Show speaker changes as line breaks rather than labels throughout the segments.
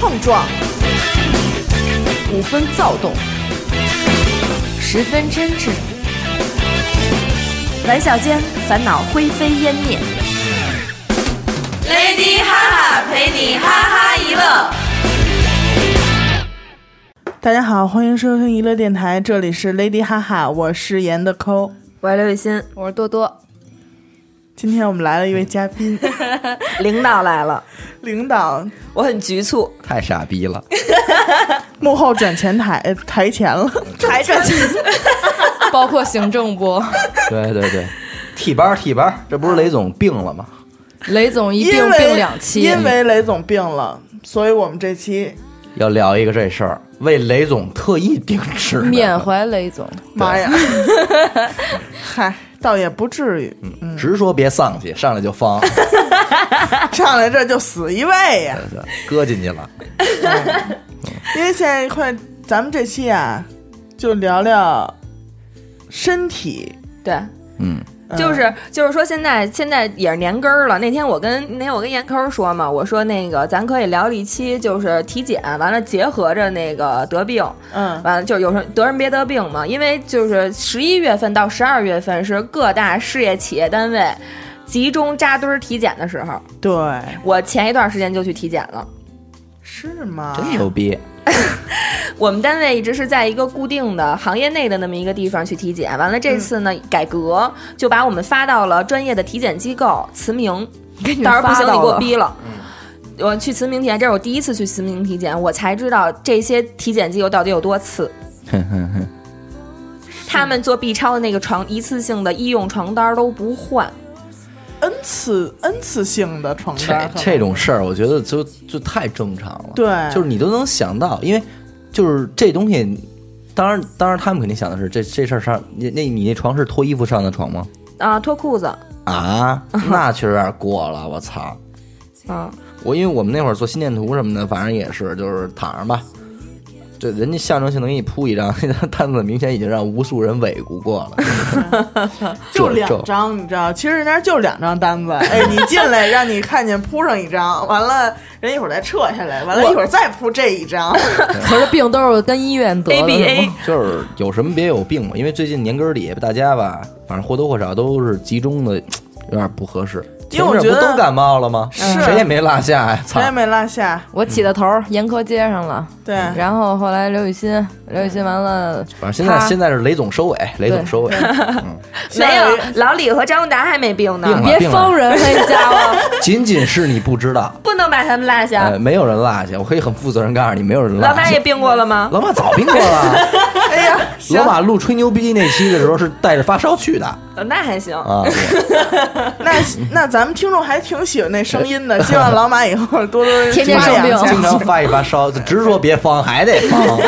碰撞，五分躁动，十分真挚。玩笑间，烦恼灰飞烟灭。
Lady 哈哈陪你哈哈一乐。
大家好，欢迎收听娱乐电台，这里是 Lady 哈哈，我是严的抠。
我是刘雨欣，
我是多多，
今天我们来了一位嘉 宾，
领导来了，
领导
我很局促，
太傻逼了！
幕后转前台呃台前了，
还转去。
包括行政部，
对对对，替班儿替班儿，这不是雷总病了吗？
雷总一
因
病
为
病两期，
因为雷总病了，所以我们这期，
要聊一个这事儿，为雷总特意定制的
缅怀雷总。
妈呀，嗨，倒也不至于，
直说别丧气，上来就 方，
上来这就死一位呀，
搁进去了。
因为现在快，咱们这期啊，就聊聊身体，
对，
嗯，
嗯
就是就是说，现在现在也是年根儿了。那天我跟那天我跟严抠说嘛，我说那个咱可以聊一期，就是体检，完了结合着那个得病，
嗯，
完了就有什么得人别得病嘛，因为就是十一月份到十二月份是各大事业企业单位集中扎堆儿体检的时候。
对，
我前一段时间就去体检了。
是吗？
真牛逼！
我们单位一直是在一个固定的行业内的那么一个地方去体检，完了这次
嗯
呢、改革就把我们发到了专业的体检机构慈铭，
给你
到时候不
发
行你
到
给我
了嗯
逼了。我去慈铭体检，这是我第一次去慈铭体检，我才知道这些体检机构到底有多次。他们做 B 超的那个床，一次性的医用床单都不换，
n 次 n 次性的床单
这
儿，
这种事儿，我觉得就就太正常了。
对
就是你都能想到，因为就是这东西，当然当然他们肯定想的是这这事儿上，你那你那床是脱衣服上的床吗？
啊，脱裤子，
啊， 那确实有点过了，我操！
啊，
我因为我们那会儿做心电图什么的，反正也是就是躺着吧，这人家象征性能给你铺一张， 那张单子明显已经让无数人委顾过了。
就
这
两张，你知道，其实人家就两张单 子。哎，你进来让你看见铺上一张，完了人一会儿再撤下来，完了一会儿再铺这一张。
可是病都是跟医院得
A
的
B
是
A
吗，
就是有什么别有病嘛，因为最近年根儿里大家吧，反正或多或少都是集中的，有点不合适。
因为我觉
前
得
阵不都感冒了吗？
是
谁也没落下呀！操
谁，也没落下，
我起的头儿，严苛接上了，
对，
嗯
然后后来刘雨欣，刘雨欣完了，
反正现在
他
现在是雷总收尾，雷总收尾。嗯，
没有
下回，
老李和张达还没病呢，
病了
别封人回家了。
仅仅是你不知 道，
不能把他们落下。
呃，没有人落下，我可以很负责任告诉你，没有人落下。
老板也病过了吗？
老马早病过了。
哎呀，
老马录吹牛逼那期的时候是带着发烧去的啊，
呃那还行。
我
那那咱们听众还挺喜欢那声音 的，希望老马以后多多
天天生
发扬
病
经常发一发烧，直说别方还得 方，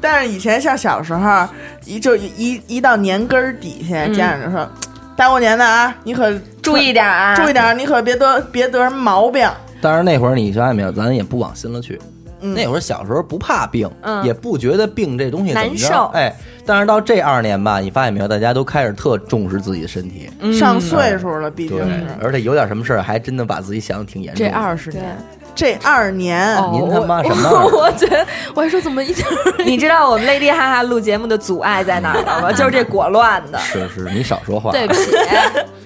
但是以前像小时候，一就一一到年根儿底下，
嗯
家长就说：“大过年的啊，你可
注意点啊！
注意点儿，你可别得别得什么毛病。
但是那会儿你发现没有，咱也不往心了去。
嗯
那会儿小时候不怕病，
嗯
也不觉得病这东西怎么
难
着
受，
哎。但是到这二年吧，你发现没有，大家都开始特重视自己的身体，
嗯
上岁数了，毕竟
对
嗯是，
而且有点什么事儿还真的把自己想的挺严重
这
的。
二十年，
这二年。
哦
您他妈
我
什么
我我觉得我还说怎么一点儿
你知道我们 Lady 哈哈录节目的阻碍在哪儿了吗？就是这裹乱的。
是是，你少说话。
对不起，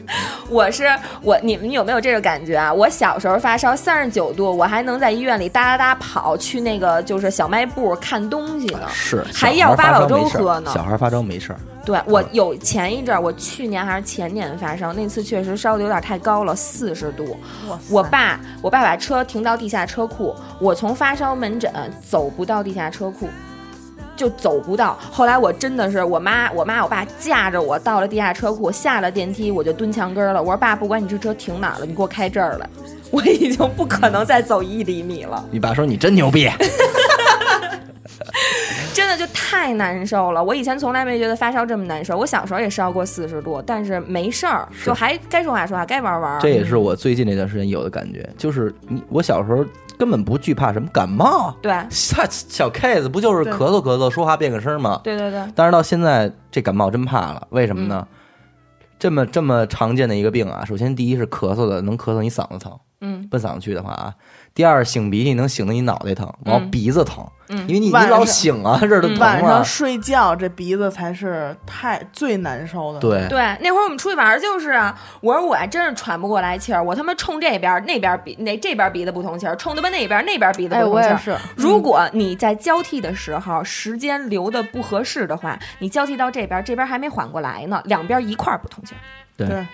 我是我，你们有没有这个感觉啊？我小时候发烧三十九度，我还能在医院里哒哒哒跑去那个就是小卖部看东西呢，
是
还要八宝粥
小孩发烧没事儿
喝呢
小。孩发烧没事儿，
对我有前一阵儿，我去年还是前年发烧，那次确实烧的有点太高了，四十度。我爸，我爸把车停到地下车库，我从发烧门诊走不到地下车库，就走不到。后来我真的是我妈、我妈、我爸架着我到了地下车库，下了电梯我就蹲墙根儿了。我说爸，不管你这车停哪儿了，你给我开这儿来， 我已经不可能再走一厘米了。
你爸说你真牛逼，
真的就太难受了。我以前从来没觉得发烧这么难受，我小时候也烧过四十度，但是没事儿，就还该说话说话，该玩玩。
这也是我最近这段时间有的感觉，就是你我小时候根本不惧怕什么感冒，
对
小小 case 不就是咳嗽咳嗽，说话变个声吗？
对对对，
但是到现在这感冒真怕了，为什么呢？
嗯
这么这么常见的一个病啊，首先第一是咳嗽的能咳嗽你嗓子疼，
嗯，
奔嗓子去的话啊，第二擤鼻涕能擤得你脑袋疼，然后鼻子疼，因为你你
嗯晚
老
上嗯
擤啊，这儿都疼
晚上
了。
睡觉这鼻子才是太最难受的。，
哎
对，
对，那会儿我们出去玩儿就是啊，我说我还真是喘不过来气儿，我他妈冲这边儿那边儿鼻那这边儿鼻子不通气儿，冲他妈那边儿那边儿鼻子
哎，
不
我
通气
也
儿。
是，
如果你在交替的时候时间留的不合适的话，你交替到这边，这边还没缓过来呢，两边一块儿不通气儿。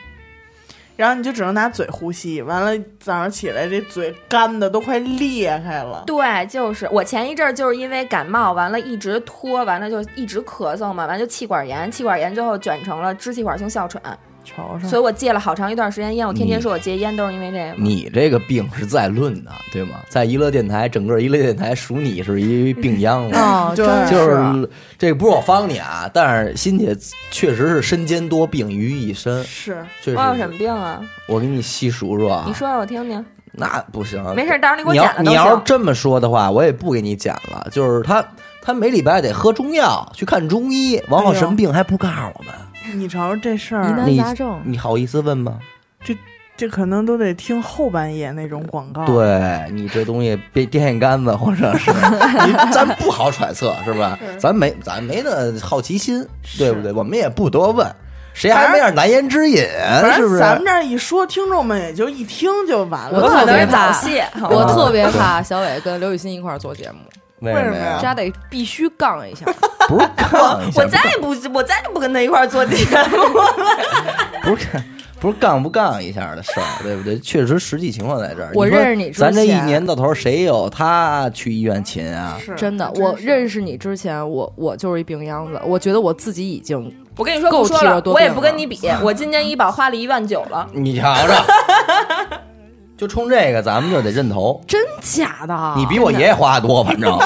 然后你就只能拿嘴呼吸，完了早上起来这嘴干的都快裂开了。
对，就是我前一阵儿就是因为感冒，完了一直拖，完了就一直咳嗽嘛，完了就气管炎，气管炎最后卷成了支气管性哮喘，
瞅
所
瞅，
以我戒了好长一段时间烟。我天天
你
说我戒烟都是因为这个。
你这个病是在论的，对吗？在娱乐电台，整个娱乐电台数你是一病秧子。
哦，真
对
嗯
的
就是这个不是我帮你啊，但是欣姐确实是身兼多病于一身，
是
确实
我有什
是。
么病啊？
我给你细数数啊，
你说说我听听。
那不行，
没事，到时候你给我
你
剪
要
了
你
都
要是
行。
这么说的话，我也不给你讲了。就是他他每礼拜得喝中药，去看中医，往往
哎呦
什么病还不告诉我们，
你瞅瞅这事
疑
儿，
难杂症。
你好意思问吗？
这可能都得听后半夜那种广
啊
告。，
对你这东西别电线杆子，或者 是你咱不好揣测，是吧？咱没咱没那好奇心，对不对？我们也不多问，谁还没点难言之隐，
反
是
正
不是？
咱们这儿一说，听众们也就一听就完
我
我
了。
可
特
能
别
是早
怕
泄，好
我
吧
特别怕小伟跟刘雨欣一块儿做节 目，
为
为什
什
么
呀
呀
这俩得必须杠 一下。
不是杠一下
我再也不我再也不跟他一块儿做节目了。
不是看不是杠不杠一下的事儿，对 不对？确实实际情况在这儿。
我
你说
认识你之
咱这一
前
年到头谁有他去医院勤啊？
是
真的，我认识你之前，我我就是一病秧子，我觉得我自己已经
我跟你说
够
不说
替我
了，
多
我也
病
不跟
了
你比，我今年医保花了一万九 了。
你瞧瞧， 就冲这个咱们就得认头。
真假啊的，
你比我爷爷花的多，反正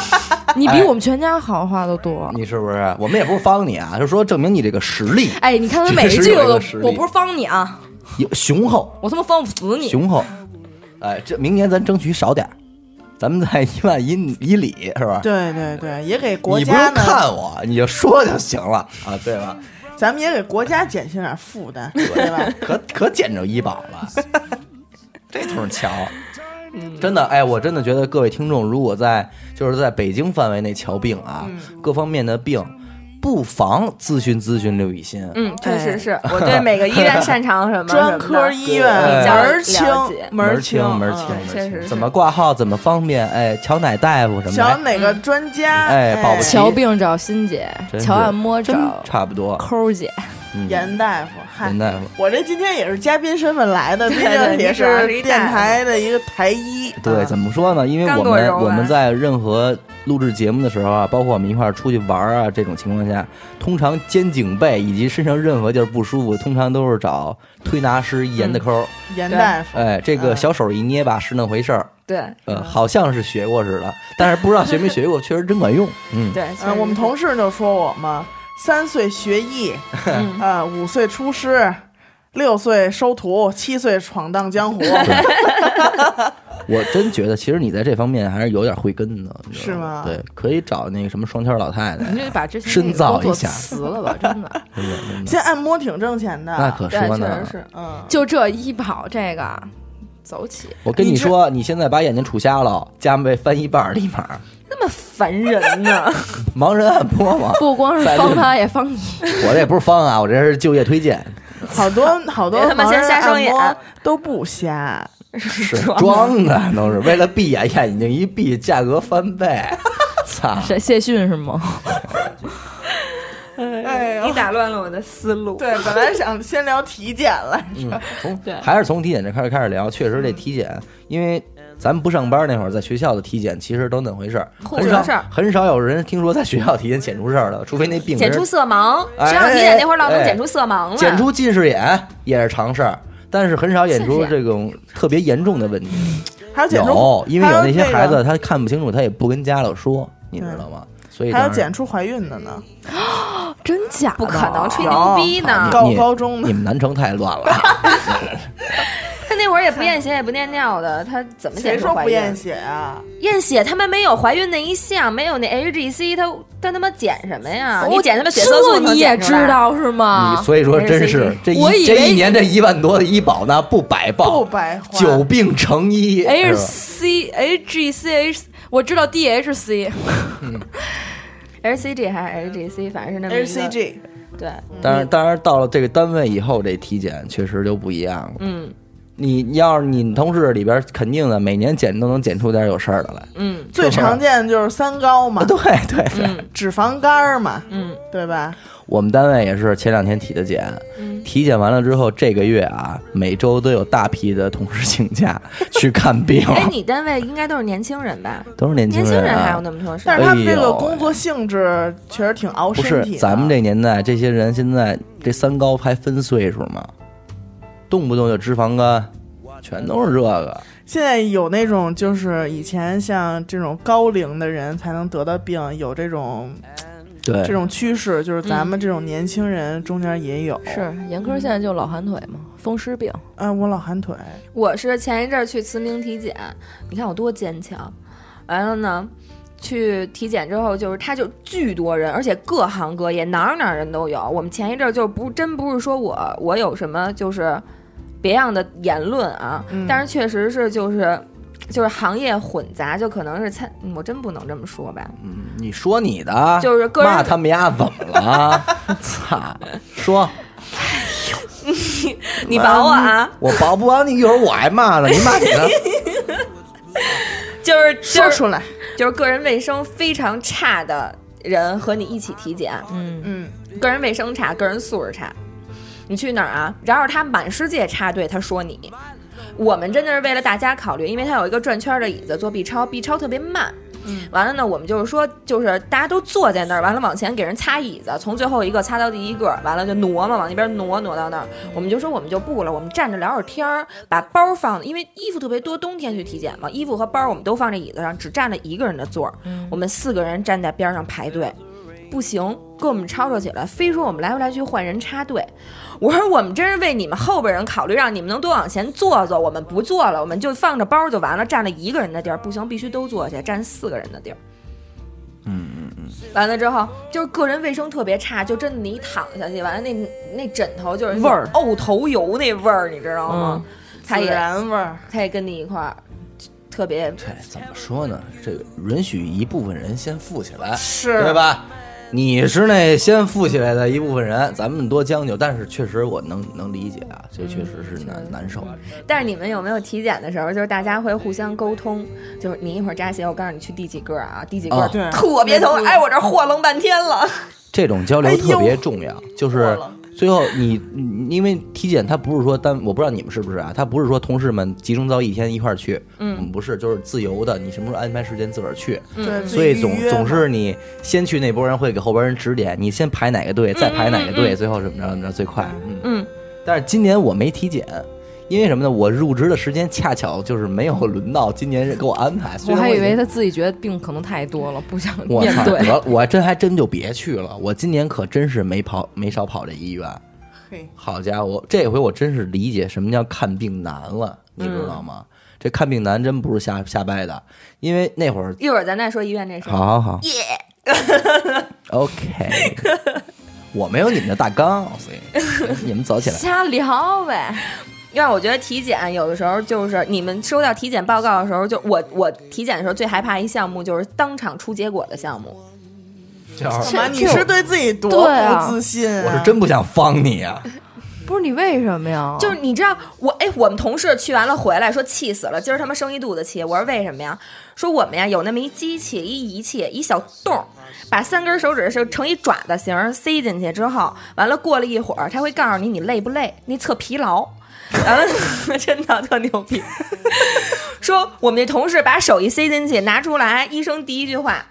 你
哎
比我们全家好花的多。
你是不是？我们也不是帮你 啊，就说证明你这个实力
哎，你看他
确
每一
实
句
有
我
这
都
个实，
我
力
不是帮你啊，
有雄厚，
我他妈方不死你。
雄厚。哎，这明年咱争取少点儿，咱们在一万以以里是吧？
对对对，也给国
你不
家
用
呢，
看我，你就说就行了 啊，对吧？
咱们也给国家减轻点负担，对吧？
可可捡着医保了， 这通瞧。
嗯
真的，哎，我真的觉得各位听众，如果在就是在北京范围内瞧病啊，
嗯
各方面的病，不妨咨询咨询刘雨欣。
嗯，确
哎
实是我对每个医院擅长什么
专科
医，
医院
对
门儿
比较
清
了解
门儿
清
清，门儿
嗯
清，门儿
确实
清
是
怎么挂号，怎么方便，哎，瞧哪大夫什么
瞧
的，
嗯哪个专家？
哎保不齐
瞧病找欣姐，
真是
瞧按摩
真
找
差不多。
抠儿姐。
嗯，
严大夫，嗨
严大夫，
我这今天也是嘉宾身份来的，毕
对
竟也
你主要是一
电
大夫
台的一个台医。
对，怎么说呢？因为
刚
我
给我
们
揉完
我们在任何录制节目的时候啊，包括我们一块儿出去玩儿啊这种情况下，通常肩颈背以及身上任何地儿不舒服，通常都是找推拿师严的抠儿。
嗯严 大夫，
哎，这个
嗯
小手一捏吧是那回事儿，
对
呃，好像是学过似的，但是不知道学没学过，确实真管用。嗯，
呃
对，确实
嗯，我们
是
同事就说我嘛，三岁学医，
嗯
呃，五岁出师，六岁收徒，七岁闯荡江 湖，
我真觉得其实你在这方面还是有点慧根的，你知
是
道
吗
对，可以找那个什么双腔老太太
你， 就把之前
深
那个
造
工作
一下
辞了吧，真的。
真的真的
现在按摩挺挣钱的。
那可
对，
说
确
呢
实。是。
嗯，
就这医保这个，走 起。
我跟
你
你
这
说，你现在把眼睛杵瞎了，加倍翻一半儿，立马儿
那么烦人呢？
盲人按摩嘛。
不光是
再
帮
论
他，也帮你。
我这也不是方啊，我这是就业推荐，
好多好多
别他妈
盲
先
人
瞎
按
双眼
摩都不瞎，
是装的，都是为了闭眼，眼睛一闭，价格翻倍。操！
谁谢逊是吗？
哎呦
你打乱了我的思路。
对，本来想先聊体检来着，
嗯，从
对
还是从体检这开始开始聊，确实这体检，因为咱不上班那会儿，在学校的体检其实都那回事儿，
护
很
着
少
事儿
很少有人听说在学校体检检出事儿的，除非那病
剪
人
出色盲，
哎
学校体检那会儿老
哎
能剪出色盲了。
检出近视眼也是常事儿，但是很少演
近视
出
眼
这种特别严重的问题。
还有检出
有，，因为
还
有
有
那些
那个
孩子他看不清楚，他也不跟家里说，你知道吗？所以
还有
当然
检出怀孕的呢，
真假的？
不可能吹
有
牛逼呢！
高
你
高中的
你们南城太乱了。
他那那会儿也不验血，也不验尿的，她怎么
谁
显出
说
怀
不验
孕？
血啊？
验血他们没有怀孕那一项，没有那 HGC，她她他妈检什么呀？你检他妈血色素
哦这你也
能检出
知
来？
道是吗
啊 你？所以说真是
HCG
这一
我以为
这一年这一万多的医保那不白报，
不白花
久病成医。
哎
是
H
吧
C H C H，我知道 D H C，
HCG 还是 HGC，反正是那么一个
HCG
对，
当然，当然到了这个单位以后，这体检确实就不一样了。
嗯
你要是你同事里边，肯定的每年检都能检出点有事儿的来。
嗯
最常见的就是三高嘛
啊，，对对对，
嗯
脂肪肝儿嘛，
嗯，
对吧？
我们单位也是前两天体的检，
嗯
体检完了之后，这个月啊，每周都有大批的同事 请假去看病，
哎，你单位应该都是年轻人吧？
都是年轻
年轻
人
人还有
啊。
那么多事
但
儿
是他们这
哎
个
呦
工作性质确实挺熬
哎不
身
是
体
啊
的。
咱们这年代，这些人现在这三高还分岁数吗？动不动就脂肪肝，全都是这个。
现在有那种就是以前像这种高龄的人才能得的病，有这种
对，
这种趋势，就是
嗯
咱们这种年轻人中间也有。
是严科现在就老寒腿嘛，风湿病。
哎，我老寒腿，
我是前一阵儿去慈铭体检，你看我多坚强。完了呢，去体检之后，就是他就巨多人，而且各行各业哪儿哪儿人都有。我们前一阵儿就不真不是说我我有什么就是别样的言论啊，
嗯
但是确实是就是就是行业混杂，就可能是参，嗯我真不能这么说吧，
嗯你说你的，
就是个人
骂他们丫怎么了？ 操，说
你保我啊，
我保不保你？一会儿我挨骂呢，你骂你 呢？
就是
说
就是
出来，
就是个人卫生非常差的人和你一起体检，
嗯，
嗯，
个人卫生差，个人素质差。你去哪儿啊？然后他满世界插队，他说你。我们真的是为了大家考虑，因为他有一个转圈的椅子做 B 超，B 超特别慢。嗯，完了呢，我们就是说，就是大家都坐在那儿，完了往前给人擦椅子，从最后一个擦到第一个，完了就挪嘛，往那边挪，挪到那儿，我们就说我们就不了，我们站着聊会儿天儿，把包放，因为衣服特别多，冬天去体检嘛，衣服和包我们都放这椅子上，只占了一个人的座儿，我们四个人站在边上排队，不行，跟我们吵吵起来，非说我们来回来去换人插队。我说我们真是为你们后边人考虑，让你们能多往前坐坐，我们不坐了，我们就放着包就完了，占了一个人的地儿，不行，必须都坐下，占四个人的地儿。嗯嗯嗯。完了之后，就是个人卫生特别差，就真的你躺下去，完了那那枕头就是
味儿
呕头油那味儿，你知道吗？他
孜
也
然味儿，
他也跟你一块儿，特别
对，怎么说呢？这个允许一部分人先富起来，
是
对吧？你是那先富起来的一部分人，咱们多将就。但是确实我能能理解啊，这确实是难难受。
但是你们有没有体检的时候，就是大家会互相沟通，就是你一会儿扎血，我告诉你去第几个啊，第几个、
哦
对
特别疼，哎，我这晃楞半天了。
这种交
哎
流
呦
特别重要，就是
了
最后你，你因为体检它不是说单，我不知道你们是不是啊，它不是说同事们集中到一天一块儿去，嗯，我们不是，就是自由的，你什么时候安排时间自个儿去，
对，自己
所以
预
总
约
总
嘛
是你先去那波人会给后边人指点，你先排哪个
嗯
队，再排哪个队，最后怎么着怎么着最快，嗯
嗯。
但是今年我没体检。因为什么呢？我入职的时间恰巧就是没有轮到今年给我安排，虽
我
然
还
已
以
经
为他自己觉得病可能太多了，不想
我
面
操，
对。
得我真还真就别去了。我今年可真是没跑，没少跑这医院。
嘿
好家伙，这回我真是理解什么叫看病难了，你知道吗？这看病难真不是瞎瞎掰的，因为那会儿，
一会儿咱再说医院这事儿。
好好好 ，OK，我没有你们的大纲，所以你们 走起 来。
瞎聊呗，
因为我觉得体检有的时候就是你们收到体检报告的时候，就我我体检的时候最害怕一项目就是当场出结果的项目。
干嘛？你
这
是对自己多
对啊
不自信啊？
我是真不想帮你啊！
不是你为什么呀？
就是你知道我哎，我们同事去完了回来说气死了，今儿他妈生一肚子气。我说为什么呀？说我们呀有那么一机器一仪器一小洞儿，把三根手指就成一爪子形儿塞进去之后，完了过了一会儿，他会告诉你你累不累，那测疲劳。完了， 真的特牛逼。 说我们这同事把手一塞进去拿出来，医生第一句话：“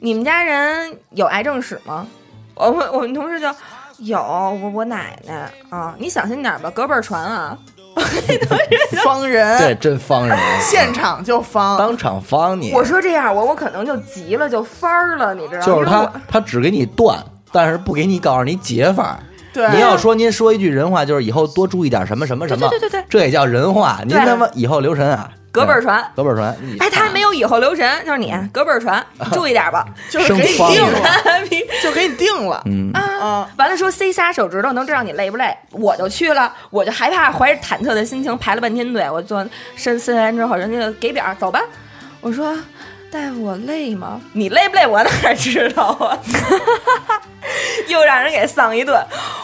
你们家人有癌症史吗？”我们我们同事就有我我奶奶啊，你小心点儿吧，隔辈儿传啊。
方人，
对，真方人，啊
现场就方，
当场方你。
我说这样，我我可能就急了，就翻儿了，你知道吗？
就
因
是
为
他
我，
他只给你断，但是不给你告诉你解法。
对
您要说您说一句人话，就是以后多注意点什么什么什么，
对对对对对
这也叫人话。您他妈以后留神啊，
隔辈儿传
隔辈儿传。啊
哎，他还没有以后留神，就是你隔辈儿传，注意点吧。
就是给你
生
定
慌
了，
比
就给你定了。
嗯，
啊，
完了说塞仨手指头能知道你累不累，我就去了，我就害怕，怀着忐忑的心情排了半天队，我坐深森完之后，人家就给表，走吧。我说大夫我累吗？你累不累我哪知道啊？ 又让人给丧一顿。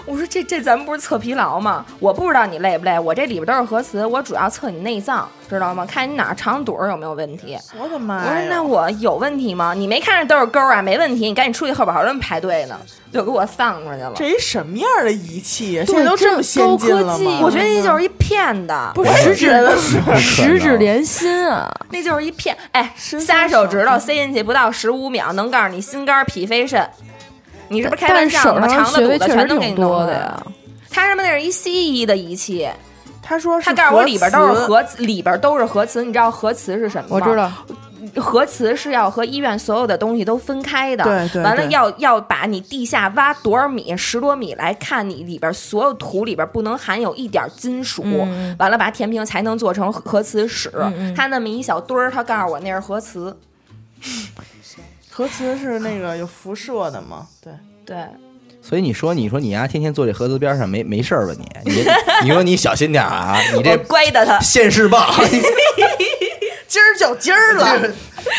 我说这这咱们不是测疲劳吗？我不知道你累不累，我这里边都是核磁，我主要测你内脏，知道吗？看你哪儿肠堵儿有没有问题。
我的
我
妈
说那
呀！
我有问题吗？你没看着都是勾啊，没问题，你赶紧出去后边还有人排队呢，就给我丧出去了。
这一什么样的仪器呀？
对
现在都这么先进
高
了
科技
吗？
我觉得那就是一骗的，
嗯不
我
十
也
指
觉 得是
十指连心啊！
那就是一骗。哎，
伸
仨
手
手指头塞进去不到十五秒，能告诉你心肝脾肺肾。你是不是开
但
玩
是
笑
手
呢？
上
肠子
穴
堵
位
的
确
全
实
都给
挺
你弄
多
了
的呀。。
他什么那是一西医的仪器，
他说是
他告诉我
核
里边都是
磁
核磁，里边都是核磁。你知道核磁是什么吗？
我知道，
核磁是要和医院所有的东西都分开的，
对对
完了
对
要要把你地下挖多少米，十多米来看你里边所有土里边不能含有一点金属，
嗯
完了把它填平才能做成核磁室。
嗯嗯
它那么一小堆儿，他告诉我那是核磁，
核磁是那个有辐射的嘛？对，
对，
所以你说，你说你丫、天天坐这盒子边上没没事儿吧你？你你说你小心点 儿啊！你
我
这
乖的 他。
现 世报
今儿就今儿了，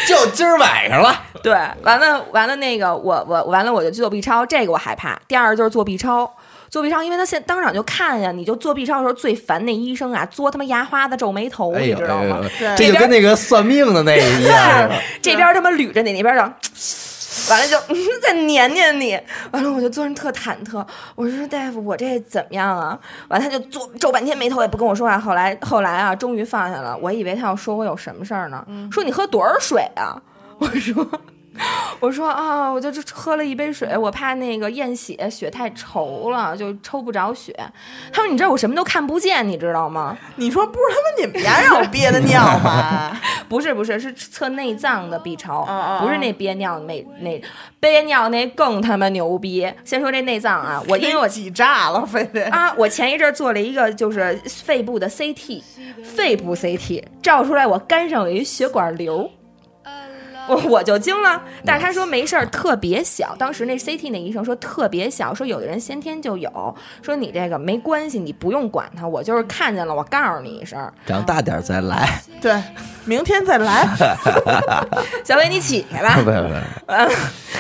就今儿晚上了，
对，完了完了，那个我我完了我就去做 B 超，这个我害怕。第二就是做 B 超，做 B 超，因为他现当场就看呀，你就做 B 超的时候最烦那医生啊，嘬他妈牙花子皱眉头，
哎
你
呦
知道啊
哎
吗？
呦，
对
这就跟那个算命的那一 样是吧。
这边他妈捋着你，那边就。完了就 再撵撵你，完了我就做人特忐忑，我说大夫我这怎么样啊？完了他就皱皱半天眉头也不跟我说话，后来后来啊终于放下了，我以为他要说我有什么事儿呢，说你喝多少水啊？ 我说我说啊我就这喝了一杯水，我怕那个验血血太稠了就抽不着血。他说你知道我什么都看不见，你知道吗？
你说不是他妈你们家让我憋的尿吗？
不是不是，是测内脏的 B 超，
哦哦
不是那憋尿那那憋尿那更他妈牛逼。先说这内脏啊，我因为我
挤炸了，非得
啊，我前一阵儿做了一个就是肺部的 CT，肺部 CT 照出来我肝上有一血管瘤。我我就惊了，但是他说没事儿，特别小。当时那 CT 那医生说特别小，说有的人先天就有，说你这个没关系，你不用管它。我就是看见了，我告诉你一声。
长大点儿再来，
对，明天再来。
小伟，你起来吧。
不不不，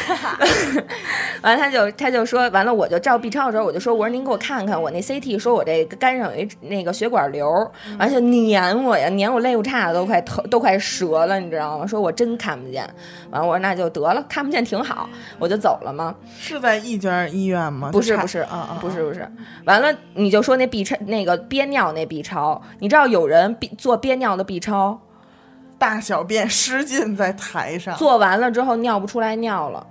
完了，他就他就说，完了我就照 B 超的时候，我就说，我说您给我看看我那 CT，说我这个肝上有一那个血管瘤，完了就撵我呀，撵我肋骨叉都快头都快折了，你知道吗？说我真看不见，完了我说那就得了，看不见挺好，我就走了嘛。
是在一家医院吗？
不是
就差
不是
啊啊，
不是不是，完了你就说那 B 超那个憋尿那 B 超，你知道有人 B 做憋尿的 B 超
大小便失禁在台上，
做完了之后尿不出来尿了，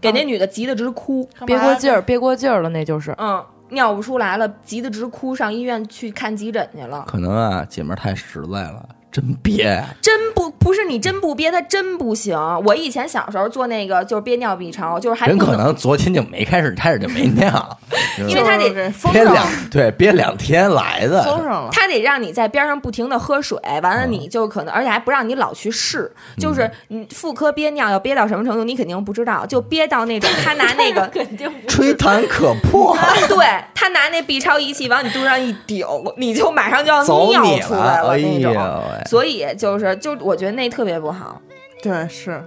给那女的急得直哭。
干嘛
憋过劲儿，憋过劲儿了，那就是。
嗯，尿不出来了，急得直哭，上医院去看急诊去了。
可能啊，姐们儿太实在了，真憋。啊
真不不是你真不憋，他真不行。我以前小时候做那个就是憋尿 B 超，就是还
人
不
可能昨天就没开始，开始就没 尿，因
因为他得
就是封
憋
上
两对憋两天来的，
封上了。
他得让你在边上不停的喝水，完了
嗯
你就可能，而且还不让你老去试，就是你妇科憋尿要憋到什么程度，你肯定不知道，就憋到那 种他拿 那个肯定
吹弹可 破。
对他拿那 B 超仪器往你肚上一顶，你就马上就要
走
尿
你
出来
了，哎
那
呦
种。
喂！
所以就是就我觉得那特别不好。
对，是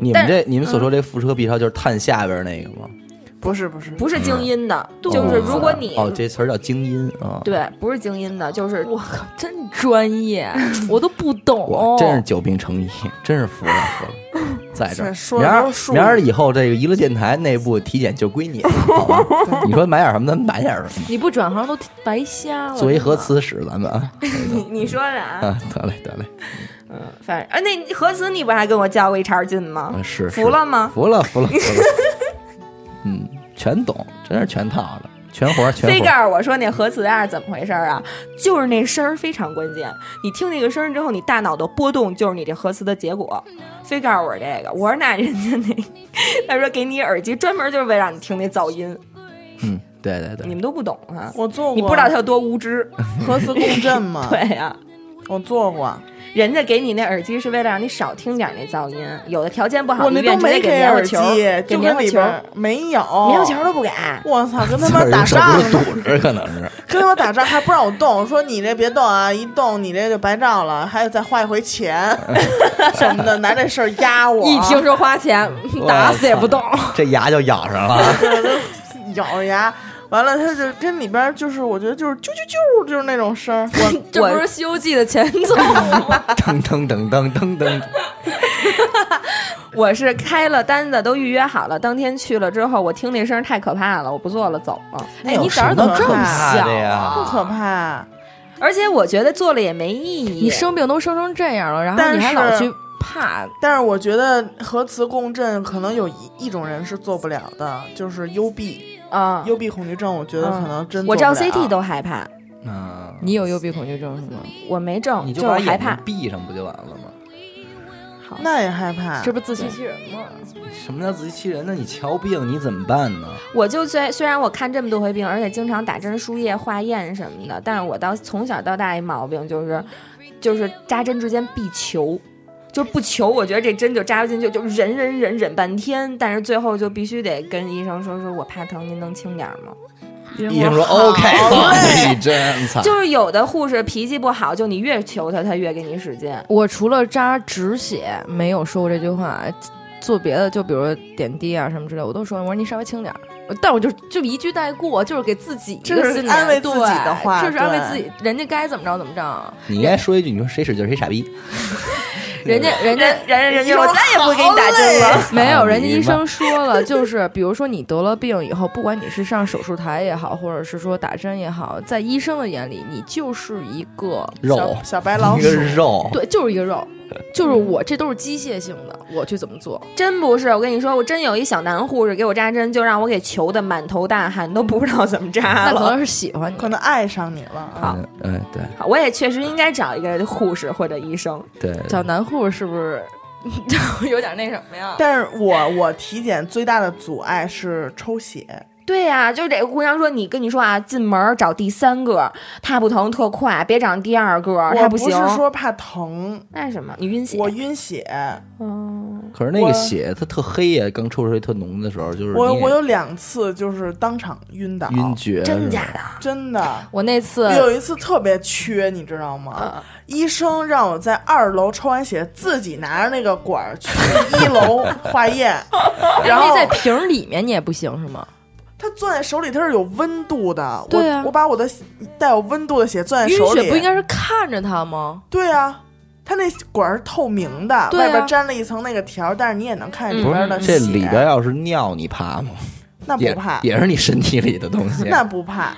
你
嗯
们
但
这你们所说这腹车 B 超就是探下边那个吗？
不是不是
不是精英的，就是如果你、
嗯哦，这词儿叫精英啊。
对不是精英的，就是
我靠，真专 业，我都不懂
哦
我。真是久病成医，真是服了服了， 在这
是。
儿
说
明
的
儿
都是术语
明儿以后这个娱乐电台内部体检就归你，好吧？ 你说买点什么，咱们买点什么，
你不转行都白瞎了。
做一核磁使咱们啊
你你说的啊，
啊，得嘞得嘞，
嗯，反正啊，那何子你不还跟我较过一茬劲吗？
啊是
服了吗？
服了服了服了， 嗯，全懂，真是全套的，全活儿全
非
活儿。
告诉我说那核磁压是怎么回事儿啊？就是那声儿非常关键，你听那个声儿之后，你大脑的波动就是你这核磁的结果。非告诉我这个，我说那人家那，他说给你耳机专门就是为了让你听那噪音，
嗯，对对
你
对，
们都不懂啊，
我做过，
你不知道他有多无知。
核磁共振
啊
嘛？
对啊呀、
我做
啊
过，
人家给你那耳机是为了让你少听点那噪音，有的条件不好，
我那
医
都
院直接给
没给
棉花
耳
球
机
儿，，给
就
棉
跟
花
里
球
边
儿，
儿哦没有
棉花球儿都不给。
我操，跟他
自
妈
个儿
打
用哎手
仗
指
呢！
堵着，可能是。
跟他妈打仗还不让我动，说你这别动啊，一动你这就白照了，还得再花一回钱 什么的，拿这事儿压 我。
一听说花钱，打死也不动。
啊 我操，这牙就咬上了。
咬着牙，完了他就跟里边就是，我觉得就是啾啾啾，就是那种声儿。我
这不是《西游记》的前奏吗？
噔噔噔噔噔噔，
我是开了单子，都预约好了，当天去了之后，我听那声儿太可怕了，我不做了，走了。
哎你胆儿怎么
这
这
哎么
么
大的呀？
不可怕，
而且我觉得做了也没意义。
你生病都生成这样了，然后
但
你还
是
老去怕，
但是我觉得核磁共振可能有一一种人是做不了的，就是幽闭，
啊、
幽闭恐惧症，我觉得可能真
嗯我
做
照
不了
CT 都害怕，
嗯，
你有幽闭恐惧症是吗？
我没证，
你
就
就把
是害
眼
怕
睛。闭上不就完了吗？
好
那也害怕，
这不自欺欺人吗？
什么叫自欺欺人？那你瞧病你怎么办呢？
我就虽虽然我看这么多回病，而且经常打针、输液、化验什么的，但是我到从小到大一毛病就是，就是扎针之间必求，就是不求，我觉得这针就扎不进去，就忍忍忍忍半天，但是最后就必须得跟医生说，说我怕疼，您能轻点儿吗？
医生说 OK，放你一针，操！
就是有的护士脾气不好，就你越求他，他越给你使劲。
我除了扎止血，没有说过这句话。做别的，就比如点滴啊什么之类，我都说，我说你稍微轻点儿。但我就就一句带过，就是给自己一
这
个
是
心理
安慰自己
对
的话
这是安慰
对
自己，人家该怎么着怎么着，
你应该说一句，你说谁使劲儿谁傻逼。
人家人家
人人人家说我再也不给你打针了。
没有，
啊
人家
你
医
妈
生说了，就是比如说你得了病以后，不管你是上手术台也好，或者是说打针也好，在医生的眼里，你就是一个
肉，
小小白老
一
鼠
个。肉，
对，就是一个肉，就是我这都是机械性的，我去怎么做？
真不是，我跟你说，我真有一小男护士给我扎针，就让我给求的满头大汗，都不知道怎么扎
啊
那可
了。
能是喜欢你
可。能爱上你了，啊
好
嗯，嗯，对
好我也确实应该找一个护士或者医生。
对，
小男护士是不是 有点那什么呀？
但是我我体检最大的阻碍是抽血，
对呀、就是这个姑娘说，你跟你说啊，进门找第三个，怕不疼特快，别找第二个，
我
她
不
啊行。
是说怕疼，
那是什么？你晕血？
我晕血，
嗯，
可是那个
我
血它特黑呀，刚抽出来特浓的时候，就是
我
你
我有两次就是当场晕倒，
晕厥，
真
是
假
吧？
的？啊
真的。
我那次
有一次特别缺，你知道
嗯
吗？医生让我在二楼抽完血，自己拿着那个管儿去一 楼化验，然
因为
后
在瓶儿里面你也不行是吗？
他攥在手里，它是有温度的。我
对啊
我把我的带有温度的血攥在
晕
手里，
血不应该是看着他吗？
对啊，它那管儿是透明的，
对啊
外边粘了一层那个条儿，但是你也能看见里
不
边
是
的血。
这里边要是尿你怕吗？
那不
也
怕，
也是你身体里的东西。
那不怕。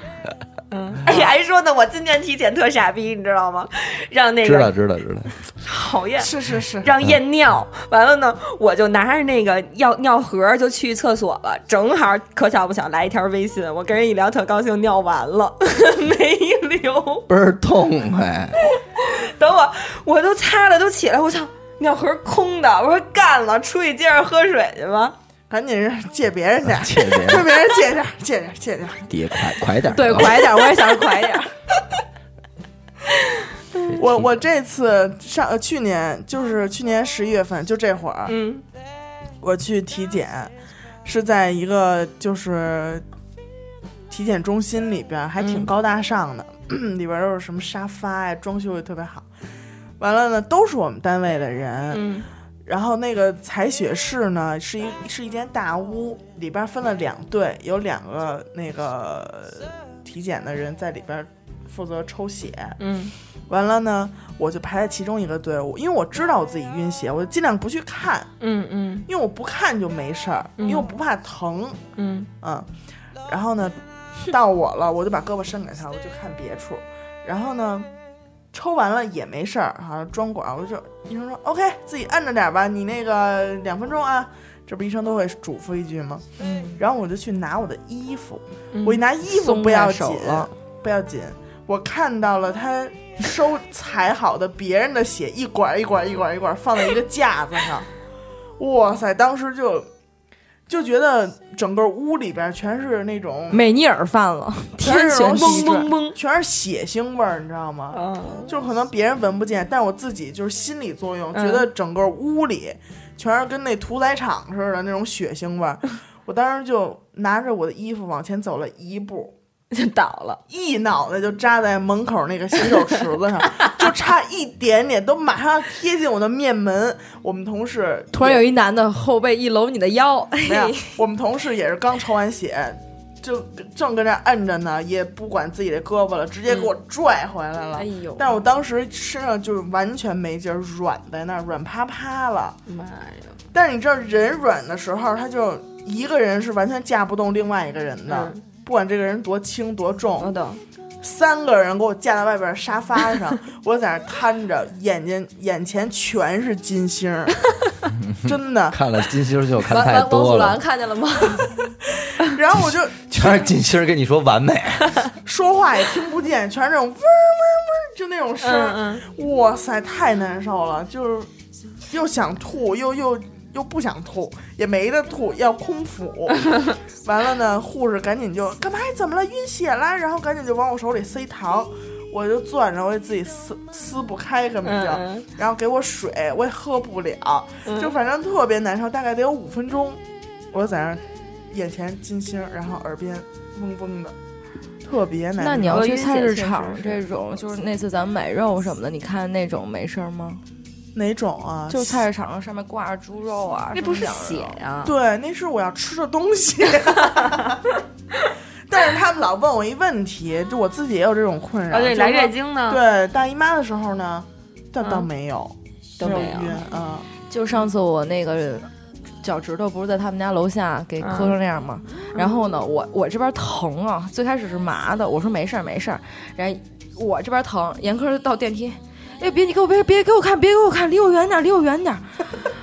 嗯
哎，还说呢，我今天体检特傻逼，你知道吗？让那
知
个
道知道知道，
讨厌。
是是是，
让验尿，完了呢，我就拿着那个药尿盒就去厕所了，正好可巧不巧来一条微信，我跟人一聊特高兴，尿完了 没留，
倍儿痛 快。，
等我我都擦了都起来，我操，尿盒空的，我说干了，出去接着喝水去吧。
赶紧是借别人点
切别
跟别人 借点，借点，借点。
底下快快点儿，
对，快点，我也想快点。
我我这次上呃去年就是去年十一月份，就这会儿，
嗯，
我去体检，是在一个就是体检中心里边儿，还
嗯
挺高大上的， 里边儿都是什么沙发呀，装修也特别好。完了呢，都是我们单位的人。
嗯
然后那个采血室呢，是一是一间大屋，里边儿分了两队，有两个那个体检的人在里边儿负责抽血。
嗯，
完了呢，我就排在其中一个队伍，因为我知道我自己晕血，我就尽量不去看。
嗯嗯
因为我不看就没事儿，
嗯
因为我不怕疼，
嗯
嗯。然后呢，到我了，我就把胳膊伸给他，我就看别处。然后呢，抽完了也没事儿，好像装管儿，我就医生说 OK，自己按着点儿吧，你那个两分钟啊，这不医生都会嘱咐一句吗？
嗯，
然后我就去拿我的衣服，
嗯
我一拿衣服
松
不要
开
紧
手了，
不要紧，我看到了他收采好的别人的血，一管儿一管儿一管儿一管儿放在一个架子上，哇塞，当时就就觉得整个屋里边全是那种
美尼尔犯了，
全
天
是
旋
嗡
地转
嗡。哦嗡，全是血腥味儿，你知道吗？
嗯，
就可能别人闻不见，但我自己就是心理作用，
嗯
觉得整个屋里全是跟那屠宰场似的那种血腥味儿。我当时就拿着我的衣服往前走了一步，
就倒了。
一脑袋就扎在门口那个洗手池 子上，就差一点点都马上要贴近我的面门。我们同事
突然有一男的后背一搂你的腰，
没有， 我们同事也是刚抽完血，就正跟那儿摁着呢，也不管自己的胳膊了，直接给我拽回来了。
哎呦，
但是我当时身上就是完全没劲儿，软在那儿，软趴趴了。
妈呀！
但是你知道，人软的时候，他就一个人是完全架不动另外一个人的，
嗯
不管这个人多轻多
我
重，
懂。
三个人给我架在外边沙发上， 我在那儿瘫着，眼睛眼前全是金星儿，真的。
看了金星就看
王
太
王王
多
祖蓝
了，
看见了吗？
然后我就
全是金星跟你说完美，啊
说话也听不见，全是那种嗡嗡嗡，就那种声儿。
嗯
哇塞，太难受了，就是又想吐，又又又不想吐，也没得吐，要空 腹。完了呢，护士赶紧就干嘛？怎么了？晕血啦！然后赶紧就往我手里塞糖，我就攥着，我也自己撕撕不开，根本就。
嗯
然后给我水，我也喝不了，
嗯，
就反正特别难受，大概得有五分钟，我在那儿眼前金星，然后耳边嗡嗡的，特别难受。
那你 要
我
去
理解
菜市
确实
场
是
这种，就是那次咱们买肉什么的，你看那种没事儿吗？
哪种啊？
就菜市场上面挂着猪肉啊，
那不是
什么
血
羊肉
呀？
对，那是我要吃的东西。 但是他们老问我一问题，就我自己也有这种困扰。
哦，对，
就是
来
说
月经呢？
对大姨妈的时候呢，倒倒
嗯
没有，
都
没
没有
晕啊。
就上次我那个脚趾头不是在他们家楼下给磕成那样吗？然后呢，我我这边疼啊，最开始是麻的，我说没事儿没事儿，然后我这边疼，严科就到电梯，哎别你给我别别给我看别给我看，离我远点儿离我远点儿。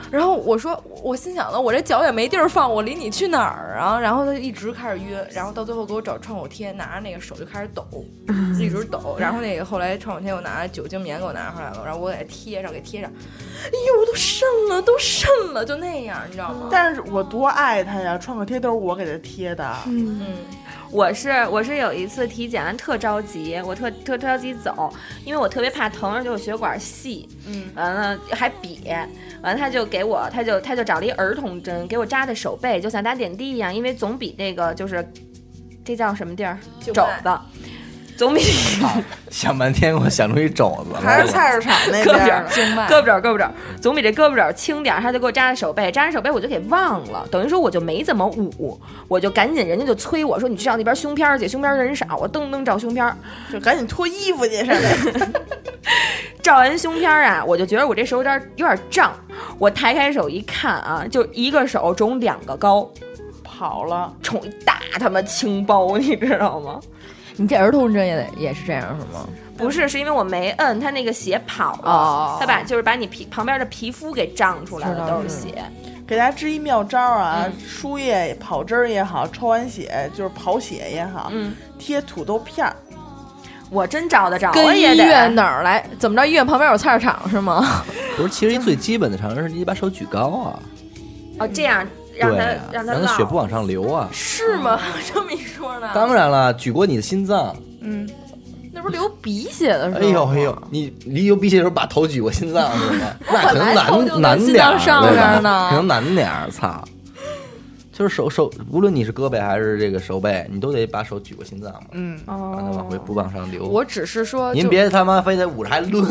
然后我说，我心想了，我这脚也没地儿放，我离你去哪儿啊？然后他就一直开始晕，然后到最后给我找创口贴，拿着那个手就开始抖，一直 抖。然后那个后来创口贴我拿酒精棉给我拿回来了，然后我给它贴上，给贴上。哎呦，都渗了，都渗了，就那样，你知道吗？
但是我多爱他呀，创可贴都是我给他贴的。
嗯，
我是我是有一次体检特着急，我特特特着急走，因为我特别怕疼，而且我血管细，
嗯，
完了还瘪，完了他就给我，他就他就找了一儿童针给我扎在手背，就像打点滴一样，因为总比那个就是这叫什么地儿
就
肘子，总比
想半天给我想出一肘子
还是
来了。
菜市场那
胳膊
边儿
儿
静脉
胳膊肘儿胳膊肘儿总比这胳膊肘儿轻点儿，他就给我扎在手背，扎在手背我就给忘了，等于说我就没怎么捂，我就赶紧人家就催我说你去找那边胸片儿去，胸片儿人少，我噔噔找胸片儿。
就赶紧脱衣服去，上来
照完胸片儿啊，我就觉得我这手有点有点胀，我抬开手一看啊，就一个手肿两个高，
跑了。
肿一大他妈青包， 你知道吗？
你这儿童针也得也是这样是吗？
不是，是因为我没摁，它那个血跑了，
哦
它把就是把你皮旁边的皮肤给胀出来
知
了，
道
都是
是
血。
给大家支一妙招儿啊，输液、跑针儿也好，抽完血就是跑血也好，
嗯，
贴土豆片儿。
我真找得着，我
跟
也
医
得
院哪儿来？怎么着？医院旁边有菜市场是吗？
不是，其实一最基本的常识是你把手举高啊，
哦，这样让
对
它
啊，
让它
让它血不
落。
往上流啊。
是吗？ 还有这么一说呢？
当然了，举过你的心脏，
嗯，
那不是流鼻血的时候？
哎 呦哎呦，，你离流鼻血的时候把头举过心脏是吗？那可能
本来头就在
难难
心
点
脏
儿，
上
对
边
吧
儿呢
可能难点儿，操！就是手手，无论你是胳膊还是这个手背，你都得把手举过心脏嘛，
嗯，
让它往回不往上流。
哦我只是说，
您
就
别他妈非得捂着还抡把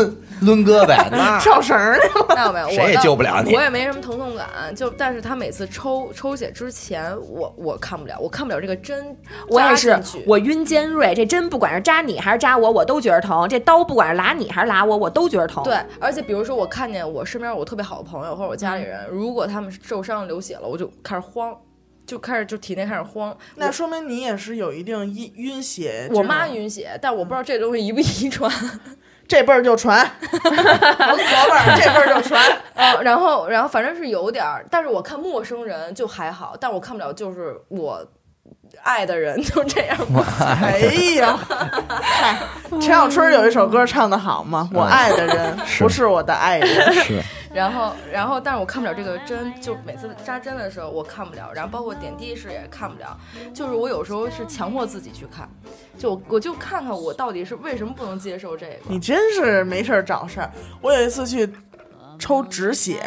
胳膊，那
跳绳儿呢？
那倒没有，我
谁也
倒
救不了你
我也没什么疼痛感，就但是他每次抽抽血之前，我我看不了，我看不了这个针
我也
扎进
是
去，
我晕尖锐，这针不管是扎你还是扎我，我都觉得疼；这刀不管是拉你还是拉我，我都觉得疼。
对，而且比如说我看见我身边我特别好的朋友或者我家里
嗯
人，如果他们受伤流血了，我就开始慌，就开始就体内开始慌。
那说明你也是有一定晕晕血。
我妈，晕血，但我不知道这东西遗不遗传。
这辈儿就传，我隔辈儿这辈儿就传。
嗯，然后然后反正是有点儿，但是我看陌生人就还好，但我看不了就是我爱的人就这样。
哎呀，嗨，陈小春有一首歌唱的好嘛，《我爱的人
是
不是我的爱人》。
是
然后然后但是我看不了这个针，就每次扎针的时候我看不了，然后包括点滴时也看不了，就是我有时候是强迫自己去看，就我我就看看我到底是为什么不能接受这个
你。真是没事儿找事儿。我有一次去抽止血，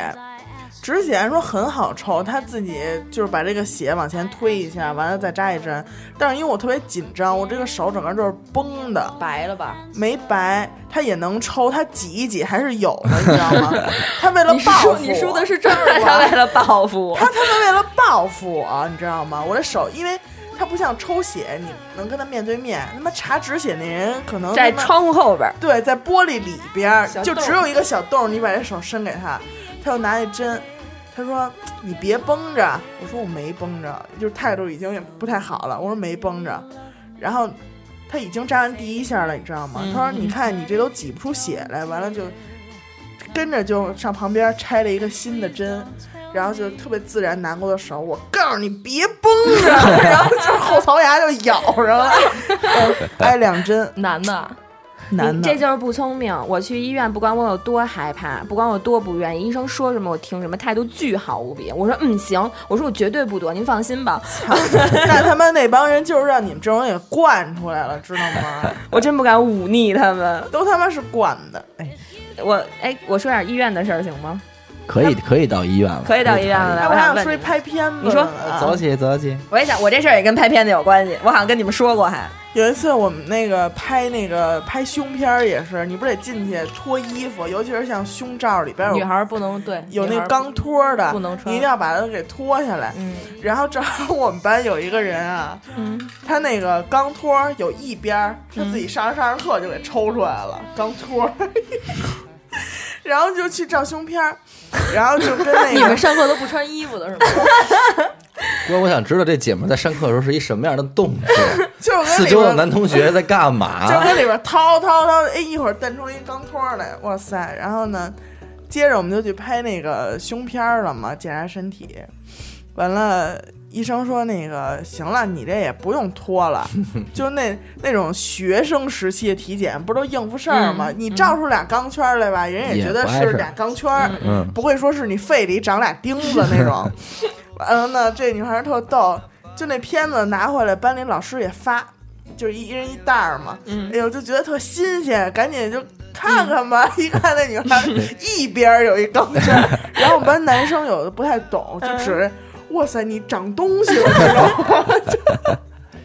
止血按说很好抽，他自己就是把这个血往前推一下，完了再扎一针。但是因为我特别紧张，我这个手整个就是绷的，
白了吧？
没白，他也能抽，他挤一挤还是有的，你知道吗？ 他为了
你是
报复
说
我，
你说的是这儿
他 为
吗？
了报复我
他，他们为了报复我，你知道吗？我的手，因为他不像抽血，你能跟他面对面，他妈查止血那人可能
在
他妈
窗户后边儿，
对，在玻璃里边儿
小
就
洞
只有一个小洞儿，你把这手伸给他，他就拿那针，他说你别绷着，我说我没绷着，就是态度已经有点不太好了，我说没绷着，然后他已经扎完第一下了，你知道吗？他说你看你这都挤不出血来，完了就跟着就上旁边拆了一个新的针。然后就特别自然拿过我的手，我告诉你别绷着， 然后就是后槽牙就咬上了，呃挨两针，
男的，
男
你
的。
这就是不聪明。我去医院，不管我有多害怕，不管我多不愿意，医生说什么我听什么，态度巨好无比。我说嗯行，我说我绝对不躲，您放心吧。
那他妈那帮人就是让你们这种人给惯出来了，知道 吗？
我真不敢忤逆他们。
都他妈是惯的。哎，
我哎，我说点医院的事儿行吗？
可以可以到医院了，
可以到医院了。来，
哎，我
我
还
想
想
问
说一
你，
拍片子。啊
你说
走起走起，
我也想，我这事儿也跟拍片子有关系。我好像跟你们说过还，
有一次我们那个拍那个拍胸片儿也是，你不是得进去脱衣服，尤其是像胸罩里边
哦
有
女孩儿不能对，
有
女
那
孩儿不
钢托儿的，
不能穿
你一定要把它给脱下来。
嗯，
然后正好我们班有一个人啊，
嗯，
他那个钢托儿有一边儿，他自己
嗯
上着上着课就给抽出来了、钢托儿， 然后就去照胸片儿，然后就跟那
你
个
们上课都不穿衣服的是 吗？
不是，我想知道这姐们在上课的时候是一什么样的 动作，
就是跟
四
里
周的
边，
男同学在干
就是
嘛？
跟里边掏掏掏，哎，一会儿蹬出一钢托儿来，哇塞！然后呢，接着我们就去拍那个胸片儿了嘛，检查身体。完了，医生说那个行了，你这也不用脱 了，就那那种学生时期的体检，不都应付事儿吗？你照出俩钢圈儿来吧，人也
嗯也
觉得
不碍
是
事
俩钢圈儿，
嗯，
不会说是你肺里长俩钉子那种。完了呢，这女孩儿特逗，就那片子拿回来，班里老师也发，就是一一人一袋儿嘛。
嗯
哎呦，就觉得特新鲜，赶紧就看看吧。 一看那女孩儿
嗯
一边儿有一钢圈儿， 然后我们班男生有的不太懂，就
嗯
指着。哇塞，你长东西了，知道吗？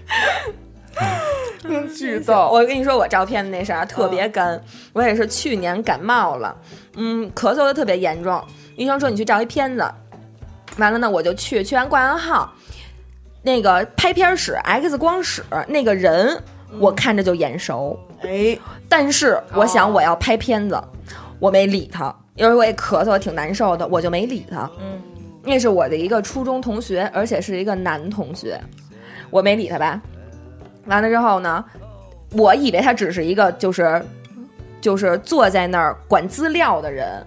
就 嗯巨逗，
我跟你说，我照片的那事儿特别干。我也是去年感冒了，嗯，咳嗽的特别严重。医生说你去照一片子，完了呢我就去，去完挂完号，那个拍片室、X 光室那个人，我看着就眼熟，
哎，
但是我想我要拍片子，我没理他，因为我也咳嗽挺难受的，我就没理他。
嗯，
那是我的一个初中同学，而且是一个男同学，我没理他吧。完了之后呢，我以为他只是一个就是就是坐在那儿管资料的人，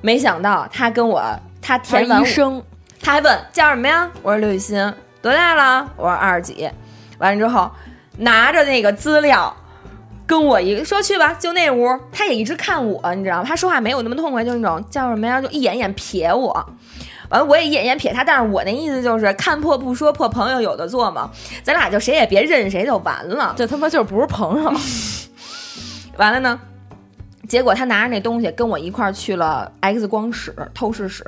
没想到他跟我他填完
医生，
他还问叫什么呀？我说刘雨欣，多大了？我说二十几。完了之后，拿着那个资料，跟我一个说去吧，就那屋。他也一直看我，你知道吗？他说话没有那么痛快，就那种叫什么呀，就一眼一眼瞥我。完了，我也一眼一眼瞥他，但是我那意思就是看破不说破，朋友有的做嘛，咱俩就谁也别认谁就完了。
这他妈就是不是朋友，
完了呢，结果他拿着那东西跟我一块儿去了 X 光室、透视室。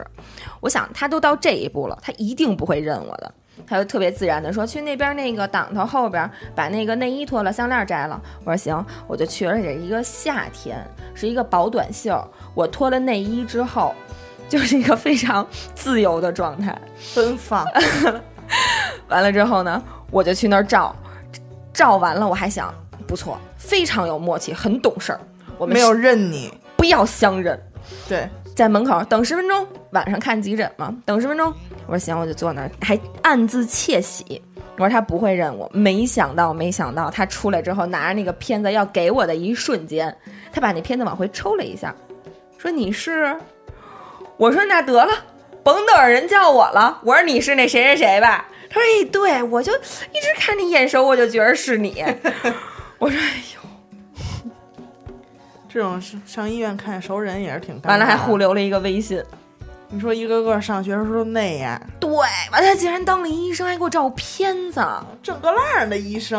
我想他都到这一步了，他一定不会认我的。他就特别自然的说：“去那边那个挡头后边把那个内衣脱了，项链摘了。”我说：“行，我就去。”而且一个夏天，是一个薄短袖。我脱了内衣之后，就是一个非常自由的状态。
奔放，
完了之后呢，我就去那儿照，照完了我还想不错，非常有默契，很懂事儿。 我们
没有认你，
不要相认，
对，
在门口等十分钟，晚上看急诊嘛，等十分钟。我说行，我就坐那儿，还暗自窃喜。我说他不会认我，没想到，没想到他出来之后拿着那个片子要给我的一瞬间，他把那片子往回抽了一下，说你是？我说那得了，甭等着人叫我了。我说你是那谁谁谁吧？他说哎，对，我就一直看 你眼熟，我就觉得是你。我说哎呦，
这种上上医院看熟人也是挺尴尬的
完了还互。留了一个微信。
你说一个个上学时候那样，
对，完了他竟然当了医生，还给我照片子。
整个烂儿的医生，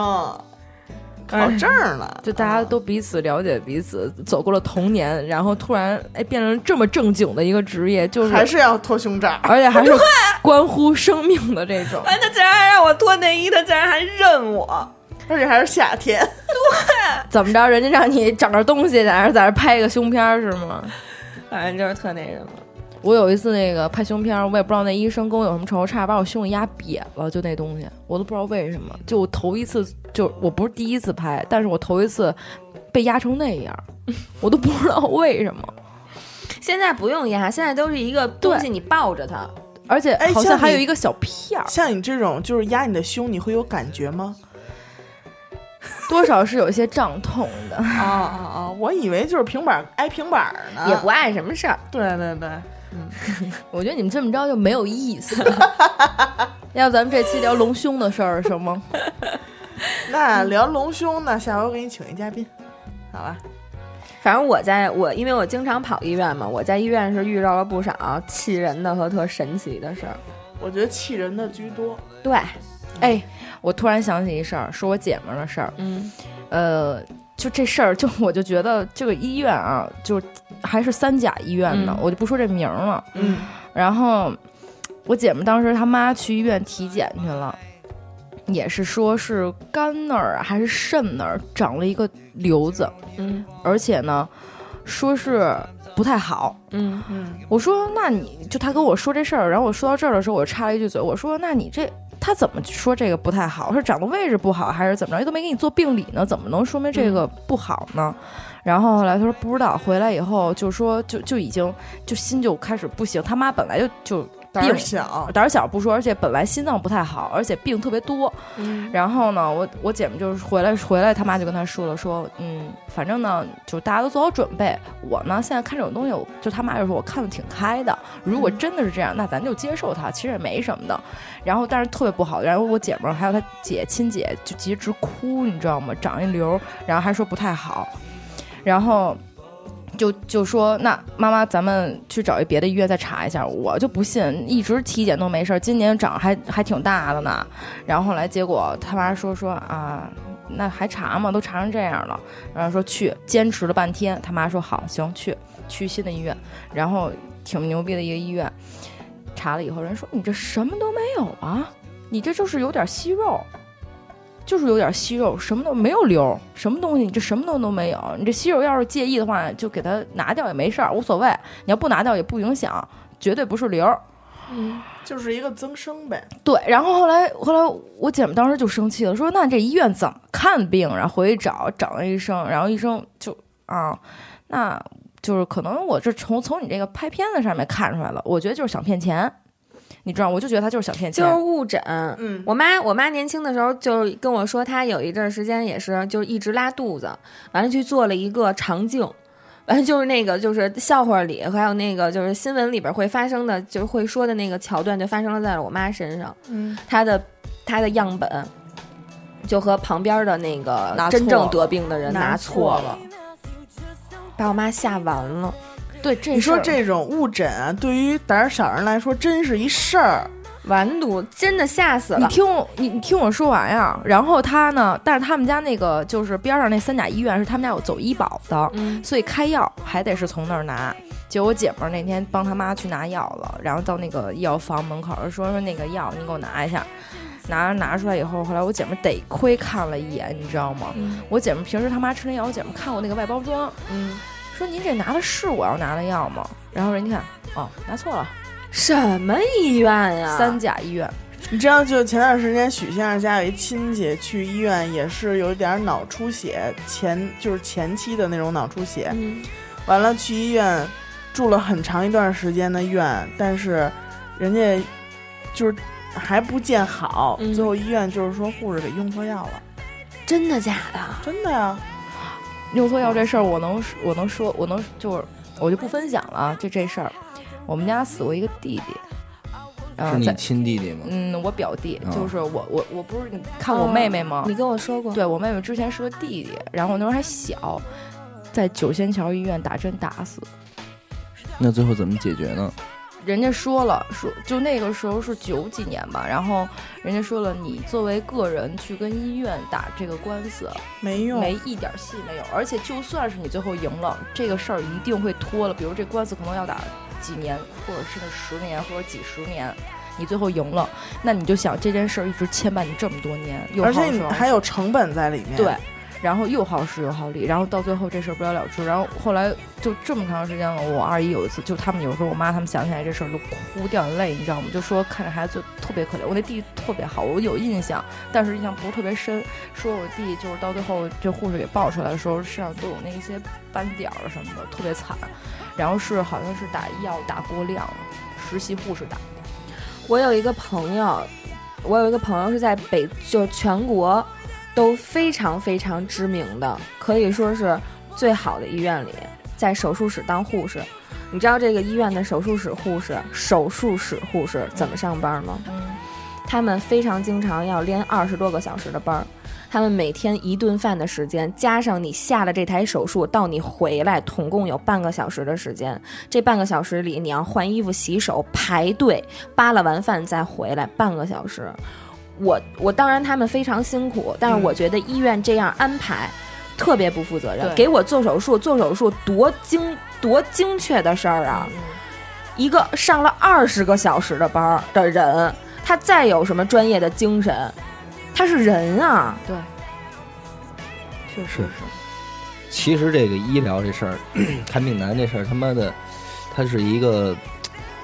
考证了，
就大家都彼此了解彼此，走过了童年，然后突然哎变成这么正经的一个职业，就是
还是要脱胸罩。
而且还是关乎生命的这 种。
完了他竟然还让我脱内衣，他竟然还认我。
而且还是夏天，
怎么着，人家让你长个东西，在那儿在那儿拍个胸片儿是吗？
反正就是特那什么。
我有一次那个拍胸片儿，我也不知道那医生跟我有什么仇，差点把我胸给压瘪了，就那东西，我都不知道为什么。就我头一次，就我不是第一次拍，但是我头一次被压成那样， 我都不知道为什么。
现在不用啊压，现在都是一个东西，你抱着它。
而且
哎
好
像
像还
你
有一个小片儿，
像你这种就是压你的胸，你会有感觉 吗？
多少是有一些胀痛 的。
啊啊啊！我以为就是平板儿挨平板儿呢，
也不碍什么事儿，
对对对，
我觉得你们这么着就没有意思。 要不咱们这期聊隆胸的事儿行吗？
那聊隆胸呢，下回我给你请一嘉宾，好吧？
反正我在我因为我经常跑医院嘛，我在医院是遇到了不少气人的和特神奇的事儿。
我觉得气人的居多，
对，
哎，我突然想起一事儿，是我姐们儿的事儿。
嗯，
呃，就这事儿，就我就觉得这个医院啊，就还是三甲医院呢，
嗯
我就不说这名儿了。
嗯，
然后我姐们当时她妈去医院体检去了，也是说是肝那儿啊还是肾那儿长了一个瘤子，
嗯
而且呢，说是不太好。
嗯
嗯，
我说那你就他跟我说这事儿，然后我说到这儿的时候，我插了一句嘴，我说那你这他怎么说这个不太好？是长的位置不好，还是怎么着？都没给你做病理呢，怎么能说明这
嗯
个不好呢？然后后来他说不知道，回来以后就说就就已经就心就开始不行，他妈本来就就
胆儿
病
小，
胆儿小不说，而且本来心脏不太好，而且病特别多。
嗯
然后呢，我我姐们就是回来回来，他妈就跟她说了，说嗯，反正呢，就大家都做好准备。我呢，现在看这种东西，我就他妈就说我看的挺开的。如果真的是这样，那咱就接受它，其实也没什么的。然后但是特别不好，然后我姐们儿还有她姐亲姐就急直哭，你知道吗？长一瘤，然后还说不太好，然后。就就说那妈妈，咱们去找一别的医院再查一下。我就不信，一直体检都没事儿，今年长还还挺大的呢。然后后来结果他妈说说啊，那还查吗？都查成这样了，然后说去，坚持了半天，他妈说好，行，去去新的医院，然后挺牛逼的一个医院，查了以后，人说你这什么都没有啊，你这就是有点息肉。就是有点息肉，什么都没有瘤，什么东西你这什么东西都没有。你这息肉要是介意的话，就给它拿掉也没事儿，无所谓。你要不拿掉也不影响，绝对不是瘤。
嗯
就是一个增生呗。
对，然后后来后来我姐们当时就生气了，说那这医院怎么看病？然后回去找找那医生，然后医生就啊，那就是可能我这从从你这个拍片子上面看出来了，我觉得就是想骗钱，你知道，我就觉得他就是想骗钱，
就是误诊。
嗯
我妈我妈年轻的时候就是跟我说，她有一阵儿时间也是就是一直拉肚子，完了去做了一个肠镜。完了就是那个，就是笑话里，还有那个就是新闻里边会发生的，就是会说的那个桥段，就发生了在我妈身上。
嗯，
她的她的样本就和旁边的那个
拿错
真正得病的人
拿
拿错
错了，
把我妈吓完了。
对这
你说
事儿
这种误诊啊，对于胆儿小人来说真是一事儿。
完犊，真的吓死
你
了。
听我，你你听我说完呀。然后他呢，但是他们家那个就是边上那三甲医院是他们家有走医保的，
嗯
所以开药还得是从那儿拿。结果我姐们儿那天帮她妈去拿药了，然后到那个医药房门口儿说说那个药你给我拿一下，拿拿出来以后，后来我姐们儿得亏看了一眼，你知道吗？我姐们儿平时她妈吃那药，我姐们儿看过那个外包装，
嗯，
说您这拿的是我要拿的药吗？然后人家看，哦，拿错了，
什么医院啊嗯呀？
三甲医院。
你知道，就前段时间许先生家有一亲戚去医院，也是有点脑出血，前就是前期的那种脑出血，
嗯
完了去医院住了很长一段时间的院，但是人家就是还不见好，
嗯
最后医院就是说护士给用错药了，
真的假的？
真的啊呀、
用错药这事儿，我能我能说，我能就是我就不分享了啊，就这事儿。我们家死过一个弟弟，嗯、
是你
在
亲弟弟吗？
嗯，我表弟，
啊
就是我我我不是你看我妹妹吗？
你跟我说过，
对我妹妹之前是个弟弟，然后我那时候还小，在九仙桥医院打针打死。
那最后怎么解决呢？
人家说了，说就那个时候是九几年吧，然后人家说了，你作为个人去跟医院打这个官司，
没用，
没一点戏没有。而且就算是你最后赢了，这个事儿一定会拖了，比如这官司可能要打几年，或者甚至十年或者几十年。你最后赢了，那你就想这件事儿一直牵绊你这么多年，又
而且
耗
你
时
还有成本在里面。
对，，然后又耗时又耗力，然后到最后这事儿不了了之，然后后来就这么长时间了。我二姨有一次，就他们有时候我妈他们想起来这事儿都哭掉眼泪，你知道吗？就说看着孩子就特别可怜。我那弟特别好，我有印象，但是印象不是特别深。说我弟就是到最后这护士给抱出来的时候，身上都有那一些斑点儿什么的，特别惨。然后是好像是打药打过量了，实习护士打的。
我有一个朋友，我有一个朋友是在北，就是全国都非常非常知名的，可以说是最好的医院里，在手术室当护士。你知道这个医院的手术室护士、手术室护士怎么上班吗？
嗯，
他们非常经常要连二十多个小时的班儿，他们每天一顿饭的时间，加上你下了这台手术到你回来，总共有半个小时的时间。这半个小时里，你要换衣服、洗手、排队，扒拉完饭再回来，半个小时。我我当然他们非常辛苦，但是我觉得医院这样安排。特别不负责任，
对
给我做手术，做手术多精多精确的事儿
嗯
啊！一个上了二十个小时的班儿的人，他再有什么专业的精神，他是人啊。
对，确实
是其实这个医疗这事儿， 看病难这事儿，他妈的，它是一个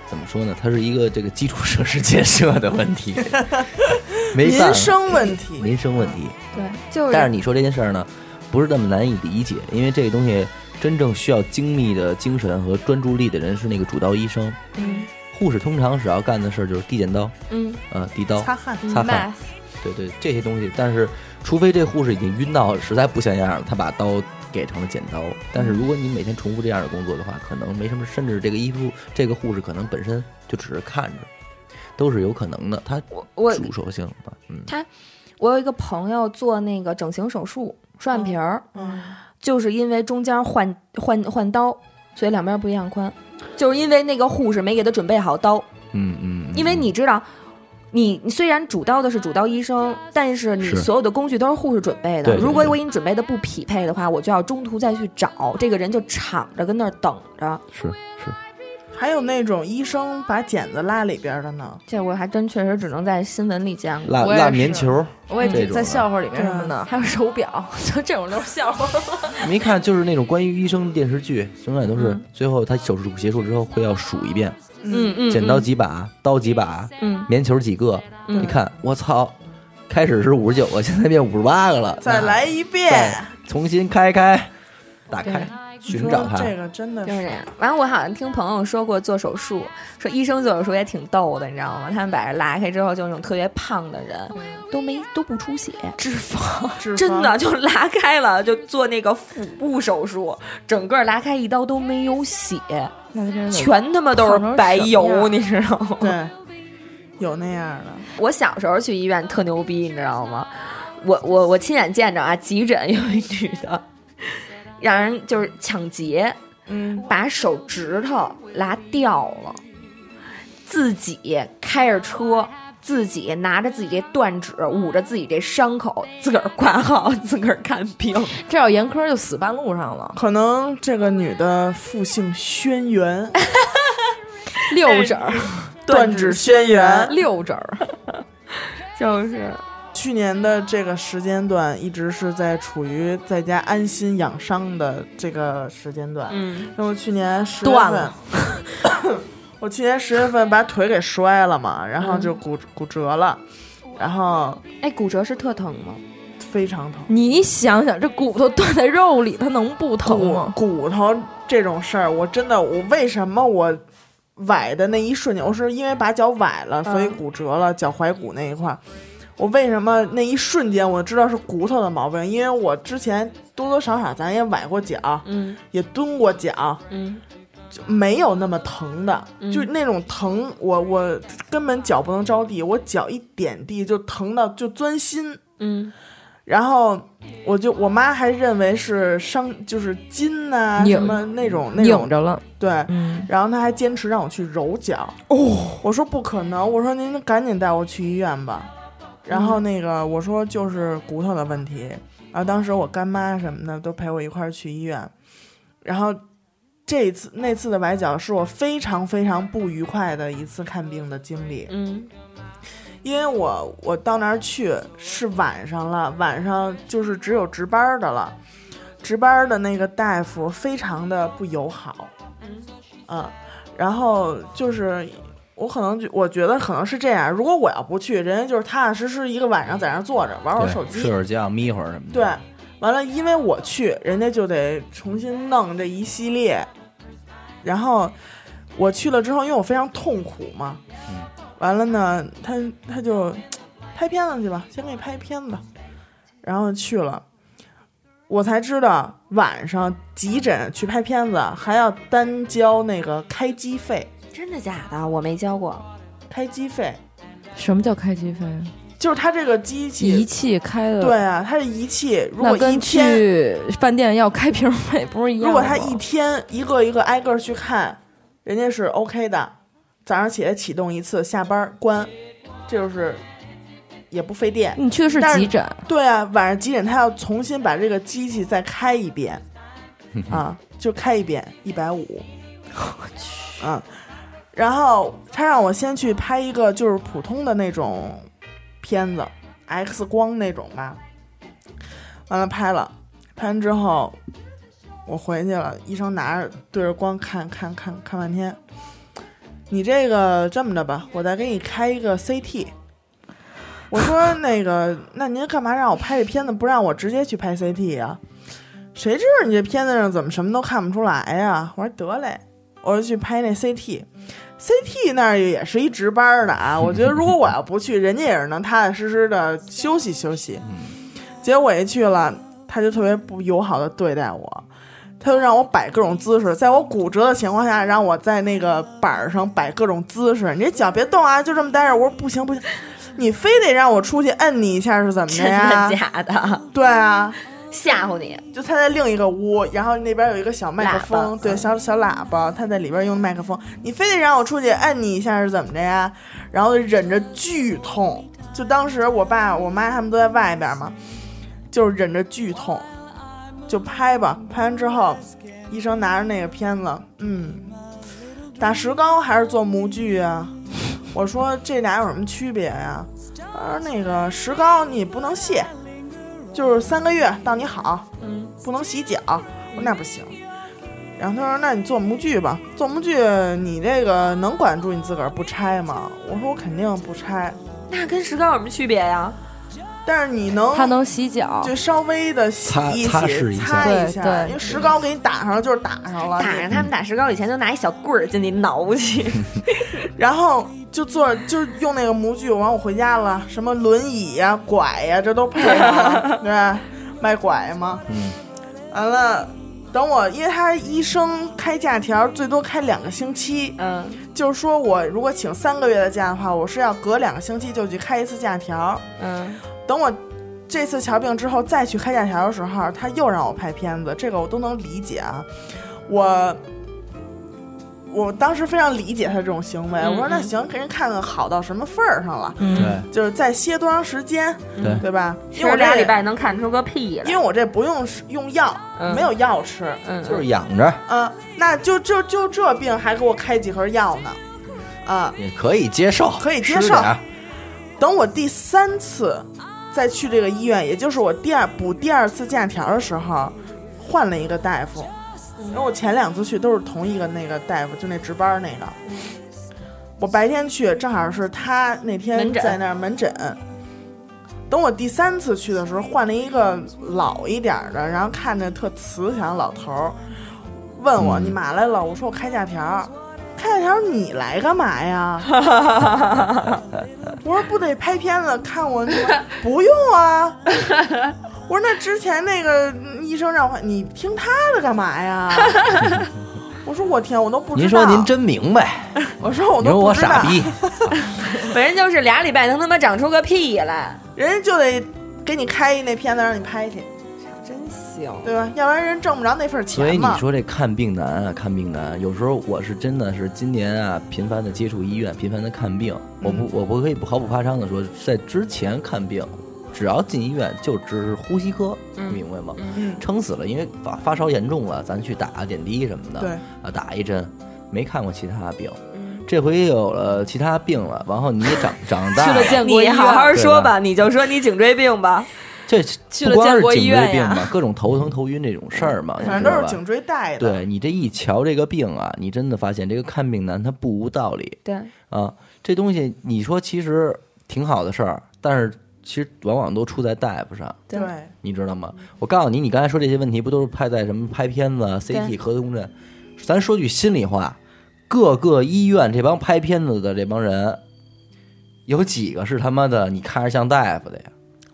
怎么说呢？它是一个这个基础设施建设的问 题，没办
民
法，
生问题，
民生问题。
对，就是
但是你说这件事儿呢，不是那么难以理解，因为这个东西真正需要精密的精神和专注力的人是那个主刀医生，
嗯
护士通常所要干的事儿就是递剪刀，
嗯，
呃，递刀，
擦汗。
擦汗，对对，这些东西。但是，除非这护士已经晕到实在不像样了，他把刀给成了剪刀。但是如果你每天重复这样的工作的话，可能没什么，甚至这个医护这个护士可能本身就只是看着，都是有可能的。他
我我
主手性吧，嗯，
我有一个朋友做那个整形手术，双眼皮儿，
嗯，
就是因为中间换换换刀，所以两边不一样宽，就是因为那个护士没给他准备好刀，
嗯嗯，
因为你知道。你你虽然主刀的是主刀医生，但是你
是
所有的工具都是护士准备的。
对对
如果
对
我给你准备的不匹配的话，我就要中途再去找，这个人就敞着跟那儿等着。
是是，
还有那种医生把剪子拉里边的呢，
这我还真确实只能在新闻里见过。
辣
我也
辣
是
棉球儿
我也
这
记
种
在
啊
笑话里面
对
什么的，还有手表， 就这种都是笑话。
没看，就是那种关于医生电视剧，永远都是
嗯
最后他手术结束之后会要数一遍，
嗯嗯，
剪刀几把，刀几把，
嗯，
棉球几个，
嗯
你看，我操，开始是五十九个， 现在变五十八个了，
再来一遍
哎再，重新开开，打开，寻找
你说这
它。
个真的
就是这
是，
样。完了，我好像听朋友说过做手术，说医生做手术也挺逗的，你知道吗？他们把人拉开之后，就那种特别胖的人都没都不出血，
脂肪，
脂肪
真的就拉开了，就做那个腹部手术，整个拉开一刀都没有血，
那他真是
全他妈都是白油，你知道吗？
对，有那样的。
我小时候去医院特牛逼，你知道吗？我我我亲眼见着啊，急诊有一女的， 让人就是抢劫，
嗯，
把手指头拉掉了，自己开着车，自己拿着自己这断指捂着自己这伤口，自个儿挂号，自个儿看病。
这要严苛就死半路上了，
可能这个女的复姓轩辕，
六指儿，
断指轩
哎
辕。
六指儿，
就是
去年的这个时间段一直是在处于在家安心养伤的这个时间段。
嗯，
因为我去年十月
断
份
了，
我去年十月份把腿给摔了嘛，然后就
嗯
骨骨折了，然后
哎，骨折是特疼吗？
非常疼。
你想想，这骨头断在肉里，它能不疼
骨
吗？
骨头这种事儿，我真的，我为什么我崴的那一瞬间，我是因为把脚崴了，所以
嗯
骨折了，脚踝骨那一块儿。我为什么那一瞬间我知道是骨头的毛病？因为我之前多多少少咱也崴过脚，
嗯
也蹲过脚，
嗯
就没有那么疼的，
嗯
就那种疼，我我根本脚不能着地，我脚一点地就疼到就钻心。
嗯
然后我就我妈还认为是伤，就是筋呐、
拧
什么那种那种
拧着了，
对。
嗯，
然后她还坚持让我去揉脚，
哦，
我说不可能，我说您赶紧带我去医院吧。然后那个我说就是骨头的问题，然后当时我干妈什么的都陪我一块儿去医院，然后这一次那次的崴脚是我非常非常不愉快的一次看病的经历，
嗯
因为我我到那儿去是晚上了，晚上就是只有值班的了，值班的那个大夫非常的不友好，
嗯
嗯，然后就是我可能就我觉得可能是这样，如果我要不去，人家就是踏踏实实一个晚上在那儿坐着玩会儿手
对，睡
机，
会儿觉，眯会儿什么的。
对，完了因为我去，人家就得重新弄这一系列，然后我去了之后，因为我非常痛苦嘛，
嗯
完了呢，他他就拍片子去吧，先给你拍片子，然后去了。我才知道晚上急诊去拍片子还要单交那个开机费，
真的假的？我没教过。
开机费，
什么叫开机费？
就是它这个机
仪
器，
器开的，
对，啊，它是仪器。如
那
果
跟
一天，
去饭店要开 瓶费不是一样吗？
如果他一天一个一个挨个去看，人家是 OK 的。早上起来启动一次，下班儿关，这就是也不费电。
你去的是
但是
急诊，
对啊，晚上几点他要重新把这个机器再开一遍， 啊，就开一遍一百五，我去，啊，然后他让我先去拍一个就是普通的那种片子，X 光那种吧，完了拍了，拍完之后我回去了，医生拿着对着光看看看看半天，你这个这么着吧，我再给你开一个 CT。我说那个，那您干嘛让我拍这片子，不让我直接去拍 CT 呀、谁知道你这片子上怎么什么都看不出来呀、我说得嘞，我就去拍那 CT。CT 那儿也是一值班的啊，我觉得如果我要不去，人家也是能踏踏实实的休息休息。结果我一去了，他就特别不友好的对待我，他就让我摆各种姿势，在我骨折的情况下，让我在那个板儿上摆各种姿势，你这脚别动啊，就这么待着。我说不行不行，你非得让我出去摁你一下是怎么
真
呀
的？假的？
对啊，
吓唬你！
就他在另一个屋，然后那边有一个小麦克
喇叭
风，对，
嗯
小小喇叭，他在里边用麦克风，你非得让我出去按你一下是怎么着呀？然后忍着剧痛，就当时我爸我妈他们都在外边嘛，就是忍着剧痛，就拍吧，拍完之后，医生拿着那个片子，嗯，打石膏还是做模具啊？我说这俩有什么区别呀、他说那个石膏你不能卸，就是三个月到你好，
嗯，
不能洗脚。我
嗯
说那不行。然后他说：“那你做模具吧，做模具你这个能管住你自个儿不拆吗？”我说：“我肯定不拆，
那跟石膏有什么区别呀？
但是你能
他能洗脚，
就稍微的洗
擦
一洗、
擦拭一下
擦一
对对
因为石膏给你打上了就是打上了，
打着他们打石膏以前都拿一小棍儿进去挠去。
然后就坐，就用那个模具。完，我回家了，什么轮椅呀、拐呀、这都配 上了，对吧，卖拐嘛。
嗯，
完了，等我，因为他医生开假条最多开两个星期，
嗯，
就是说我如果请三个月的假的话，我是要隔两个星期就去开一次假条。
嗯，
等我这次瞧病之后再去开假条的时候，他又让我拍片子，这个我都能理解啊。我我当时非常理解他这种行为，
嗯
我说
嗯
那行，给人看看好到什么份儿上了，
嗯，
就是再歇多长时间，
对
对吧？因
吃
为我
俩
这
礼，拜能看出个屁来。
因为我这不用用药，
嗯
没有药吃，
嗯，
就是养着
嗯，那就就就这病还给我开几盒药呢，啊、
也可以接受，
可以接
吃
受
点儿
等我第三次再去这个医院，也就是我第二补第二次假条的时候，换了一个大夫。
嗯
因为我前两次去都是同一个那个大夫，就那值班那个。
嗯
我白天去，正好是他那天
门诊嗯
在那儿门诊。等我第三次去的时候，换了一个老一点儿的，然后看着特慈祥的老头儿，问我、
嗯
你嘛来了？我说我开假条儿。开假条儿你来干嘛呀？ 我说不得拍片子看我那 个，不用啊。我说那之前那个医生让我你听他的干嘛呀？ 我说我天，我都不知道。
您说您，真明白，
我说我
您
都
说
不
我
知道
傻逼，
本人就是俩礼拜能他妈长出个屁来。
人家就得。给你开一那片子让你拍去，
真行。
对吧？要不然人挣不着那份
所以
钱
你
嘛。
说这看病难啊，看病难。有时候我是真的是今年啊，频繁的接触医院，频繁的看病。我不，我不可以不毫不夸张的说，在之前看病，只要进医院就只是呼吸科，
嗯
明白吗？
嗯，
撑死了，因为发发烧严重了，咱去打个点滴什么的，
对，
啊，打一针。没看过其他病，
嗯
这回有了其他病了，然后你也长长大
去了
了，
建国医
你
院，
好好
对
说
吧
吧，你就说你颈椎病吧。
这
去
不
了
光
建
是
国医
颈椎
院
病
呀
嘛，各种头疼头晕这种事儿嘛，你
反正
知
都
道
是
吧
颈椎带的。
对你这一瞧这个病啊，你真的发现这个看病难它不无道理
对，
啊。这东西你说其实挺好的事儿，但是其实往往都出在大夫上，
对
你知道吗？我告诉你，你刚才说这些问题不都是拍在什么拍片子啊、CT
对
核磁共振？咱说句心里话，各个医院这帮拍片子的这帮人，有几个是他妈的你看着像大夫的呀？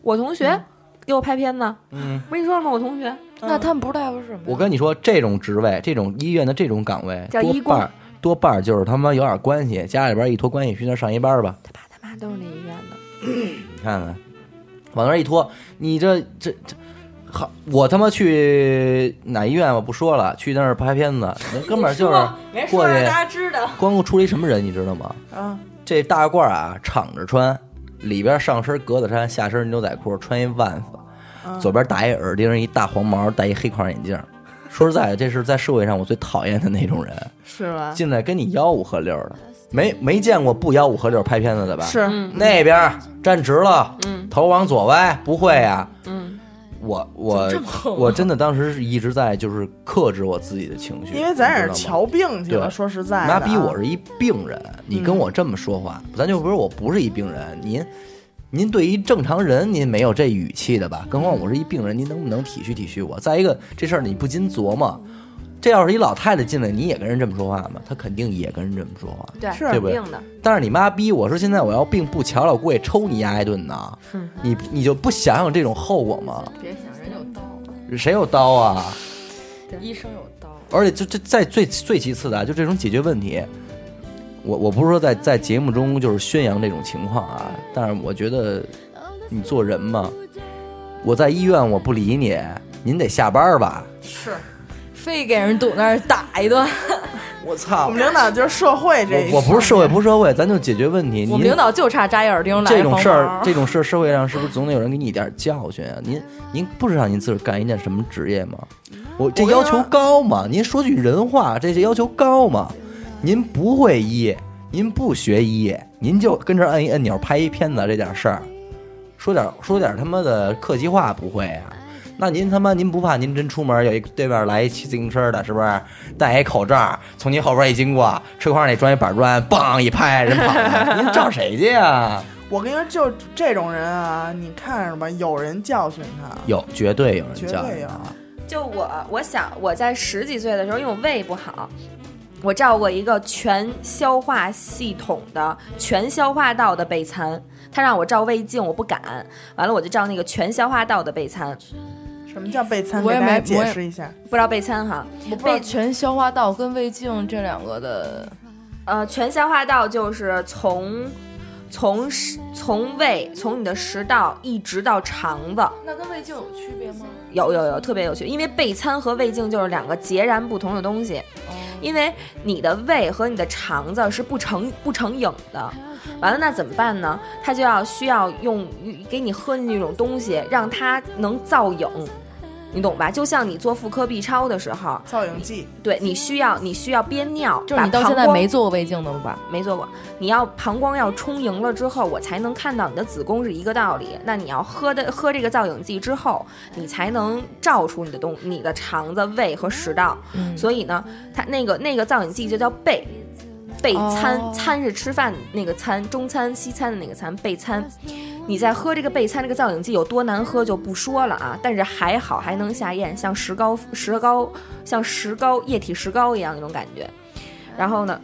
我同学给我拍片呢，
嗯，
我跟你说了吗？我同学
那他们不是大夫是什么呀？
我跟你说，这种职位、这种医院的这种岗位，
叫医
多
工
半儿多半儿就是他妈有点关系，家里边儿一托关系去那儿上一班儿吧，
他爸他妈都是那医院的，
你看看，往那儿一托，你这这这。好，我他妈去哪医院我不说了，去那儿拍片子，那哥们儿就是过去，
知道。
光出了一什么人，你知道吗？
啊，
这大褂啊，敞着穿，里边上身格子衫，下身牛仔裤，穿一腕子，
嗯
左边打一耳钉，一大黄毛，戴一黑框眼镜。说实在的，这是在社会上我最讨厌的那种人，
是吧？
进来跟你吆五喝六的，没没见过不吆五喝六拍片子的吧？
是，
那边儿站直了，
嗯
头往左歪，不会呀、
嗯，
我我
怎么这么厚啊
我真的当时是一直在就是克制我自己的情绪，
因为咱也是
你知道吗
瞧病去了。
对
说实在的
妈
啊，嗯
逼，我是一病人，你跟我这么说话，咱就不是我不是一病人，您。您对于正常人，您没有这语气的吧？更何况我是一病人，您能不能体恤体恤我？再一个，这事儿你不禁琢磨，这要是一老太太进来，你也跟人这么说话吗？她肯定也跟人这么说话。
对，
是
对
肯
不对
定的。
但是你妈逼我说现在我要病不瞧了，我过去抽你丫一顿呢，
嗯
你你就不想想这种后果吗？
别想人有刀，
谁有刀啊？
医生有刀。
而且就这在最最其次的啊，就这种解决问题，我我不是说在在节目中就是宣扬这种情况啊，但是我觉得你做人嘛，我在医院我不理你，您得下班儿吧？
是
非给人堵那儿打一顿，
我操
我们领导就是社会这一
我我不是社会不是社会，咱就解决问题。
我
您
们领导就差扎一耳钉来
这种事儿，这种事儿社会上是不是总得有人给你点儿教训啊？ 您您不知道您自个儿干一件什么职业吗？我啊这
我跟
要
你
求
说
高吗？您说句人话，这这要求高吗？您不会医，您不学医，您就跟这儿按一按钮拍一片子这点事儿，说点说点他妈的客气话不会啊？那您他妈您不怕您真出门有一对面来一骑自行车的，是不是？戴一口罩，从您后边一经过，车筐里装一板砖，梆一拍，人跑了，您找谁去啊呀、
我跟你说，就这种人啊，你看着吧，有人教训他，
有，绝对有人
绝
叫
对
你
有。
啊！
就我，我想我在十几岁的时候，因为我胃不好，我照过一个全消化系统的全消化道的备餐，他让我照胃镜，我不敢。完了，我就照那个全消化道的备餐，
什么叫备餐？
我
给
也
大
没我
家解
也
释一下。
不知道备餐哈。
我不知道全消化道跟胃镜这两个的，
呃，全消化道就是从从食从胃从你的食道一直到肠子，
那跟胃镜有区别吗？
有有有，特别有趣，因为备餐和胃镜就是两个截然不同的东西，
哦
因为你的胃和你的肠子是不成不成影的。完了，那怎么办呢？他就要需要用给你喝那种东西，让它能造影，你懂吧？就像你做妇科 B 超的时候，
造影剂，
对你需要你需要憋尿，
就是你
把
到现
膀
在
胱
没做过胃镜的吧？
没做过，你要膀胱要充盈了之后，我才能看到你的子宫是一个道理。那你要喝的喝这个造影剂之后，你才能照出你的东你的肠子、胃和食道。
嗯
所以呢，它那个那个造影剂就叫备备餐，
哦
餐是吃饭那个餐，中餐、西餐的那个餐，备餐。你在喝这个备餐这个造影剂有多难喝就不说了啊，但是还好还能下咽，像石膏石膏像石膏液体石膏一样那种感觉。然后呢，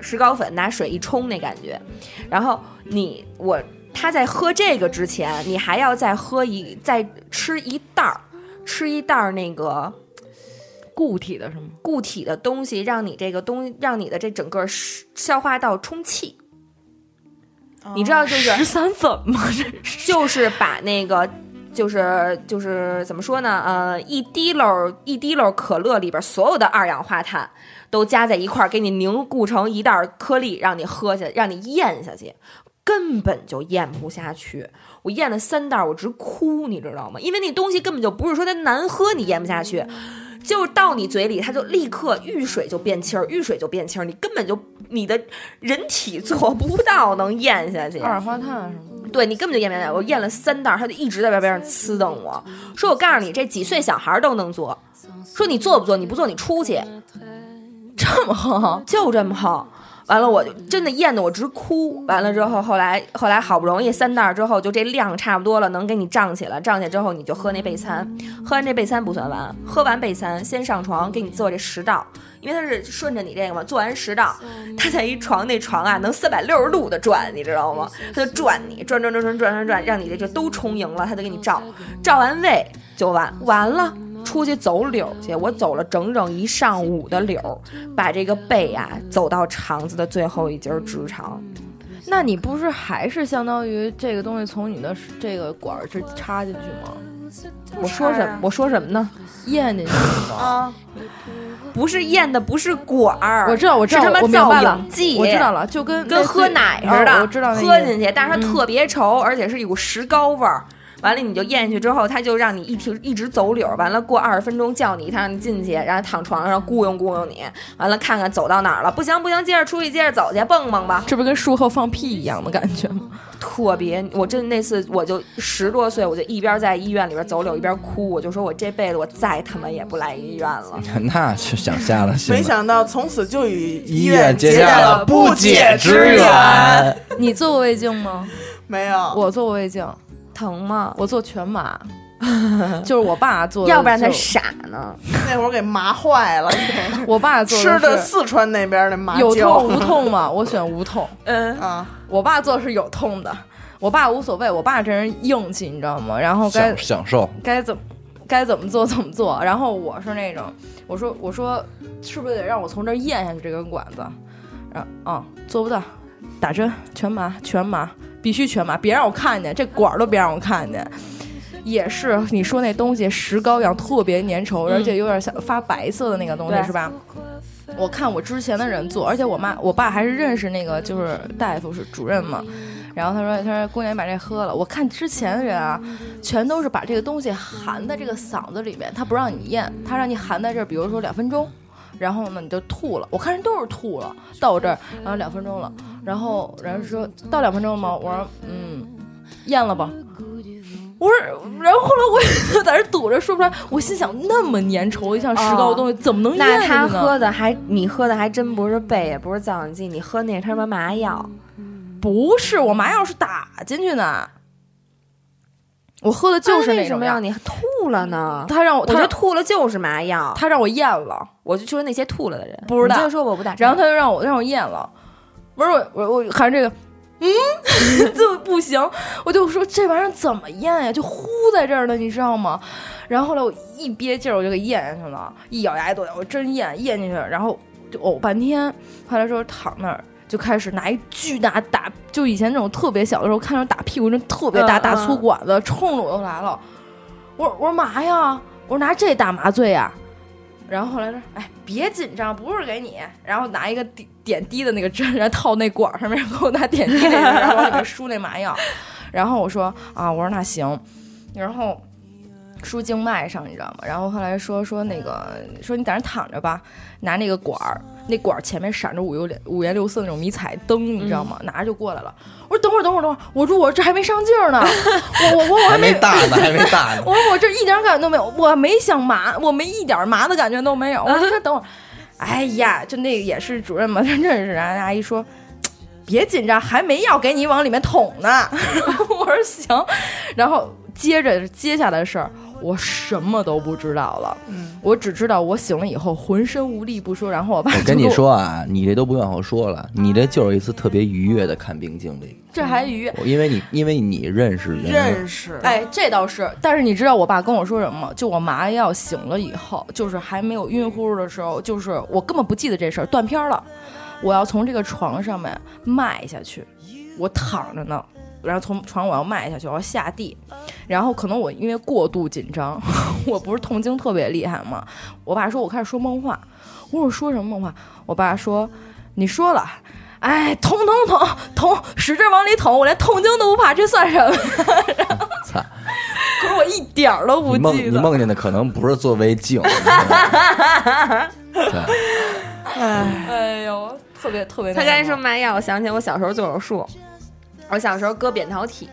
石膏粉拿水一冲那感觉，然后你我他在喝这个之前，你还要再喝一再吃一袋儿，吃一袋儿那个
固体的是吗？
固体的东西，让你这个东让你的这整个食消化道充气。你知道就是
十三粉吗？这是
就是把那个。就是就是怎么说呢？呃，一滴漏一滴漏可乐里边所有的二氧化碳都加在一块儿，给你凝固成一袋颗粒，让你喝下，让你咽下去，根本就咽不下去。我咽了三袋，我直哭，你知道吗？因为那东西根本就不是说它难喝，你咽不下去。就是到你嘴里，它就立刻遇水就变气儿，遇水就变气儿，你根本就你的人体做不到能咽下去。
二氧化碳啊什么的。
对你根本就咽不下去，我咽了三袋儿，他就一直在边边上呲瞪我，说我告诉你，这几岁小孩儿都能做，说你做不做？你不做你出去，
这么横，
就这么横。完了，我就真的咽得我直哭。完了之后，后来后来好不容易三袋儿之后，就这量差不多了，能给你胀起来。胀起来之后，你就喝那备餐。喝完这备餐不算完，喝完备餐先上床给你做这十道，因为它是顺着你这个嘛。做完十道，他在一床那床啊，能三百六十度的转，你知道吗？他就转你，转转转转转转转，让你这就都充盈了，他就给你照。照完胃就完完了。出去走柳去，我走了整整一上午的柳，把这个背啊走到肠子的最后一节直肠。
那你不是还是相当于这个东西从你的这个管儿是插进去吗？
我说什么？我说什么呢？
咽 进去吗？
啊，
不是咽的，不是管儿，
我知道，我知道，
是他妈
我明白
造
了
影剂，
我知道了，就跟
跟
类似
喝奶
哦
似的，
我知道那
喝
意思嗯
进去，但是它特别稠，而且是一股石膏味儿。完了你就咽进去之后，它就让你一停一直走柳儿。完了过二十分钟叫你，它让你进去，然后躺床上雇佣雇佣你。完了看看走到哪儿了，不行不行，接着出去，接着走去，蹦蹦吧。
这不跟术后放屁一样的感觉吗？
特别，我真那次我就十多岁，我就一边在医院里边走柳，一边哭，我就说我这辈子我再他妈也不来医院了。
那是想瞎了心了。
没想到从此就与
医
院
院结
下
下
了
了不解之缘。
你做过胃镜吗？
没有，
我做过胃镜，
疼吗？
我做全 麻，就是我爸做的就，
要不然他傻呢。
那会儿给麻坏了，
我爸做
吃的
的
四川那边的麻
是有
椒
痛无痛吗？我选无痛。
嗯，
啊，
我爸做的是有痛的，我爸无所谓，我爸这人硬气，你知道吗？然后该
享享受，
该怎么该怎么做怎么做。然后我是那种，我说我说是不是得让我从这儿咽下去这根管子？然后啊、做不到，打针全麻全麻，必须全麻，别让我看见这管儿都别让我看见。也是你说那东西石膏一样特别粘稠，而且有点像发白色的那个东西
对
是吧？我看我之前的人做，而且我妈我爸还是认识那个就是大夫是主任嘛，然后他说他说姑娘你把这喝了，我看之前的人啊，全都是把这个东西含在这个嗓子里面，他不让你咽，他让你含在这儿，比如说两分钟，然后呢你就吐了，我看人都是吐了，到我这儿，然后两分钟了，然后人家说到两分钟了吗？我说嗯，咽了吧。我说，然后后来我就在这堵着说不出来，我心想那么粘稠像石膏的东西、怎么能咽
那
下去
他
呢？
喝的还你喝的还真不是贝，也不是造影剂，你喝那是他妈麻药。
不是，我麻药是打进去的，我喝的就是
那
那
啊为什
种
么嗯
药
让。你吐了呢？
他让我，
我觉
他
得吐了就是麻药，
他让我咽了，
我就说那些吐了的人
不知道
你就说我不打针，
然后他就让我让我咽了，不是我我我含这个，嗯， 就不行，我就说这玩意儿怎么咽呀？就糊在这儿了，你知道吗？然后后来我一憋劲儿，我就给咽下去了，一咬牙一跺脚，我真咽咽进去，然后就呕半天。后来说躺那儿。就开始拿一巨大打，就以前那种特别小的时候看着打屁股那种特别大
嗯
大
嗯
粗管子，冲着我就来了。我说我说嘛呀？我说拿这打麻醉呀、然后后来说，哎，别紧张，不是给你。然后拿一个点点滴的那个针，然后套那管儿上面，给我拿点滴那个，然后往里面输那麻药。 然后我说啊，我说那行，然后输静脉上，你知道吗？然后后来说说那个说你在那躺着吧，拿那个管儿，那管儿前面闪着五颜五颜六色那种迷彩灯，你知道吗？拿着就过来了。我说等会儿等会儿等会儿，我说我这还没上劲儿呢，我我我我
还没大呢，还没大 呢。
我说我这一点感觉都没有，我没想麻，我没一点麻的感觉都没有。我说等会儿，哎呀，就那个也是主任嘛，他 认识啊。阿姨说。别紧张，还没要给你往里面捅呢。 我说行，然后接着接下来的事儿，我什么都不知道了，
嗯
我只知道我醒了以后浑身无力不说，然后我爸
我
就
跟你
我，
说啊，你这都不用我说了，你这就是一次特别愉悦的看病经历，
这还愉悦。
我因为你因为你认识人，
认识，
哎，这倒是，但是你知道我爸跟我说什么吗？就我麻药醒了以后，就是还没有晕乎乎的时候，就是我根本不记得这事儿，断片儿了。我要从这个床上面迈下去，我躺着呢，然后从床我要迈下去，我要下地，然后可能我因为过度紧张， 我不是痛经特别厉害嘛，我爸说我开始说梦话，我说我说什么梦话？我爸说你说了。哎，捅捅捅捅，使劲往里捅，我连痛经都不怕，这算什么？
操！
可是我一点儿都不
你梦
记
你
得。
梦见的可能不是作为镜，对，
哎呦，特别特别。
他刚才说，麻药，我想起我小时候做手术，我小时候割扁桃体，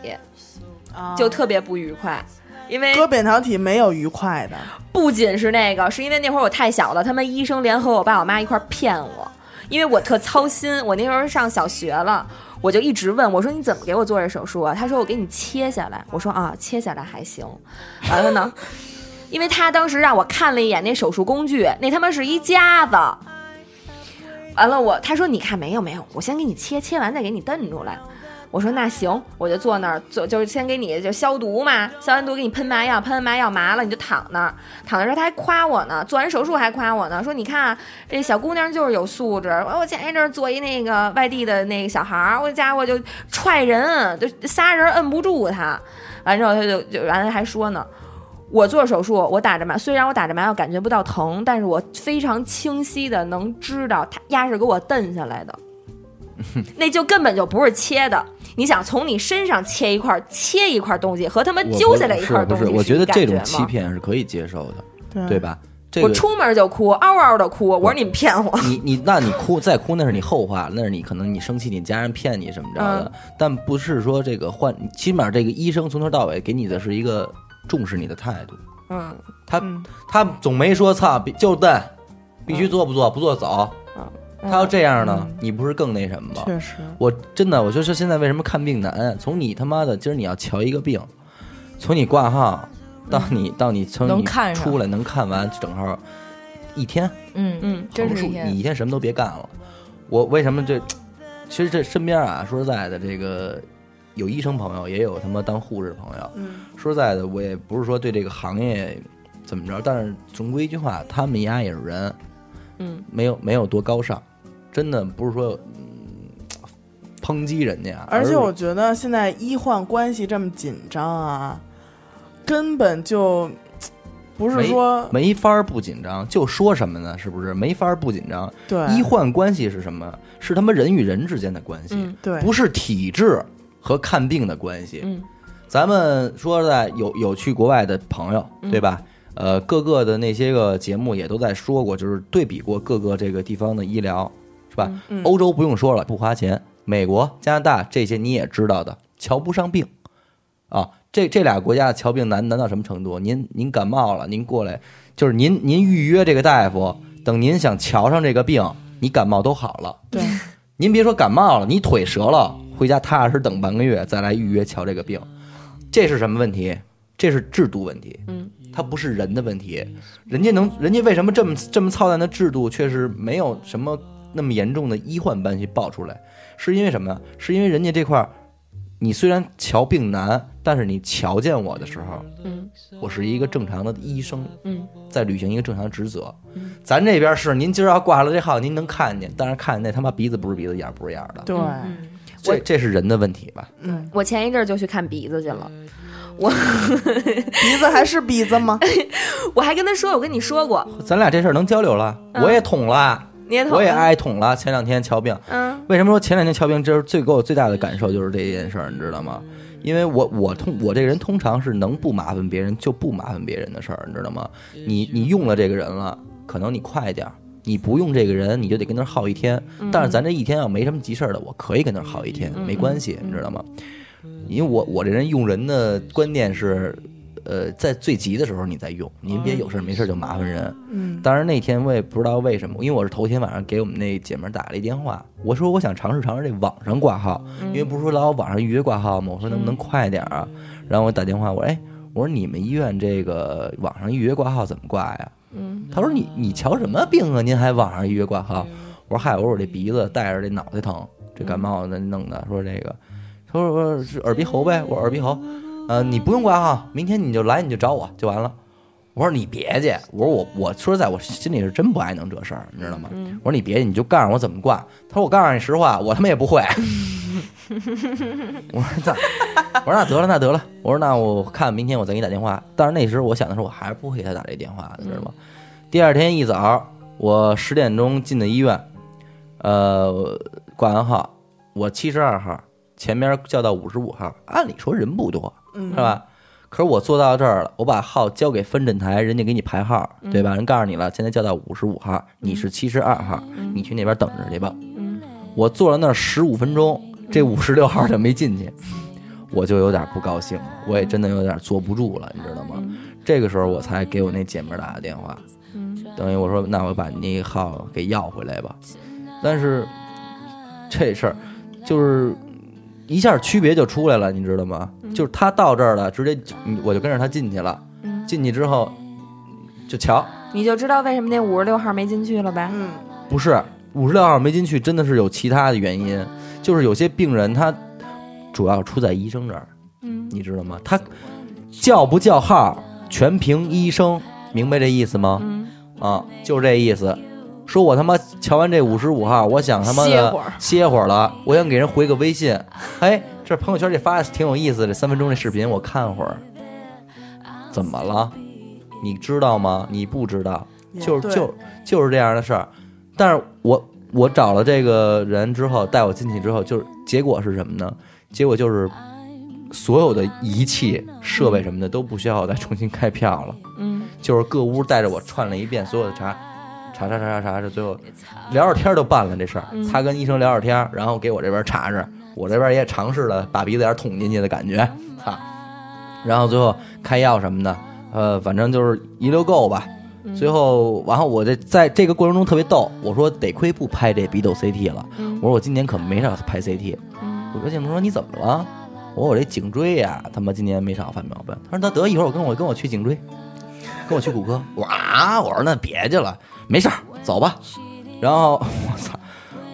就特别不愉快。因为
割啊扁桃体没有愉快的，
不仅是那个，是因为那会儿我太小了，他们医生联合我爸我妈一块儿骗我，因为我特操心。我那时候上小学了，我就一直问我说你怎么给我做这手术啊？他说我给你切下来。我说啊，切下来还行。完了呢， 因为他当时让我看了一眼那手术工具，那他妈是一夹子。完了我他说你看没有没有，我先给你切，切完再给你蹬出来。我说那行，我就坐那儿坐，就是先给你就消毒嘛，消完毒给你喷麻药，喷完麻药麻了你就躺那儿，躺那儿时候他还夸我呢，做完手术还夸我呢，说你看啊这小姑娘就是有素质。我我前一阵儿做一那个外地的那个小孩儿，我家伙就踹人，啊就仨人摁不住他，完之后他就就完了还说呢。我做手术，我打着麻，虽然我打着麻药感觉不到疼，但是我非常清晰的能知道他压是给我蹬下 来的，那就根本就不是切的。你想从你身上切一块儿切一块儿东西，和他妈
我
揪
不
下来一块儿
是不
东西
是，我觉
一
得
感
这种
吗
欺骗是可以接受的，
对
对吧？这
我
个
出门就哭，嗷嗷的哭。我说你们骗我，
你你那你哭再哭那是你后话，那是你可能你生气你家人骗你什么着的，
嗯
但不是说这个换，起码这个医生从头到尾给你的是一个重视你的态度，
嗯，
他、他总没说操，必就瞪，必
嗯
须做不做，不做
哦
走。他要这样呢，你不是更那什么吗？
确实，
我真的，我就说现在为什么看病难？从你他妈的今儿你要瞧一个病，从你挂号到你、到你从
嗯能
你
看上
出来能看完整号一天，
嗯嗯，真
横
是
竖
一
你
天。
一天什么都别干了。我为什么这？其实这身边啊，说实在的，这个有医生朋友，也有他妈当护士朋友。
嗯，
说实在的，我也不是说对这个行业怎么着，但是总归一句话，他们家也是人，
嗯，
没有没有多高尚，真的不是说、嗯、抨击人家，
而且
是
我觉得现在医患关系这么紧张啊，根本就不是
没
说
没法儿不紧张，就说什么呢？是不是没法儿不紧张？
对
医患关系是什么？是他妈人与人之间的关系，
嗯
对
不是体制和看病的关系。
嗯，
咱们说实在有有去国外的朋友，对吧？呃，各个的那些个节目也都在说过，就是对比过各个这个地方的医疗，是吧？欧洲不用说了，不花钱；美国、加拿大这些你也知道的，瞧不上病啊。这这俩国家的瞧病难难到什么程度？您您感冒了，您过来就是您您预约这个大夫，等您想瞧上这个病，你感冒都好了。
对，
您别说感冒了，你腿折了，回家踏踏实等半个月再来预约瞧这个病，这是什么问题？这是制度问题，
嗯，
它不是人的问题。人家能，人家为什么这么这么操蛋的制度，却是没有什么那么严重的医患关系爆出来？是因为什么呀？是因为人家这块儿，你虽然瞧病难，但是你瞧见我的时候，
嗯，
我是一个正常的医生，
嗯，
在履行一个正常的职责。咱这边是您今儿要挂了这号，您能看见，但是看见那他妈鼻子不是鼻子，眼儿不是眼儿的，
对，
嗯
这这是人的问题吧？
嗯，
我前一阵儿就去看鼻子去了，
嗯
鼻子还是鼻子 吗？
我还跟他说，我跟你说过，
咱俩这事儿能交流了，
嗯
我也捅了，
你也
我也
捅了
挨捅了。前两天瞧病，
嗯
为什么说前两天瞧病，这是最给我最大的感受就是这件事儿，你知道吗？因为我我通我这个人通常是能不麻烦别人就不麻烦别人的事儿，你知道吗？你你用了这个人了，可能你快一点儿；你不用这个人，你就得跟那儿耗一天。但是咱这一天要没什么急事儿的，我可以跟那儿耗一天，没关系，你知道吗？因为我我这人用人的观念是，呃，在最急的时候你再用，您别有事儿没事儿就麻烦人。
嗯，
当然那天我也不知道为什么，因为我是头天晚上给我们那姐们儿打了一电话，我说我想尝试尝试这网上挂号，因为不是说老有网上预约挂号吗？我说能不能快点儿啊？然后我打电话，我说哎，我说你们医院这个网上预约挂号怎么挂呀？嗯，他说你你瞧什么病啊？您还网上预约挂号？我说嗨，我说我这鼻子带着这脑袋疼，这感冒的弄的，说这个，他说我是耳鼻喉呗，我说耳鼻喉，呃，你不用挂号，明天你就来你就找我就完了。我说你别介，我说我我说实在，我心里是真不爱弄这事儿，你知道吗？我说你别介，你就告诉我怎么挂。他说我告诉你实话，我他妈也不会。我说那，我说那得了，那得了。我说那我看明天我再给你打电话。但是那时候我想的是，我还是不会给他打这电话的，知道吗？第二天一早，我十点钟进的医院，呃，挂完号，我七十二号前边叫到五十五号，按理说人不多，
嗯
是吧？可是我坐到这儿了，我把号交给分诊台，人家给你排号，对吧？人告诉你了，现在叫到五十五号，你是七十二号，你去那边等着去吧。我坐了那儿十五分钟，这五十六号就没进去，我就有点不高兴了，我也真的有点坐不住了，你知道
嗯
吗？这个时候我才给我那姐们儿打的电话，等于我说那我把你号给要回来吧。但是这事儿就是一下区别就出来了，你知道吗？就是他到这儿了，直接就我就跟着他进去了，进去之后就瞧，
你就知道为什么那五十六号没进去了吧？
嗯，
不是五十六号没进去，真的是有其他的原因，就是有些病人他主要出在医生这儿，
嗯
你知道吗？他叫不叫号全凭医生，明白这意思吗？
嗯
啊，就是这意思。说我他妈瞧完这五十五号，我想他妈的
歇会儿
歇会儿了，我想给人回个微信。 哎，这朋友圈里发的挺有意思的，这三分钟这视频我看会儿。怎么了？你知道吗？你不知道，
也
就是
对
就就是这样的事儿。但是我我找了这个人之后，带我进去之后，就是结果是什么呢？结果就是所有的仪器设备什么的都不需要再重新开票了。
嗯，
就是各屋带着我串了一遍所有的查，查查查查查，这最后聊着天儿都办了这事儿。他跟医生聊着天儿，然后给我这边查查，我这边也尝试了把鼻子眼儿捅进去的感觉，操！然后最后开药什么的，呃，反正就是一溜够吧。
嗯
最后，然后我这在这个过程中特别逗，我说得亏不拍这鼻窦 CT 了，我说我今年可没少拍 CT。我哥姐夫说你怎么了？我说我这颈椎呀、他妈今年没少犯毛病。他说那得一会儿我跟我跟我去颈椎，跟我去骨科。 我说啊，我说那别去了，没事儿，走吧。然后 我操，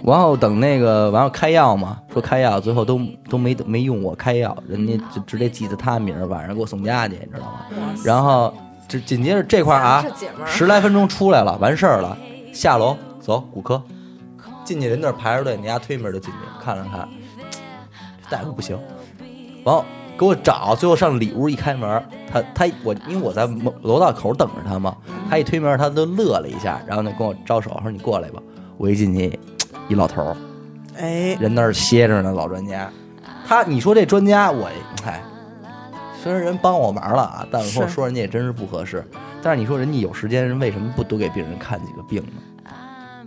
然后等那个，然后开药嘛，说开药，最后都都没没用我开药，人家就直接记的他名儿，晚上给我送家去，你知道吗？然后这紧接着这块儿啊
这姐们，儿
十来分钟出来了，完事儿了，下楼走骨科，进去人那儿排着队，你丫推门就进去，看了看，这大夫不行，然后给我找，最后上里屋一开门，他他我因为我在楼楼道口等着他嘛，他一推门，他都乐了一下，然后呢跟我招手说你过来吧，我一进去，一老头儿
哎，
人那儿歇着呢，老专家，他你说这专家我哎，虽然人帮我忙了啊，但我说
是
说人家也真是不合适，但是你说人家有时间，人为什么不多给病人看几个病呢？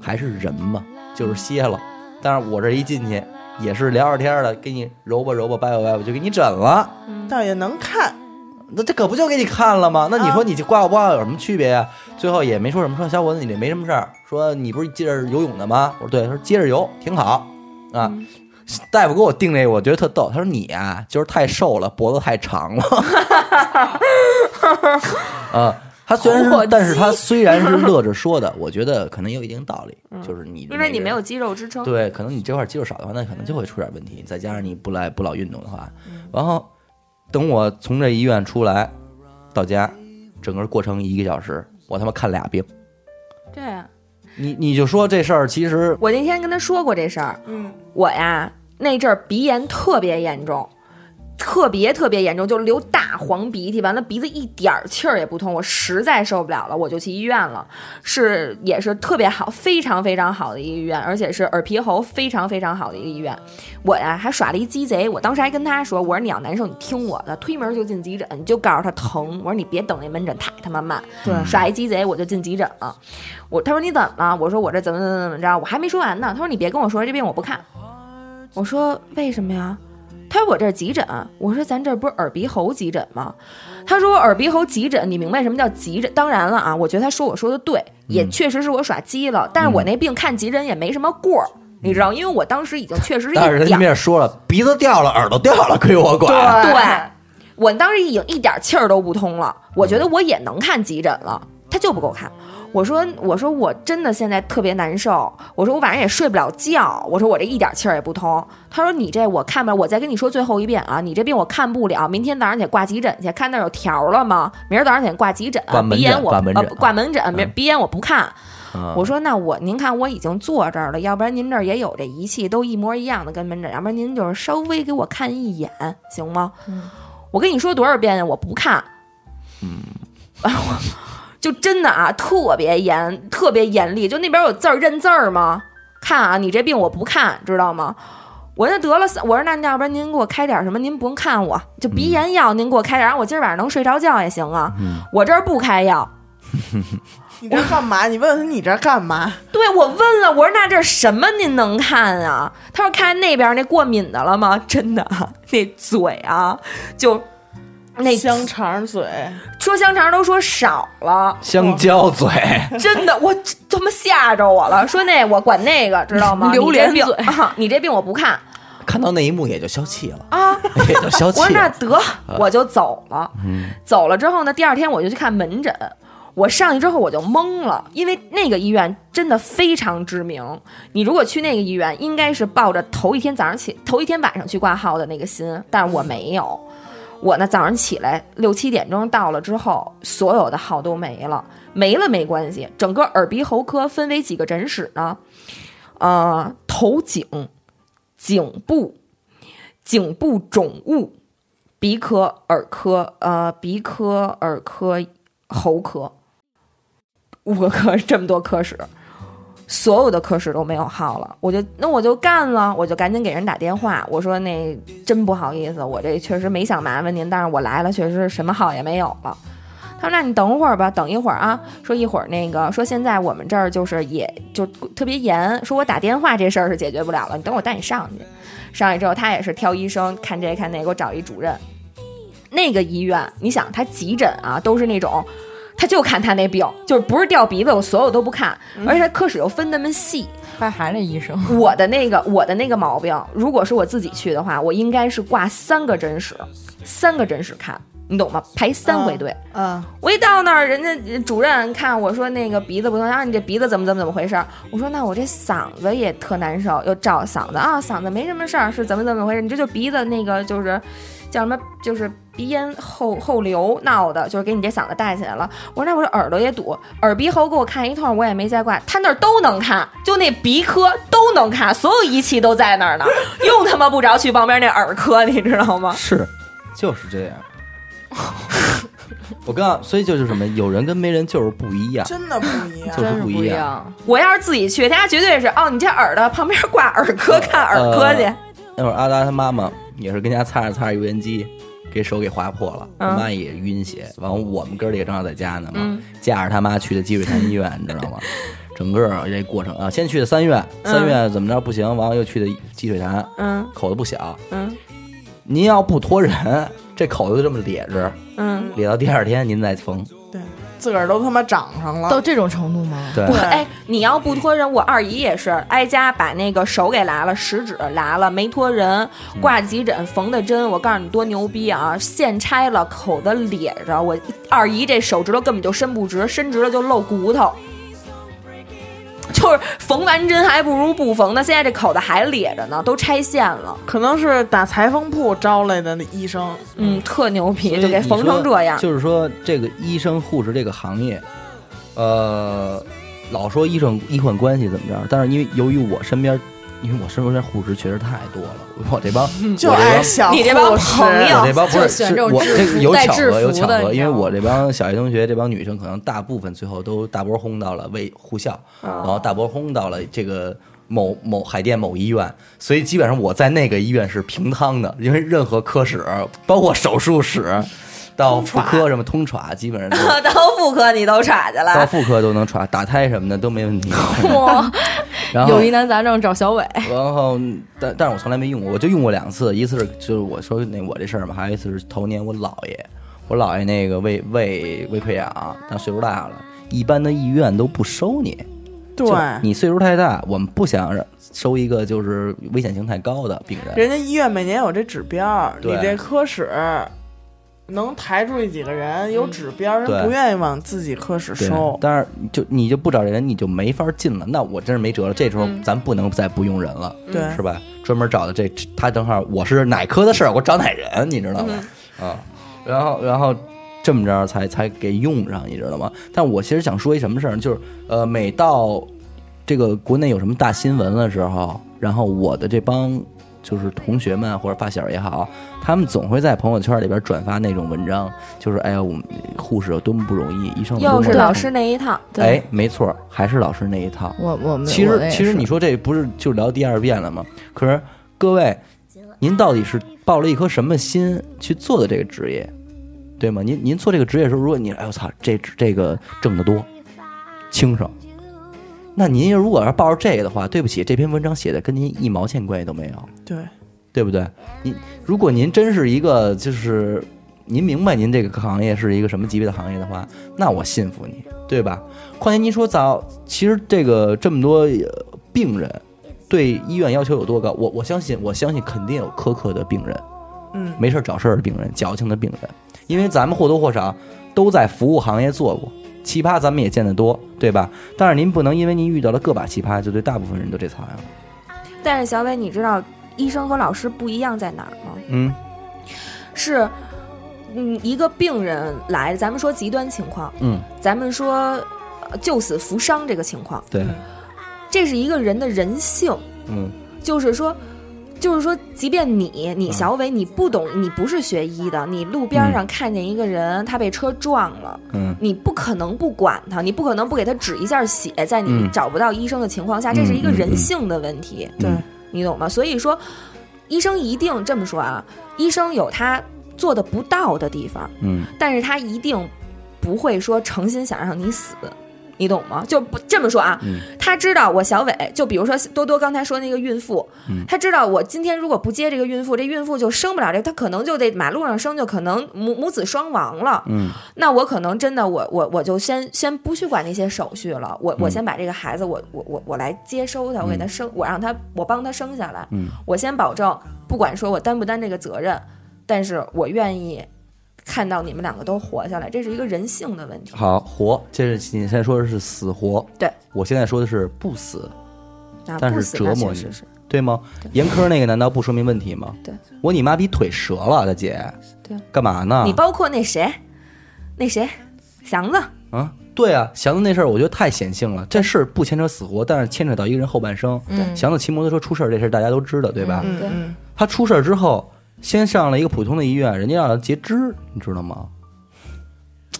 还是人嘛，就是歇了，但是我这一进去。也是聊着天儿的，给你揉吧揉吧，掰吧掰吧，就给你诊了。
倒也能看，
那这可不就给你看了
啊
吗？那你说你这挂不挂有什么区别呀、最后也没说什么，说小伙子你这没什么事儿，说你不是接着游泳的吗？我说对，他说接着游挺好啊。
嗯
大夫给我定这个，我觉得特逗。他说你啊，就是太瘦了，脖子太长了。 啊，他虽然
火
是，
鸡
但是他虽然是乐着说的，我觉得可能有一定道理，就是你的
嗯因为
那
你
个
没有肌肉支撑。
对，可能你这块肌肉少的话，那可能就会出点问题。再加上你不来不老运动的话，
嗯
然后等我从这医院出来到家，整个过程一个小时，我他妈看俩病。
对，
啊
你你就说这事儿，其实
我那天跟他说过这事儿，
嗯，
我呀那阵儿鼻炎特别严重。特别特别严重，就流大黄鼻涕，完了鼻子一点儿气儿也不通，我实在受不了了，我就去医院了。是也是特别好，非常非常好的一个医院，而且是耳鼻喉非常非常好的一个医院。我呀还耍了一鸡贼，我当时还跟他说，我说你要难受，你听我的，推门就进急诊，你就告诉他疼，我说你别等那门诊太他妈慢，
对
耍一鸡贼我就进急诊了。我他说你怎么了？我说我这怎么怎么怎么着，我还没说完呢。他说你别跟我说这病我不看。我说为什么呀？他说我这儿急诊，我说咱这儿不是耳鼻喉急诊吗？他说我耳鼻喉急诊，你明白什么叫急诊？当然了啊，我觉得他说我说的对，也
嗯
确实是我耍鸡了，但是我那病看急诊也没什么过儿，你知道，因为我当时已经确 实是一
但是人家
点儿
面说了，鼻子掉了，耳朵掉了，归我管。
对，啊我当时已经一点气儿都不通了，我觉得我也能看急诊了，他就不给我看。我说，我说我真的现在特别难受，我说我晚上也睡不了觉，我说我这一点气儿也不通。他说你这我看不了，我再跟你说最后一遍啊，你这病我看不了，明天早上起来挂急诊去，看那儿有条了吗？明儿早上起来挂急诊
挂，门
鼻炎
诊
我呃
挂门诊
呃挂门诊，明儿鼻炎我不看。
啊
我说那我您看我已经坐这儿了，要不然您这儿也有这仪器，都一模一样的跟门诊，要不然您就是稍微给我看一眼行吗？我跟你说多少遍呀，我不看。嗯，就真的啊，特别严，特别严厉。就那边有字儿认字儿吗？看啊，你这病我不看，知道吗？我那得了三，我说那要不然您给我开点什么？您不用看我，就鼻炎药您给我开点，然后我今儿晚上能睡着觉也行啊。我这儿不开药，
你这干嘛？你问问他你这干嘛？
对，我问了，我说那这什么您能看啊？他说看那边那过敏的了吗？ 真的啊，那嘴啊，就那
香肠嘴，
说香肠都说少了，
香蕉嘴，
真的，我这他妈吓着我了。说那我管那个，知道 吗？
榴莲
你这
嘴
病、 啊你这病我不看
看到那一幕也就消气了，
啊。
也就消气
我说那
了。啊嗯
得，我就走了。走了之后呢，第二天我就去看门诊。我上去之后我就懵了，因为那个医院真的非常知名。你如果去那个医院，应该是抱着头一天早上起、头一天晚上去挂号的那个心，但是我没有。我呢早上起来六七点钟到了之后，所有的号都没了，没了没关系。整个耳鼻喉科分为几个诊室呢？呃，头颈、颈部、颈部肿物、鼻科、耳科、呃，鼻科、耳科、喉科，五个科这么多科室，所有的科室都没有号了，我就那我就干了，我就赶紧给人打电话，我说那真不好意思，我这确实没想麻烦您，但是我来了确实什么号也没有了。他说：“那你等会儿吧，等一会儿啊。说一会儿那个，说现在我们这儿就是也就特别严，说我打电话这事儿是解决不了了，你等我带你上去。上去之后，他也是挑医生，看这看那，给我找一主任。那个医院，你想他急诊啊，都是那种，他就看他那病，就是不是掉鼻子，我所有都不看，而且他科室又分那么细。
还还那医生，
我的那个 我的那个毛病，如果是我自己去的话，我应该是挂三个诊室，三个诊室看，你懂吗？排三回队。
嗯，
我一到那儿，人家主任看我说那个鼻子不能，啊，你这鼻子怎么怎么怎么回事儿？我说那我这嗓子也特难受，又照嗓子啊，嗓子没什么事儿，是怎么怎么回事？你这就鼻子那个就是叫什么，就是鼻咽后后流闹的，就是给你这嗓子带起来了。我说那我这耳朵也堵，耳鼻喉给我看一通，我也没再挂，他那儿都能看，就那鼻科都能看，所有仪器都在那儿呢， 用他妈不着去旁边那耳科，你知道吗？
是，就是这样。 我刚，所以就是什么，有人跟没人就是不一样，
真的不一样
就。
真
是
是
不
不
一样
一样。
我要是自己去，他家绝对是哦，你这耳朵旁边挂耳科看耳科去。
呃那会儿阿达他妈妈也是跟家擦着擦着油烟机，给手给划破了，我
嗯
妈也晕血。完，我们哥儿几个正好在家呢嘛，架着他妈去的积水潭医院，你知道吗？整个儿这过程啊，先去的三院，三院怎么着不行，完了又去的积水潭，
嗯
口子不小。
嗯
您要不托人，这口子就这么咧着，
嗯，
咧到第二天您再缝。
对，自个儿都他妈长上
到
了，
这种程度吗？
对
我，哎，你要不托人，我二姨也是挨家把那个手给拉了，食指拉了，没托人，挂急诊缝的针，我告诉你多牛逼啊！现拆了，口子咧着，我二姨这手指头根本就伸不直，伸直了就露骨头。就是缝完针还不如不缝呢，现在这口子还咧着呢，都拆线了，
可能是打裁缝铺招来的医生。
嗯，特牛逼，
所以
就给
你
缝
说
成这样。
就是说，这个医生护士这个行业，呃，老说医生医患关系怎么着，但是因为由于我身边，因为我身边护士确实太多了，我这帮
就
我这
爱
帮
小
你这帮
护士
朋友
我这帮不
就是喜欢
是
这种
我
制服
这有
带
巧
制
合有
服
巧
的
合，
你
因
知
为
道吗
我这帮小学同学这帮女生可能大部分最后都大波轰到了为护校，
啊
然后大波轰到了这个。某某海淀某医院，所以基本上我在那个医院是平摊的，因为任何科室，包括手术室，到妇科什么通传，基本上都
到妇科你都岔去
到
了，
妇科都能传，打胎什么的都没问题。
哇，
然后
有疑难杂症找小伟，
然后，但但是我从来没用过，我就用过两次，一次是就是我说那我这事儿嘛，还有一次是头年我姥爷，我姥爷那个胃胃胃溃疡，但岁数大了，一般的医院都不收你，
对
就，你岁数太大，我们不想让收一个就是危险性太高的病人，
人家医院每年有这指标，你
对
这科室能抬出去几个人，有指标，
对
人不愿意往自己科室
对
收，。
但是就你就不找人，你就没法进了，那我真是没辙了，这时候咱不能再不用人了。
对，
是吧？专门找的这他正好我是哪科的事儿，我找哪人，你知道吗？啊，然后然后这么着才才给用上，你知道吗？但我其实想说一什么事儿呢，就是呃，每到这个国内有什么大新闻的时候，然后我的这帮就是同学们或者发小也好，他们总会在朋友圈里边转发那种文章，就是哎呀，我们护士有多么不容易，医生有多
又
么
是
不容易
老师那一套，
哎，没错儿，还是老师那一套。
我我们
其
我
实
的也
其实
是
你说这不是就聊第二遍了吗？可是各位，您到底是抱了一颗什么心去做的这个职业，对吗？您您做这个职业的时候，如果你哎我操，这这个挣得多，轻省，那您如果要抱着这个的话，对不起，这篇文章写的跟您一毛钱关系都没有。
对，
对不对？您如果您真是一个就是您明白您这个行业是一个什么级别的行业的话，那我信服你，对吧？况且您说早，其实这个这么多呃病人对医院要求有多高，我我相信，我相信肯定有苛刻的病人，
嗯，
没事儿找事儿的病人，矫情的病人，因为咱们或多或少都在服务行业做过，奇葩咱们也见得多，对吧？但是您不能因为您遇到了个把奇葩，就对大部分人都这苍蝇了，
但是小伟，你知道医生和老师不一样在哪儿吗？
嗯
是，嗯，一个病人来，咱们说极端情况，
嗯，
咱们说呃救死扶伤这个情况，
对，
这是一个人的人性，
嗯
就是说。就是说，即便你你
嗯
小伟你不懂，你不是学医的，你路边上看见一个人他被车撞了，
嗯
你不可能不管他，你不可能不给他止一下血，在你
嗯
找不到医生的情况下，这是一个人性的问题。
对，
你懂吗？所以说，医生一定这么说啊，医生有他做的不到的地方，
嗯。
但是他一定不会说诚心想让你死。你懂吗？就不这么说啊，
嗯
他知道我小伟，就比如说多多刚才说那个孕妇，
嗯
他知道我今天如果不接这个孕妇，这孕妇就生不了这，他可能就得马路上生，就可能母母子双亡了。
嗯
那我可能真的我我我就先先不去管那些手续了，我我
嗯
先把这个孩子我我我我来接收他，我给他生，我让他我帮他生下来，
嗯
我先保证不管说我担不担这个责任，但是我愿意看到你们两个都活下来，这是一个人性的问题。
好活，这是你现在说的是死活，
对
我现在说的是不死，
啊，
但
不
是
死
折
那
磨
确
你
实是，
对吗？严科那个难道不说明问题吗？
对，
我你妈逼腿折了，大姐，
对，
干嘛呢？
你包括那谁，那谁，祥子，
啊，对啊，祥子那事儿我觉得太显性了，这事儿不牵扯死活，但是牵扯到一个人后半生。
嗯
祥子骑摩托车出事儿这事儿大家都知道，对吧？
嗯
对
嗯，
他出事儿之后，先上了一个普通的医院，人家让他截肢，你知道吗？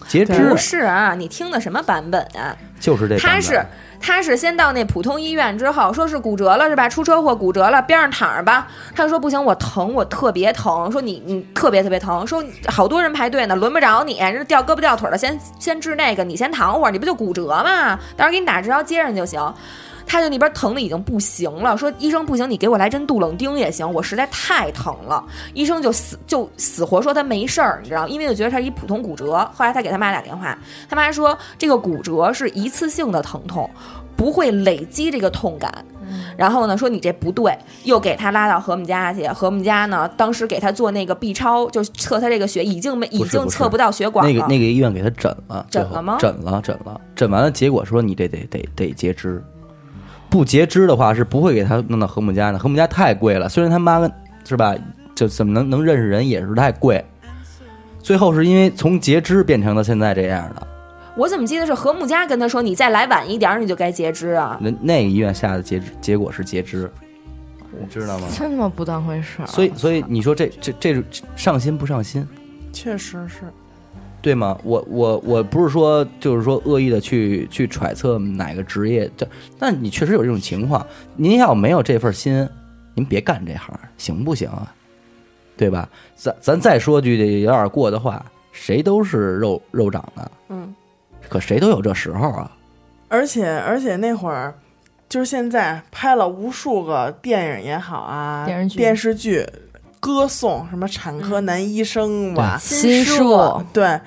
截肢
不是啊，你听的什么版本啊？
就是这版本，
他是他是先到那普通医院之后，说是骨折了是吧？出车祸骨折了，边上躺着吧。他说不行，我疼，我特别疼。说你你特别特别疼。说好多人排队呢，轮不着你，这掉胳膊掉腿的先先治那个，你先躺会儿，你不就骨折吗？到时候给你打治疗接上就行。他就那边疼的已经不行了，说医生不行，你给我来针杜冷丁也行，我实在太疼了。医生就死就死活说他没事儿，你知道，因为就觉得他是一普通骨折。后来他给他妈打电话，他妈说这个骨折是一次性的疼痛，不会累积这个痛感。然后呢，说你这不对，又给他拉到和睦家去。和睦家呢，当时给他做那个 B 超，就测他这个血，已经没已
不是
经
不是
测不到血管了。
那个那个医院给他诊了，
诊
最后
了吗
诊了，诊了，诊完了，结果说你这得得得截肢，不截肢的话是不会给他弄到和睦家的，和睦家太贵了，虽然他妈跟是吧，就怎么能能认识人也是太贵，最后是因为从截肢变成了现在这样的，
我怎么记得是和睦家跟他说，你再来晚一点儿，你就该截肢啊。
那那个医院下的结肢结果是截肢，你知道吗？
真他妈不当回事儿。
所以所以你说这这这这上心不上心？
确实是，
对吗？我我我不是说就是说恶意的去去揣测哪个职业，这但你确实有这种情况。您要没有这份心，您别干这行，行不行啊？对吧？咱咱再说句这有点过的话，谁都是肉肉长的，
嗯，
可谁都有这时候啊。
而且而且那会儿。就是现在拍了无数个电影也好啊，
电视剧嗯
电视剧歌颂什么产科男医生哇，
心术
术
啊对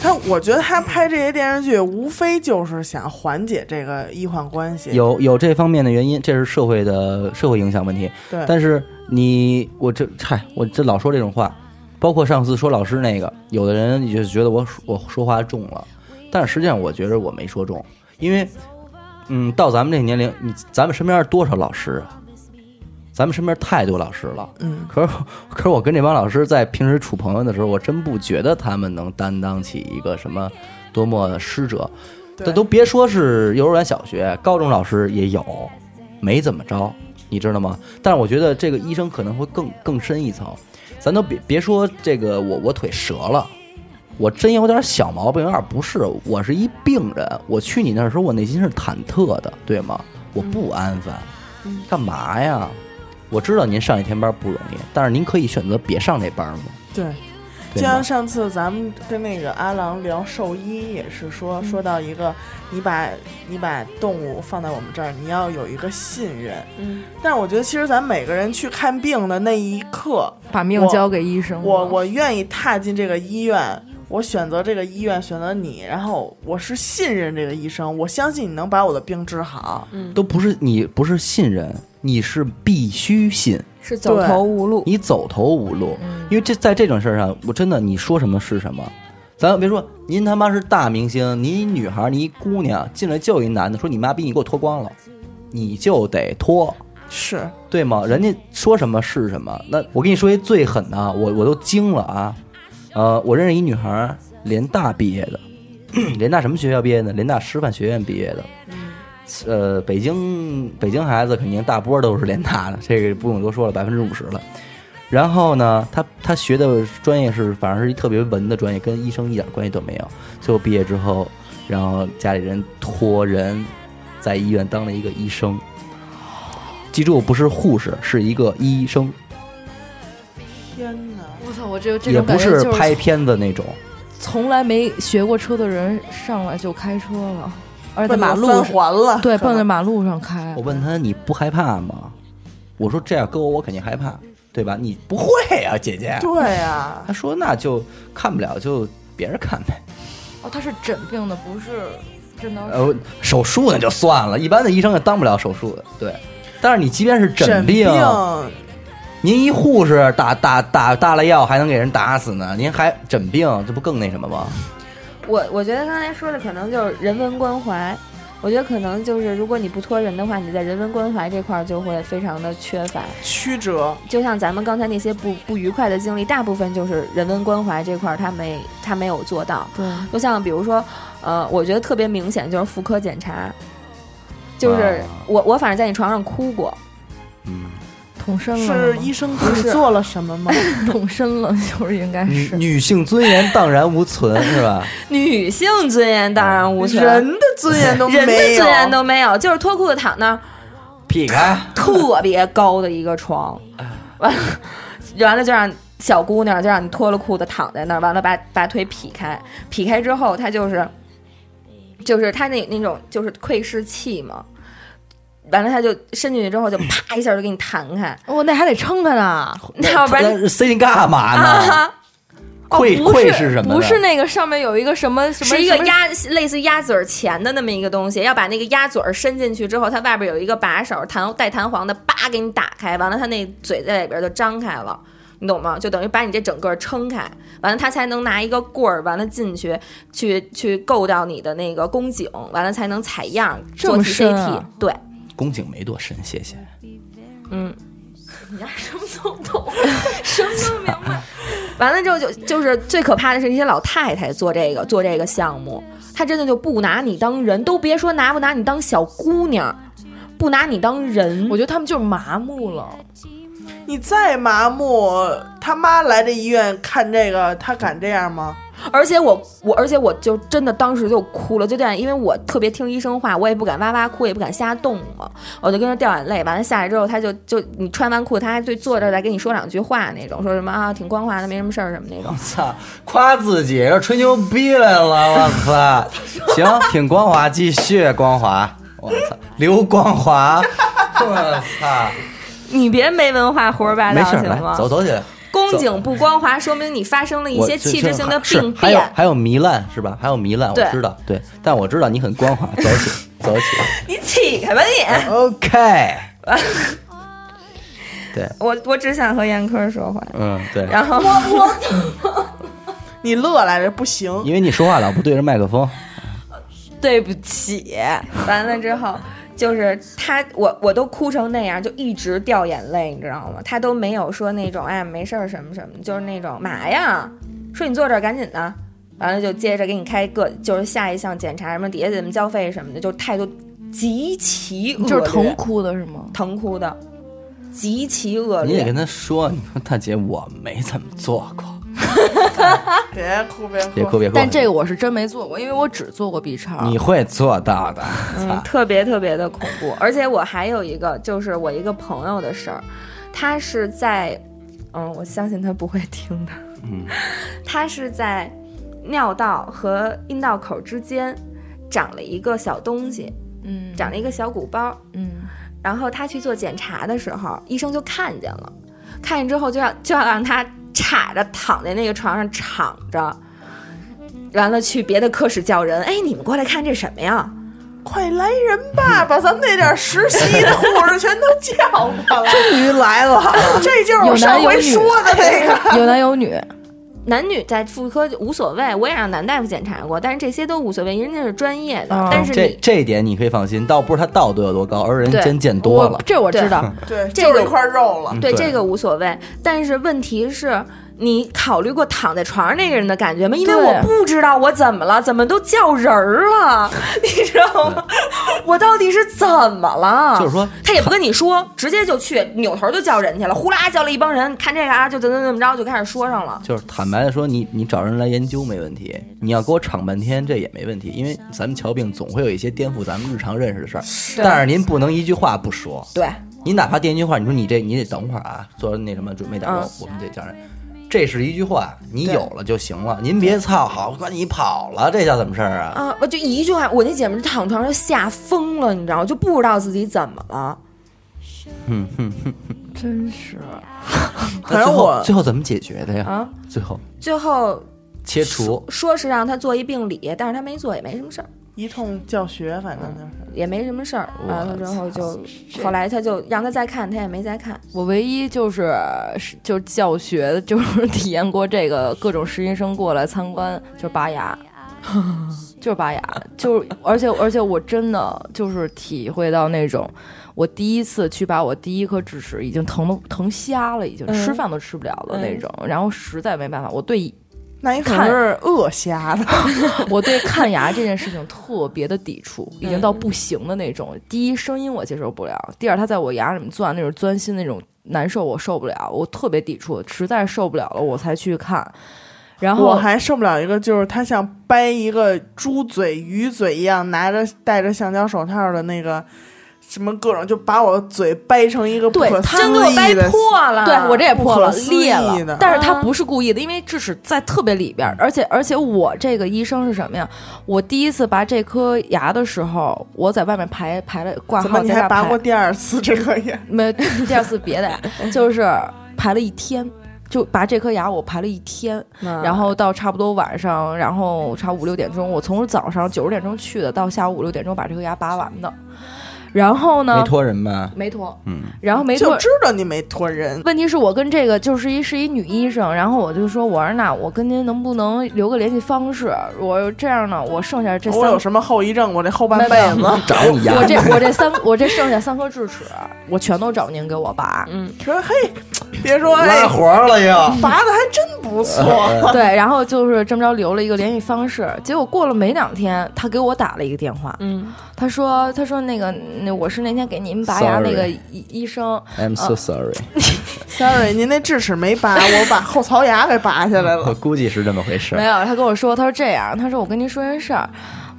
他，我觉得他拍这些电视剧，无非就是想缓解这个医患关系。
有有这方面的原因，这是社会的社会影响问题。
对，
但是你我这嗨，我这老说这种话，包括上次说老师那个，有的人你就觉得我说我说话重了，但是实际上我觉得我没说重，因为嗯，到咱们这个年龄，你咱们身边多少老师啊？咱们身边太多老师了，
嗯，
可是可是我跟这帮老师在平时处朋友的时候，我真不觉得他们能担当起一个什么多么的师者。这
对
都别说是幼儿园、小学、高中老师也有，没怎么着，你知道吗？但是我觉得这个医生可能会更更深一层，咱都别别说这个我我腿折了。我真有点小毛病，有点不适。我是一病人，我去你那儿的时候，我内心是忐忑的，对吗？我不安分，
嗯
干嘛呀？我知道您上一天班不容易，但是您可以选择别上这班吗？
对。就
对吗
像？上次咱们跟那个阿郎聊兽医，也是说
嗯
说到一个，你把你把动物放在我们这儿，你要有一个信任。
嗯，
但是我觉得，其实咱每个人去看病的那一刻，
把命
我
交给医生了。
我我愿意踏进这个医院，我选择这个医院，选择你，然后我是信任这个医生，我相信你能把我的病治好。
嗯
都不是你不是信任，你是必须信，
是走投无路。
你走投无路。因为这在这种事儿上，我真的你说什么是什么。咱别说您他妈是大明星，您一女孩儿，您一姑娘进来就一男的说你妈逼你给我脱光了，你就得脱。
是，
对吗？人家说什么是什么。那我跟你说一最狠的，啊，我我都惊了啊！呃，我认识一女孩儿，联大毕业的， 联大什么学校毕业的？联大师范学院毕业的。呃，北京北京孩子肯定大波都是联大的， 这个不用多说了，百分之五十了。然后呢，他他学的专业是，反正是一特别文的专业，跟医生一点关系都没有。最后毕业之后，然后家里人托人在医院当了一个医生。记住，不是护士，是一个医生，
天哪！
我操，我这这
也
种感
不
觉就是是
拍片子那种。
从来没学过车的人上来就开车了，而且在
奔
马
马
路
三
上
环了，
对
是吧
奔着马路上开
我。问他你不害怕吗？我说这要搁我，我肯定害怕，对吧？你不会啊，姐姐。
对 啊
他，说那就看不了，就别人看呗。
哦，他是诊病的，不是真的。
呃，手术那就算了，一般的医生也当不了手术的，对。但是你即便是
诊
诊病，您一护士打打打打了药还能给人打死呢，您还诊病，这不更那什么吗？
我我觉得刚才说的可能就是人文关怀，我觉得可能就是如果你不托人的话，你在人文关怀这块儿就会非常的缺乏。
曲折，
就像咱们刚才那些不不愉快的经历，大部分就是人文关怀这块儿他没他没有做到。
对，
就像比如说，呃，我觉得特别明显就是妇科检查，就是
啊
我我反正在你床上哭过，
嗯，
捅深了
是
吗
医生给你做了什么吗？
捅深了，就是应该
女
是
女性尊严荡然无存，是 吧？
女性尊严荡然无存，
人的尊 严都没有，
人的尊严都没有，就是脱裤子躺那儿，
劈开。
特别高的一个床，完了，完了就让小姑娘就让你脱了裤子躺在那儿，完了把把腿劈开，劈开之后她就是，就是她那那种就是窥视器嘛，完了她就伸进去之后就啪一下就给你弹开，
哦，那还得撑开呢。
那要不然
那塞进干嘛
啊
呢？
哈，
愧
哦不
愧是什么呢？
不是那个上面有一个什么什么
是一个
什么
鸭类似鸭嘴儿钳的那么一个东西，要把那个鸭嘴儿伸进去之后，它外边有一个把手，弹带弹簧的，叭给你打开，完了它那嘴在里边就张开了。你懂吗？就等于把你这整个撑开，完了它才能拿一个棍儿，完了进去去去够到你的那个宫颈，完了才能采样
这
做
么
CT、
深啊
对，
宫颈没多深，谢谢。
嗯，
你丫什么都懂，什么都明白。
完了之后就就是最可怕的是一些老太太做这个做这个项目，她真的就不拿你当人，都别说拿不拿你当小姑娘，不拿你当人。
我觉得他们就是麻木了，
你再麻木，他妈来这医院看这个，他敢这样吗？
而且我我而且我就真的当时就哭了，就这样，因为我特别听医生话，我也不敢哇哇哭，也不敢瞎动嘛，我就跟着掉眼泪。完了下来之后，他就就你穿完裤，他还对坐这儿再跟你说两句话那种，说什么啊挺光滑的，没什么事儿什么那种。
操，夸自己又吹牛逼来了， 我操！行，挺光滑，继续光滑。我操，刘 光华，我操！
你别没文化胡说八
没
道
事儿，
行
来
吗？
走走起来。
啊宫颈不光滑，说明你发生了一
我
些
这
器
这
质性的
是
病
还有
变。
还有糜烂是吧？还有糜烂，我
对
知道，对，但我知道你很光滑，走 起，走起。
你起开吧你！
OK，对，
我我只想和严科说话。
嗯，对，
然后
你乐来着不行，
因为你说话老不对着麦克风，
对不起，完了之后就是他，我我都哭成那样，就一直掉眼泪，你知道吗？他都没有说那种哎没事儿什么什么，就是那种嘛呀，说你坐这儿赶紧的，完了就接着给你开各就是下一项检查什么底下怎么交费什么的，就态度极其恶劣，
就是疼哭的是吗？
疼哭的，极其恶
你
劣
得。跟他说，你说大姐，我没怎么做过，
别哭，别哭，
别哭别哭。
但这个我是真没做过，因为我只做过 B 超。
你会做到的。
嗯，特别特别的恐怖。而且我还有一个，就是我一个朋友的事儿，他是在，嗯，我相信他不会听的，
嗯，
他是在尿道和阴道口之间长了一个小东西，
嗯
长了一个小鼓包。
嗯，
然后他去做检查的时候，医生就看见了，看见之后就要就要让他岔着躺在那个床上躺着。完了，去别的科室叫人，哎，你们过来看这什么呀？
快来人吧，把咱们那点实习的护士全都叫过来。
终于来了，
这就是我
有男
上
有
回
女
说的那 个。
有男有 女，
男女在妇科就无所谓，
嗯
我也让男大夫检查过，但是这些都无所谓，人家是专业的。
哦
但是
这
你
这一点你可以放心，倒不是他道德有多高，而是人真见多了
我。这我知道。
对，
这个
就是一块肉了。
对
嗯对
这个无所谓，但是问题是你考虑过躺在床上那个人的感觉吗？因为
对
我不知道我怎么了，怎么都叫人儿 了，你知道吗？我到底是怎么了？
就是说
他也不跟你说，直接就去扭头就叫人去了，呼啦叫了一帮人，看这个啊，就怎么怎么着，就开始说上了。
就是坦白的说，你你找人来研究没问题，你要给我敞半天这也没问题，因为咱们瞧病总会有一些颠覆咱们日常认识的事儿。但是您不能一句话不说，
对，
您哪怕第一句话，你说你这你得等会儿啊，做那什么准备点肉，
嗯
我们得叫人。这是一句话，你有了就行了，您别操好，管你跑了，这叫怎么事儿啊？
啊，我就一句话，我那姐们儿躺床上吓疯了，你知道吗？就不知道自己怎么了。
真是，
反正
那最后
我
最后怎么解决的呀？
啊
最后
最后
切除，
说是让他做一病理，但是他没做，也没什么事儿，
一通教学，反正就是。
也没什么事儿。
我
完了之后就，
这
后来他就让他再看，他也没再看。
我唯一就是是就是教学， 就是体验过这个各种实习生过来参观，就是拔牙， 就是拔牙，就是而且而且我真的就是体会到那种，我第一次去把我第一颗智齿已经疼的疼瞎了，已经
嗯
吃饭都吃不了
嗯
的那种，然后实在没办法，我对
那你可能是饿瞎的，
我对看牙这件事情特别的抵触，已经到不行的那种。第一，声音我接受不了；第二，它在我牙里面钻那种钻心那种难受，我受不了，我特别抵触，实在受不了了，我才去看。然
我
后
还受不了一个，就是他像掰一个猪嘴、鱼嘴一样，拿着戴着橡胶手套的那个什么各种，就把我嘴掰成一个不
对
可
他
思
真给我掰
议的。
破了，
对我这也破了
不可，思议嗯
裂
的
了，但是它不是故意的，因为智齿在特别里边儿，而且而且我这个医生是什么呀？我第一次拔这颗牙的时候，我在外面排排了挂
怎么
号，
你
在那
还
儿
拔
排
过第二次这个牙？
没第二次别的，就是排了一天，就拔这颗牙我排了一天，
嗯
然后到差不多晚上，然后差五六点钟，我从早上九十点钟去的，到下午五六点钟把这颗牙拔完的。然后
没
呢，
托人吧？
没脱，
嗯，
然后没
就
脱。
知道你没托人，
问题是我跟这个就是一是一女医生，然后我就说，我说那我跟您能不能留个联系方式？我这样呢，我剩下这三
我有什么后遗症？我这后半
没
辈
有
子，
找你牙
我 这我这三我这剩下三颗智齿，我全都找您给我拔。
说嘿，别说哎
拉，活儿了又。
拔的还真不错。
对，然后就是这么着留了一个联系方式。结果过了没两天，他给我打了一个电话，
嗯，
他说：“他说那个那我是那天给您拔牙
Sorry
那个医医生，
I'm so sorry，、
Sorry，您那智齿没拔，我把后槽牙给拔下来
我
了。
估计是这么回事
没。有，他跟我说，哎他说这样，他说我跟您说件事儿。”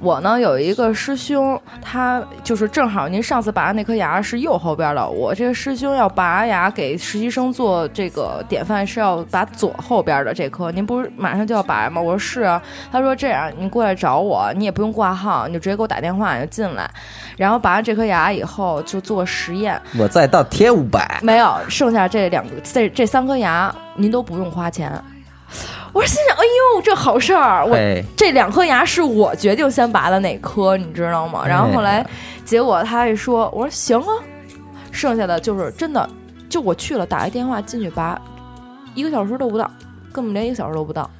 我呢有一个师兄，他就是正好您上次拔的那颗牙是右后边的，我这个师兄要拔牙给实习生做这个典范是要拔左后边的这颗，您不是马上就要拔吗？我说是啊，他说这样，你过来找我，你也不用挂号，你就直接给我打电话你就进来，然后拔完这颗牙以后就做实验，
我再倒贴五百，
没有，剩下这两个这这三颗牙您都不用花钱。我心想，哎呦，这好事儿！我
哎，
这两颗牙是我决定先拔的哪颗，你知道吗？然后后来，结果他一说，我说行啊，剩下的就是真的，就我去了，打一电话进去拔，一个小时都不到，根本连一个小时都不到。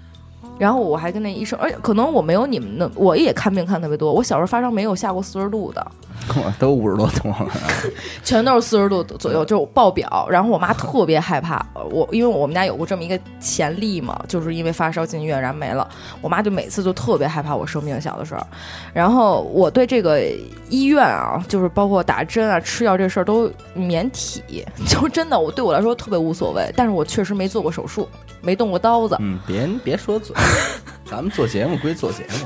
然后我还跟那医生，而且可能我没有你们那，我也看病看特别多。我小时候发烧没有下过四十度的，
我都五十多啊度了，
全都是四十度左右，就是爆表。然后我妈特别害怕我，因为我们家有过这么一个前例嘛，就是因为发烧进医院然后没了。我妈就每次就特别害怕我生病，小的时候。然后我对这个医院啊，就是包括打针啊、吃药这事儿都免体， 就真的我对我来说特别无所谓。但是我确实没做过手术，没动过刀子。
嗯，别别说 嘴，咱们做节目归做节目，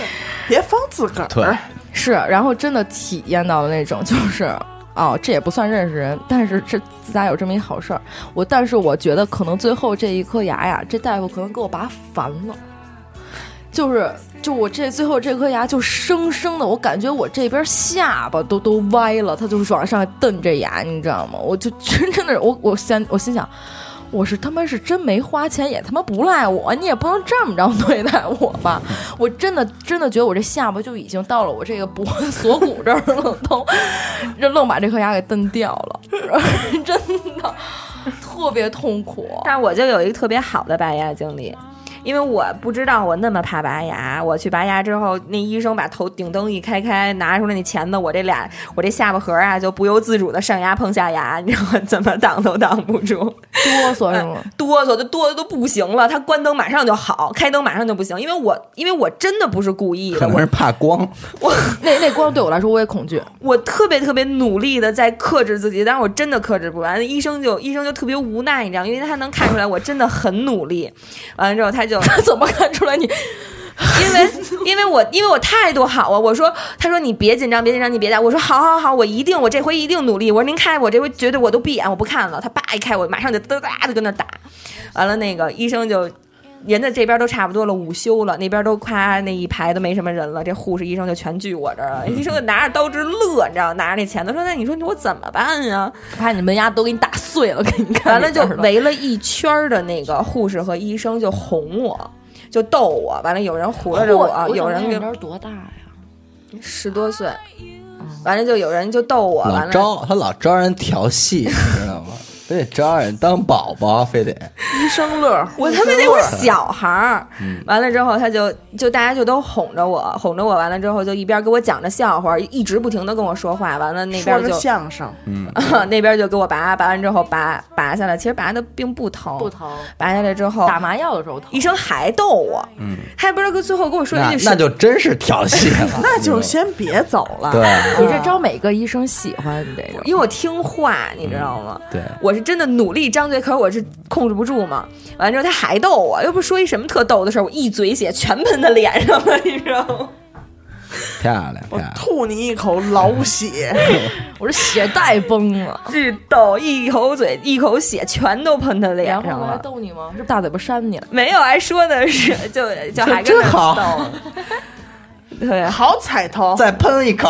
哎
别放自个儿。
对，
是，然后真的体验到了那种，就是哦，这也不算认识人，但是这自打有这么一好事儿，我但是我觉得可能最后这一颗牙呀，这大夫可能给我拔烦了，就是就我这最后这颗牙就生生的，我感觉我这边下巴都都歪了，他就是往上瞪这牙，你知道吗？我就真真的我我先我心想。我是他妈是真没花钱，也他妈不赖我，你也不能这么着对待我吧？我真的真的觉得我这下巴就已经到了我这个脖子锁骨这儿了，都这愣把这颗牙给蹬掉了， 真的特别痛苦。
但我就有一个特别好的拔牙经历，因为我不知道我那么怕拔牙，我去拔牙之后，那医生把头顶灯一开开，拿出来那钳子，我这俩我这下巴颏儿啊就不由自主的上牙碰下牙，你知道吗？怎么挡都挡不住，
哆嗦是吗？
哆嗦就哆的都不行了。他关灯马上就好，开灯马上就不行，因为我因为我真的不是故意
可
的，
能
我
是怕光。
那那光对我来说我也恐惧，
我特别特别努力的在克制自己，但是我真的克制不完。医生就医生就特别无奈，你知道，因为他能看出来我真的很努力。完了之后，他就
他怎么看出来你？
因为因为我因为我态度好啊，我说他说你别紧张，别紧张，你别打。我说好好好，我一定，我这回一定努力。我说您开，我这回绝对我都闭眼，我不看了。他叭一开，我马上就哒哒的跟那打。完了，那个医生就。人家这边都差不多了，午休了，那边都夸那一排都没什么人了，这护士医生就全聚我这 儿了。医生就拿着刀直乐，你知道，拿着那钳子说：“那你说我怎么办呀、
怕你们牙都给你打碎了，给你看
完
里
了
边
就
儿了。
围了一圈儿的那个护士和医生就哄我，就逗我。完了有人糊弄着
嚯
我，有人
那
给
啊人多大呀？
十多岁，完了就有人就逗我，完
嗯老
了
招他老招人调戏，你知道吗？非得招人当宝宝，非得
医生乐，
我 他妈那会儿小孩儿，
嗯
完了之后他就就大家就都哄着我，哄着我，完了之后就一边给我讲着笑话，一直不停的跟我说话，完了那
说
边
着
就
相声，
嗯
那边就给我拔，拔完之后拔拔下来，其实拔的并不疼，
不疼，
拔下来之后
打麻药的时候疼
医。生还逗我，他还不知道最后跟我说
嗯那
一句
那
什
就真是调戏了，
那就先别走了。
嗯对
你这招每个医生喜欢，你这个
因为我听话，你知道吗？
嗯对，
我是真的努力张嘴，可是我是控制不住嘛。完之后他还逗我，又不是说一什么特逗的事儿，我一嘴血全喷他脸上了， 你知道吗？
漂亮漂
我
亮。
吐你一口老 血，
我这血带崩了。
巨逗，一口嘴一口血全都喷他脸
然
上
后还
了。
逗你吗？是大嘴巴扇你了？
没有，还说的是 就就还跟
真
他
好
逗。对，
好彩头。
再喷一口，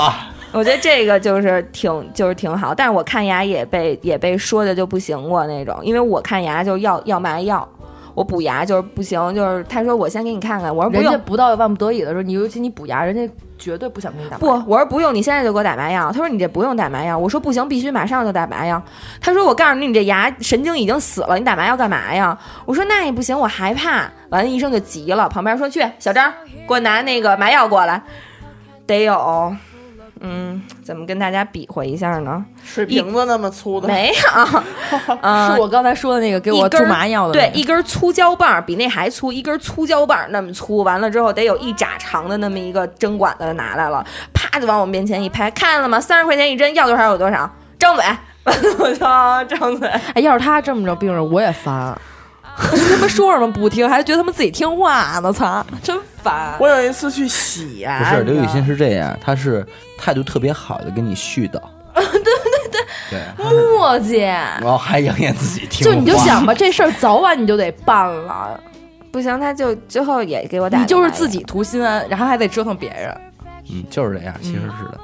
我觉得这个就是挺就是挺好，但是我看牙也被也被说的就不行过那种，因为我看牙就要要麻药，我补牙就是不行，就是他说我先给你看看，我说不
人
用
家啊不到万不得已的时候，你尤其你补牙，人家绝对不想给你打麻
不，我说不用，你现在就给我打麻药。他说你这不用打麻药。我说不行，必须马上就打麻药。他说我告诉你，你这牙神经已经死了，你打麻药干嘛呀？我说那也不行，我害怕。完了，医生就急了，旁边说去小张，给我拿那个麻药过来，得有。嗯，怎么跟大家比划一下呢？
水瓶子那么粗的，
没有，
药。
嗯
是，我刚才说的那个给我
一根
注
儿
麻药的那
对
个，，
一根粗胶棒儿比那还粗，一根粗胶棒儿那么粗，完了之后得有一拃长的那么一个针管子拿来了，啪就往我面前一拍，看了吗？三十块钱一针，要多少有多少，张嘴。完了我就啊张嘴，
哎，要是他这么着病人，我也烦。 他们说什么不听，还觉得他们自己听话呢，操，真烦。
我有一次去洗牙，
不
你
是
知
刘
道
雨
吗
欣是这样，她是态度特别好的跟你絮叨，对对对，
墨迹，
然后还扬言自己听
就
话，
你就想吧，这事儿早晚你就得办了，
不行，他就最后也给我打。
你就是自己，图心安，然后还得折腾别人。
嗯，就是这样，其实是的，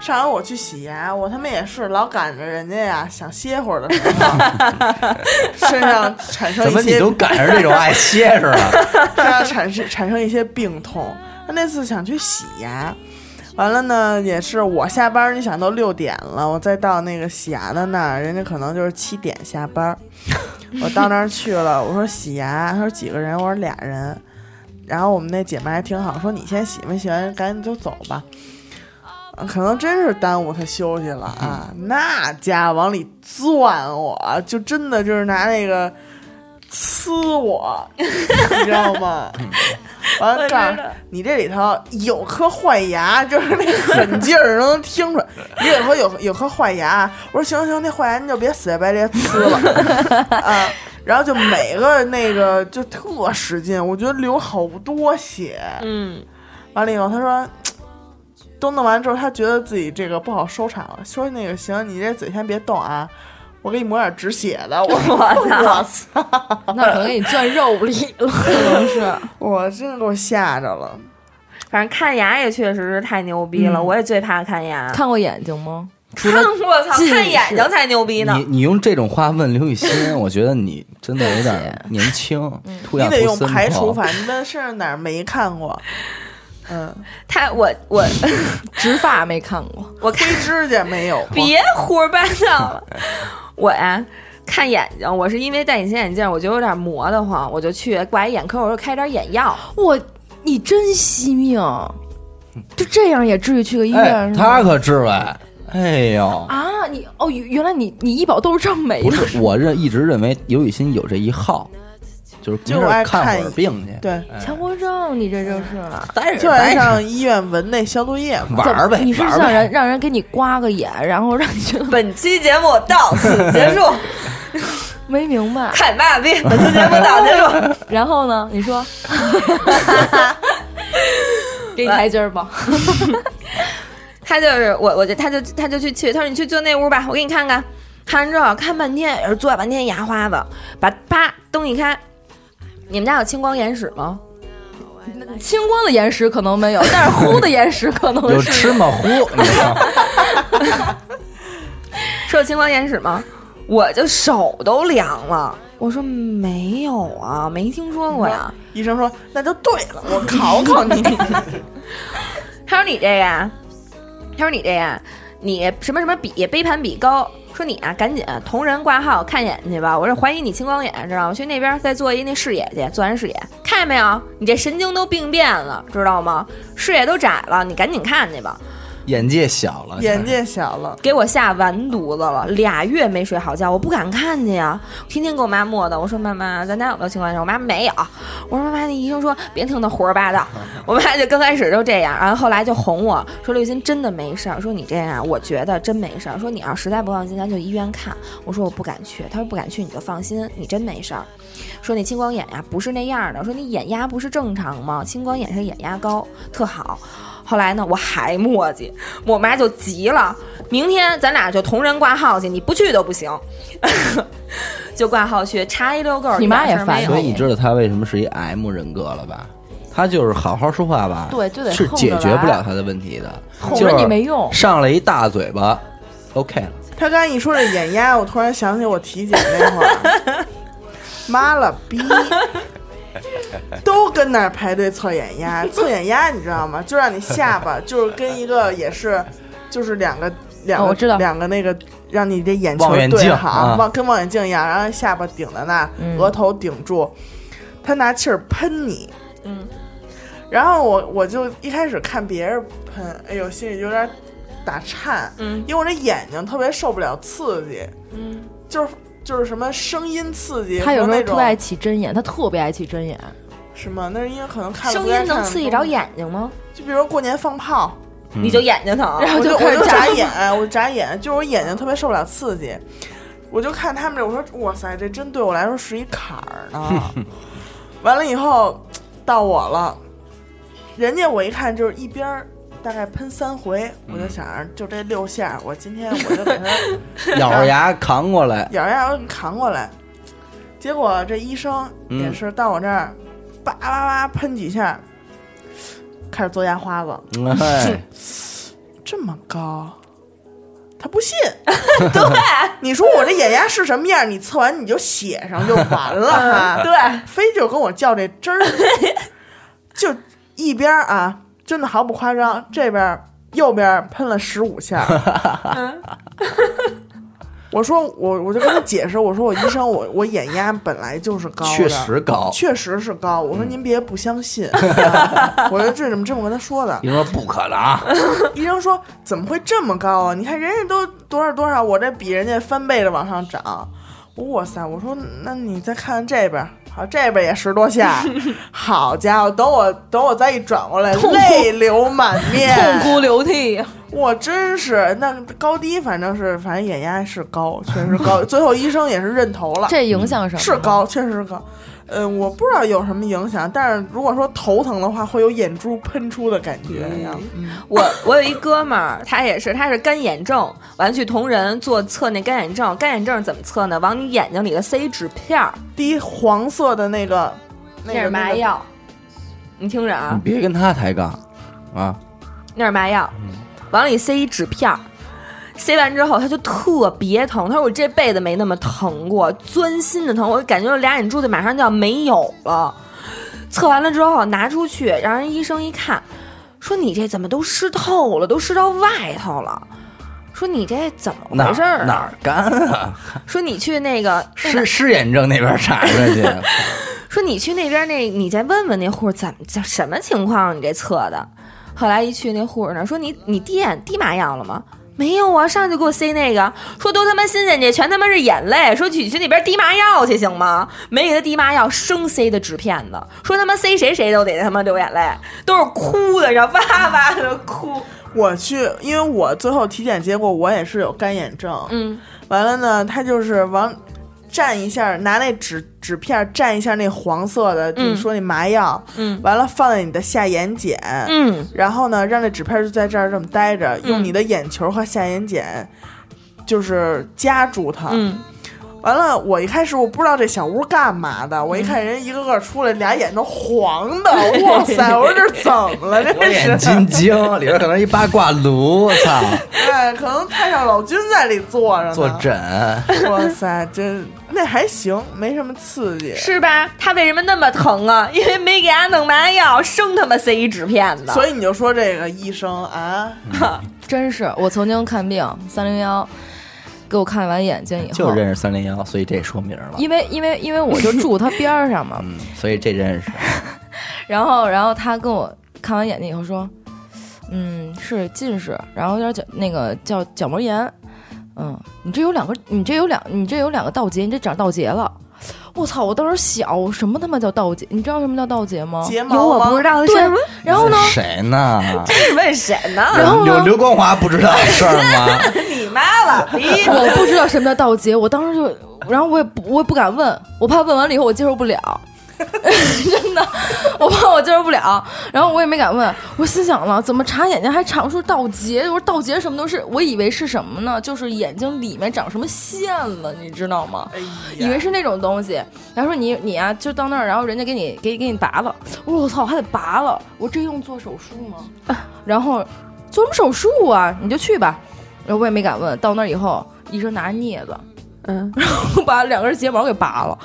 上回我去洗牙，我他妈也是老赶着人家呀，想歇会儿的时候， 身上产生
怎么
一
你
些，
都赶上这种爱歇似的？
身上产生产生一些病痛。他那次想去洗牙，完了呢，也是我下班儿，你想都六点了，我再到那个洗牙的那儿，人家可能就是七点下班儿。我到那儿去了，我说洗牙，他说几个人，我说俩人。然后我们那姐妹还挺好，说你先洗没洗完，赶紧就走吧。啊可能真是耽误她休息了啊！那家往里钻我，就真的就是拿那个呲我，你知道 吗？完了，告诉你这里头有颗坏牙，就是那狠劲儿能听出来。你有说有有颗坏牙，我说行行，那坏牙你就别死乞白赖呲了 啊。然后就每个那个就特使劲，我觉得流好多血。
嗯，
完了以后，他说都弄完之后，他觉得自己这个不好收场了，说那个行，你这嘴先别动啊，我给你抹点止血的。我说我操，
那可能给你攥肉里了， 可能是。
我真的给我吓着了。
反正看牙也确实是太牛逼了，我也最怕看牙。
看过眼睛吗？
看 我操，
近
看眼
视
睛才牛逼呢
你。你用这种话问刘雨欣，我觉得你真的有点年轻，突
你
然
得用排除
哎
法，你问身上哪儿没看过？ 嗯，
他我我
植发没看过，
我
黑
看
指甲没有过。
别胡说八道了。我呀，看眼睛，我是因为戴隐形眼镜，我觉得有点磨得慌，我就去挂一眼科，我说开点眼药。
我你真惜命，就这样也至于去个医
哎
院，是吗？
他可治了，哎呦，
啊，你哦，原原来你你医保都是这么没
不
的，
是，我认一直认为刘雨欣有这一号，就是没
就
事
爱
儿
看
会儿病去，
对，
强迫症，你这就是
待
就哎
着
爱
待着
上医院闻那消毒液嘛。
玩儿呗，
你是
玩儿
想
呗。
人让人给你刮个眼，然后让你觉得
本期节目到此结束，
没明白，
看爸逼，本期节目到此结束。
然后呢？你 说，给你台阶儿吧。
他就是我，我就他就他就去去，他说你去坐那屋吧，我给你看看。看完之后看半天也是坐半天牙花子，把啪灯一开，你们家有青光眼屎吗？
青光的眼屎可能没有，但是糊的眼屎可能
有
是。
芝麻糊，你知道吗
是有青光眼屎吗？我就手都凉了。我说没有啊，没听说过呀。
医生说那就对了，我考考 你。
他说你这个啊，他说你这个，你什么什么比杯盘比高，说你啊赶紧同仁挂号看眼去吧。我说怀疑你青光眼，知道吗？去那边再做一那视野去，做完视野看见没有？你这神经都病变了，知道吗？视野都窄了，你赶紧看去吧。
眼界小了，
眼界小了，
给我吓完犊子了，俩月没睡好觉，我不敢看去呀，天天给我妈磨叨。我说妈妈，咱家有没有情况下？我妈没有。我说妈妈，那医生说别听他胡说八道。我妈就刚开始就这样，然后后来就哄我说刘雨欣真的没事儿，说你这样，我觉得真没事儿。说你要实在不放心，咱就医院看。我说我不敢去，他说不敢去你就放心，你真没事儿。说那青光眼呀、不是那样的，说你眼压不是正常吗？青光眼是眼压高，特好。后来呢，我还磨叽，我妈就急了，明天咱俩就同仁挂号去，你不去都不行。 就挂号去查一溜够儿，
你妈也
一点事儿没
烦
有
所以你知道他为什么是一 M 人格了吧？他就是好好说话吧，
对就得
是
横着
解决不
来
了他的问题的，
哄
就
着
是
你没用
上了一大嘴巴，OK 了。
他刚一说这眼压，我突然想起我体检那会儿，妈了 逼，都跟那儿排队测眼压，测眼压你知道吗？就让你下巴就是跟一个也是，就是两个两个、
哦我知道
两个那个让你这眼球
望远镜
对好
啊，
望、跟望远镜一样，然后下巴顶在那儿，
嗯
额头顶住，他拿气儿喷你，嗯，然后我我就一开始看别人喷，哎呦心里有点打颤，
嗯，
因为我这眼睛特别受不了刺激，
嗯，
就是就是什么声音刺激，
他有时
和
候
那
特
种
别爱起针眼，他特别爱起针眼。
什么，那是因为可能看
声音能刺激着
着，
眼睛吗？
就比如过年放炮，
嗯
你就眼睛疼。
然后
我就
开
我
始
就
眨
眨眼， 我眨眼，就是我眼睛特别受不了刺激，我就看他们这，我说哇塞，这真对我来说是一坎儿 呢。完了以后到我了，人家我一看就是一边儿大概喷三回，我就想着就这六下儿，我今天我就给他
咬着牙扛过来，
咬着牙我给扛过来。结果这医生也是到我这儿，叭叭叭喷几下，开始做牙花子，
哎，
这么高，他不信。 对，你说我这眼压是什么样？你测完你就写上就完 了哈。对，非就跟我较这真儿，就一边儿啊，真的毫不夸嗯 张，这边儿右边儿喷了十五下儿，我说我我就跟他解释，我说我医生我我眼压本来就是高的，
确实高。
确实是高。我说您别不相 信，啊我说这怎么这么跟他说的？
你说不可能，啊
医生说怎么会这么高啊？你看人家都多少多少，我这比人家翻倍的往上涨。哇塞！我说那你再看看这边，好，这边也十多 下。好家伙，等我等我再一转过来，泪 流满面，
痛哭流涕。
我真是那高低，反正是反正眼压是高，确实高。最后医生也是认头了，
这影响什么？
是高，确实是高。嗯，我不知道有什么影响，但是如果说头疼的话，会有眼珠喷出的感觉。
我我有一哥们儿，他也是，他是干眼症，完去同仁做测那干眼症，干眼症怎么测呢？往你眼睛里头塞一纸片儿，
滴黄色的那个，那
那
个
是麻，药，你听着啊
你，别跟他抬杠啊！
那是麻药，
嗯
往里塞一纸片儿，塞完之后他就特别疼，他说我这辈子没那么疼过，钻心的疼，我感觉我俩眼珠子马上就要没有了。测完了之后拿出去，让人医生一看，说你这怎么都湿透了，都湿到外头了。说你这怎么
哪
回事儿
儿
啊？
哪儿干 啊？
说你去那个，那
湿湿眼症那边查查 去。
说你去那边那，你再问问那护士怎么叫什么情况？你这测的。后来一去那护士那儿说你你滴眼滴麻药了吗？没有啊，上去给我塞那个，说都他妈新鲜去，全他妈是眼泪。说去去那边滴麻药去行吗？没给他滴麻药，生塞的纸片子，说他妈塞谁谁都得他妈流眼泪，都是哭的，你知道哇哇的哭。
我去，因为我最后体检结果我也是有干眼症，
嗯，
完了呢，他就是往蘸一下，拿那纸纸片蘸一下那黄色的，就是说那麻药，
嗯，
完了放在你的下眼睑，
嗯，
然后呢，让那纸片就在这儿这么待着，
嗯
用你的眼球和下眼睑就是夹住它，
嗯。
完了，我一开始我不知道这小屋干嘛的，我一看人一个个出来，俩眼都黄 的，哇塞！我说这怎么了？
我
这
眼
是
金睛，里边可能一八卦炉，我操，
啊
哎，可能太上老君在里坐着呢。
坐枕。
哇塞，这那还行，没什么刺激。
是吧？他为什么那么疼啊？因为没给他弄麻药，生他妈塞一纸片子。
所以你就说这个医生啊，
真是，我曾经看病三零幺，给我看完眼睛以后，
就认识三零幺，所以这说明了。
因为因为因为我就住他边儿上 嘛，
嗯，所以这认识。
然后然后他跟我看完眼睛以后说，嗯，是近视，然后有点角那个叫角膜炎，嗯，你这有两个，你这有两，你这有两个倒结，你这长倒结了。我操！我当时小，我什么他妈叫倒结？你知道什么叫倒结吗？
睫
有
毛
我
吗
不知道的事儿吗？
然后呢？
谁呢？
你问谁呢？
然后呢
有刘光华不知道的事儿吗？
你妈了 逼！
我不知道什么叫倒结，我当时就，然后我也不，我也不敢问，我怕问完了以后我接受不了， 真的，我怕我接受不了，然后我也没敢问，我心想了，怎么查眼睛还查不出倒结？我说倒结什么都是，我以为是什么呢？就是眼睛里面长什么线了，你知道吗？
哎呀
以为是那种东西，然后说你你啊，就到那儿，然后人家给你给给你拔了，我说我操，还得拔了，我这用做手术吗？ 然后做什么手术啊？你就去吧。然后我也没敢问，到那儿以后，医生拿镊子，
嗯，
我把两根睫毛给拔 了。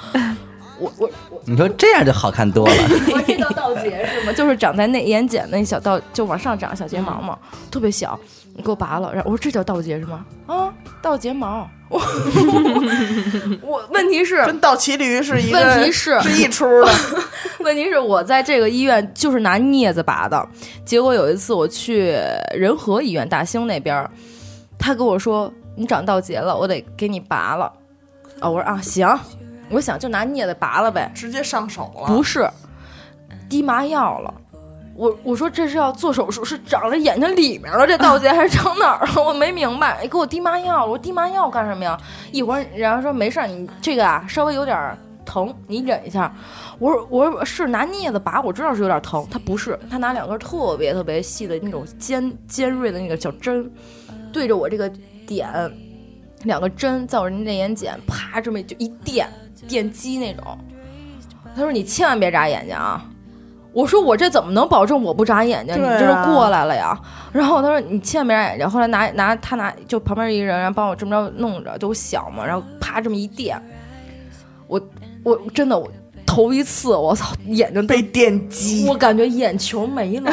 我我我，
你说这样就好看多了。
我这叫倒睫是吗？ 就是长在那眼睑那小倒，就往上长小睫毛嘛，特别小，你给我拔了。然后我说这叫倒睫是吗？啊，倒睫毛。 我我问题是
跟倒骑驴是一个，
问题是
是一出的。
问题是我在这个医院就是拿镊子拔的，结果有一次我去仁和医院大兴那边儿，他跟我说你长倒睫了，我得给你拔了。啊、我说啊行，我想就拿镊子拔了呗，
直接上手了，
不是，滴麻药了。我我说这是要做手术，是长在眼睛里面了，这倒睫还是长哪儿了？我没明白，哎给我滴麻药了，我滴麻药干什么呀？一会儿然后说没事儿，你这个啊稍微有点儿疼，你忍一下。我说我说是拿镊子拔，我知道是有点疼，他不是，他拿两根特别特别细的那种尖尖锐的那个小针，对着我这个点，两个针在我这内眼睑啪这么就一电电击那种。他说你千万别眨眼睛啊！我说我这怎么能保证我不眨眼睛？
对啊
你这都过来了呀。然后他说你千万别眨眼睛。后来拿拿他拿就旁边一人，然后帮我这么着弄着，就我小嘛，然后啪这么一电，我我真的我头一次我操眼睛都
被电击
我。感觉眼球没了，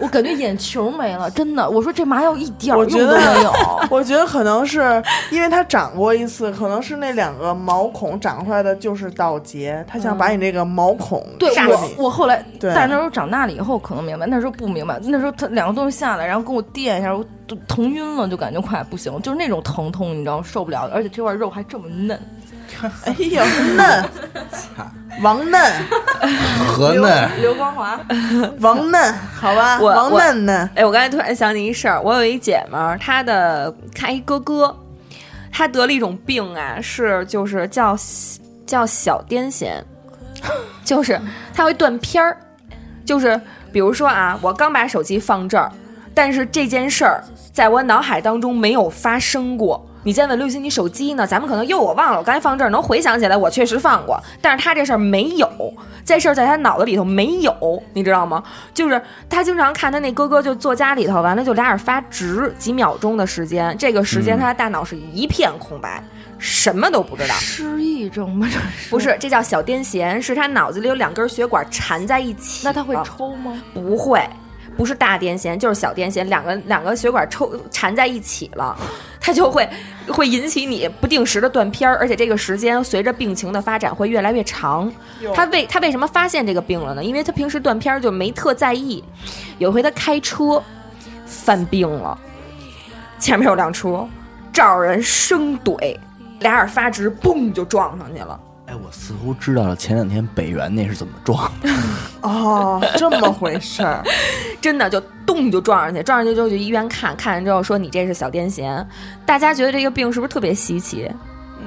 我感觉眼球没了，真的。我说这麻药一点儿
我
用
觉
都
得
没有。
我觉得可能是因为他长过一次，可能是那两个毛孔长出来的就是倒结，他想把你这个毛孔
对
杀
我，
死
我后来，
对
但是那时候长大了以后可能明白，那时候不明白，那时候他两个东西下来，然后跟我电一下，我都疼晕了，就感觉快不行，就是那种疼痛，你知道吗受不了，而且这块肉还这么嫩，
你。哎呦，嫩，王嫩，
河嫩
刘光华，
王嫩，好吧，
我
王
我
嫩嫩，
哎，我刚才突然想起一事儿，我有一姐们儿，她的她一哥哥，他得了一种病啊，是就是叫叫小癫痫，就是他会断片儿，就是比如说啊，我刚把手机放这儿，但是这件事儿在我脑海当中没有发生过。你现在问刘雨欣，你手机呢？咱们可能又我忘了，我刚才放这儿能回想起来，我确实放过，但是他这事儿没有，这事儿在他脑子里头没有，你知道吗？就是他经常看他那哥哥就坐家里头，完了就俩眼发直，几秒钟的时间，这个时间
嗯
他的大脑是一片空白，什么都不知道。
失忆症吗？这是
不？是，这叫小癫痫，是他脑子里有两根血管缠在一起。啊
那他会抽吗？
不会，不是大癫痫，就是小癫痫，两个两个血管抽缠在一起了，它就会会引起你不定时的断片儿，而且这个时间随着病情的发展会越来越长。他为他为什么发现这个病了呢？因为他平时断片儿就没特在意，有一回他开车犯病了，前面有辆车照人生怼，俩眼发直，嘣就撞上去了。
哎，我似乎知道了前两天北原那是怎么撞。
哦，这么回事儿，
真的就咚就撞上去，撞上去之后去医院看，看完之后说你这是小癫痫。大家觉得这个病是不是特别稀奇？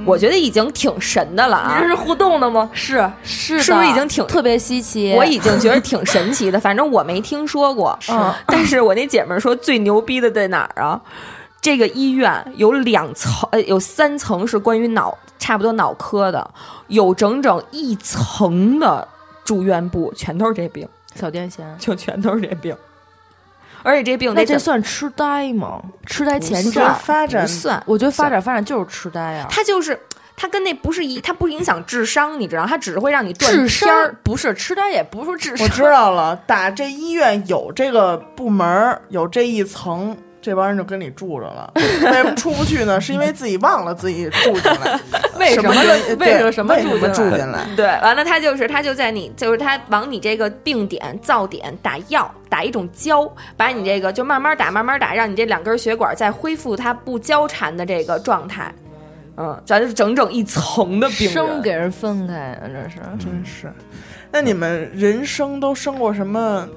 我觉得已经挺神的了啊！
互动的吗？是是的，
是不是已经挺
特别稀奇？
我已经觉得挺神奇的，反正我没听说过。
嗯
但是我那姐们儿说最牛逼的在哪儿啊？这个医院有两层，呃，有三层是关于脑，差不多脑科的，有整整一层的住院部，全都是这病，
小癫痫。
就全都是这病。而且这病
那
得
这
怎
算痴呆吗？痴呆 前
不
兆
算发展
不算，我觉得发展发展就是痴呆啊。
它就是它跟那不是一，它不影响智商，你知道，它只会让你断
智
片
商
儿。
不是痴呆，也不是智商。
我知道了，打这医院有这个部门儿，有这一层，这帮人就跟你住着 了。为什么出不去呢？是因为自己忘了自己住进来，
为什么
原
为什
对
么什么
为什
住
么
进
住
来
进来？
对，完了，它就是它就在你，就是它往你这个病点、灶点打药，打一种胶，把你这个就慢慢打，慢慢打，让你这两根血管再恢复它不交缠的这个状态。嗯，咱就是整整一层的病
生
人。
给人分开啊，这是。
嗯
真是。那你们人生都生过什么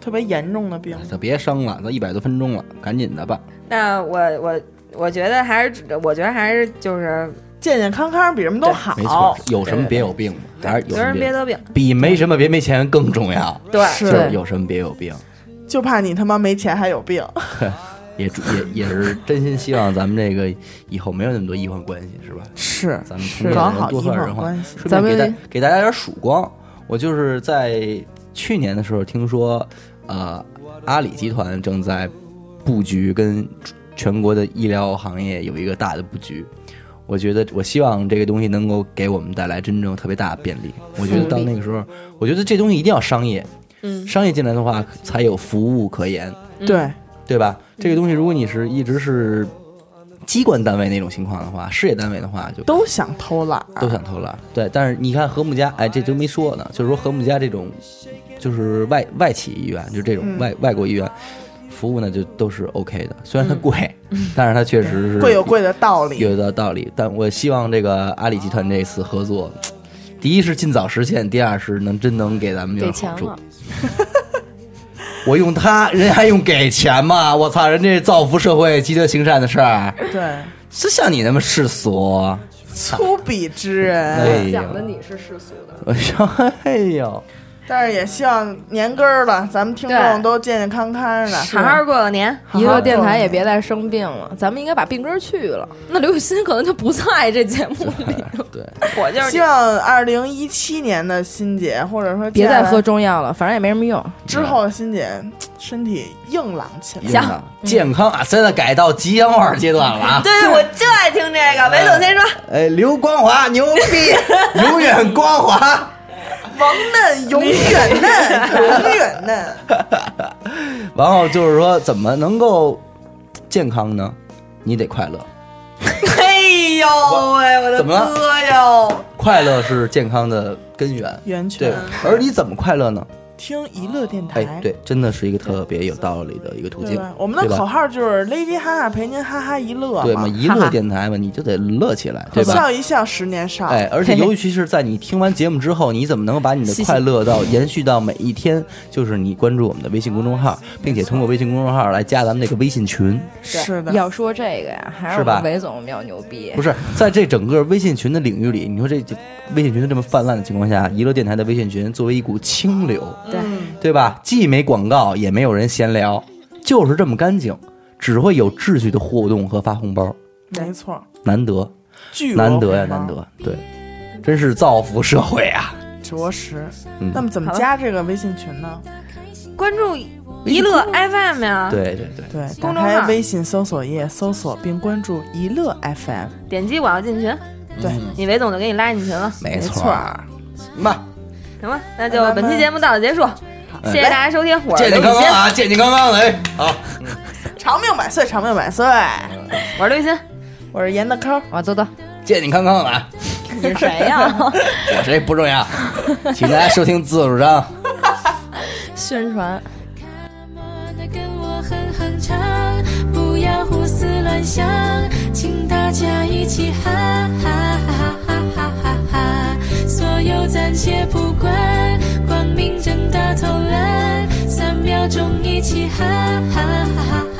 特别严重的病？
就别生了，都一百多分钟了，赶紧的吧。
那我我我觉得还是，我觉得还是就是
健健康康比什么都好。
没错，有什么别有病嘛，还是有
有人别
病
得病。
比没什么别没钱更重要。
对，
是
就是有什么别有病，
就怕你他妈没钱还有病。
也祝也也是真心希望咱们这个以后没有那么多医患关系，是吧？
是
咱们
是
通
搞好
过人多
医
说点
患
人话
关，系。
顺便给
咱
大
们
给大家点曙光。我就是在去年的时候听说，呃，阿里集团正在布局跟全国的医疗行业有一个大的布局。我觉得，我希望这个东西能够给我们带来真正特别大的便利。我觉得到那个时候，我觉得这东西一定要商业，
嗯
商业进来的话才有服务可言。
嗯
对，
对吧？这个东西，如果你是一直是机关单位那种情况的话，事业单位的话，就
都想偷懒儿。
都想偷懒。对，但是你看和睦家，哎，这都没说呢，就是说和睦家这种，就是外外企医院，就这种
嗯
外、外国医院，服务呢就都是 OK 的，虽然它贵，但是它确实是
嗯贵有贵的道理。
有的道理。但我希望这个阿里集团这次合作。第一是尽早实现，第二是能真能给咱们有
给
点
钱
好处
了。，
我用它，人家还用给钱吗？我操，人家造福社会、积德行善的事儿，
对，
是像你那么世俗？啊
粗鄙之人。
哎呦，
你是世俗的，
我说 哎呦，
但是也希望年根儿了，咱们听众
对
都健健康康的。
好好过个年。
好好
以后电台
做
也别再生病了，咱们应该把病根儿去了。那刘雨欣可能就不在这节目里，
哎 对，
我就是
希望二零一七年的欣姐，或者说
别再
接下来
喝中药了，反正也没什么用。
之后的欣姐，身体硬朗起来。
行，健康啊，现在改到吉祥话阶段了 啊！
对，我就爱听
哎
这个。韦总先说，
哎，刘光华牛逼，永远光华。
王嫩，永远嫩，永远嫩。
然后就是说，怎么能够健康呢？你得快乐，
哎呦喂，我的
怎么了
哥哟！
快乐是健康的根 源，
哎源
对
泉
吧。而你怎么快乐呢？
听娱乐电台，
哎，对，真的是一个特别有道理的一个途
对
径
吧。我们的
对吧
口号就是 “Lady 哈哈陪您哈哈一乐”
对嘛，
嘛，
一乐电台嘛，你就得乐起来，对吧？
笑一笑，十年少。
哎，而且尤其是在你听完节目之后，你怎么能够把你的快乐到延续到每一天？就是你关注我们的微信公众号，并且通过微信公众号来加咱们那个微信群。
是的，
要说这个呀，还
是
我
吧
们韦总比较牛逼
不。是，在这整个微信群的领域里，你说这这微信群这么泛滥的情况下，娱乐电台的微信群作为一股清流，
对，
嗯
对吧？既没广告，也没有人闲聊，就是这么干净，只会有秩序的互动和发红包，
没错，
难得，
巨额
难得呀，
回报
难，得，对，真是造福社会啊！
着实。
嗯
那么怎么
好了
加这个微信群呢？
关注一乐 FM 呀，
对对对，
对，打
公众
开
号
微信搜索页，搜索并关注“一乐 FM”。
点击我要进群，
对，
你韦总就给你拉进群了，
嗯没
错
错儿，嘛，
行吧？那就本期节目到此结束，谢谢
来
大家收听，我是
健
刘
健
雨
康
欣
康，啊，健健康康的，哎，好。
长命百岁，长命百岁！
嗯
我是刘雨欣，
我是严德抠，
我多多，
健健康康的啊，
你是谁呀？
我谁不重要，请大家收听自主张。
宣传。
的跟我哼哼唱，不要胡思乱想，请大家一起哈哈哈哈哈哈哈！所有暂且不管，光明正大偷懒，三秒钟一起哈哈哈哈哈哈！哦啊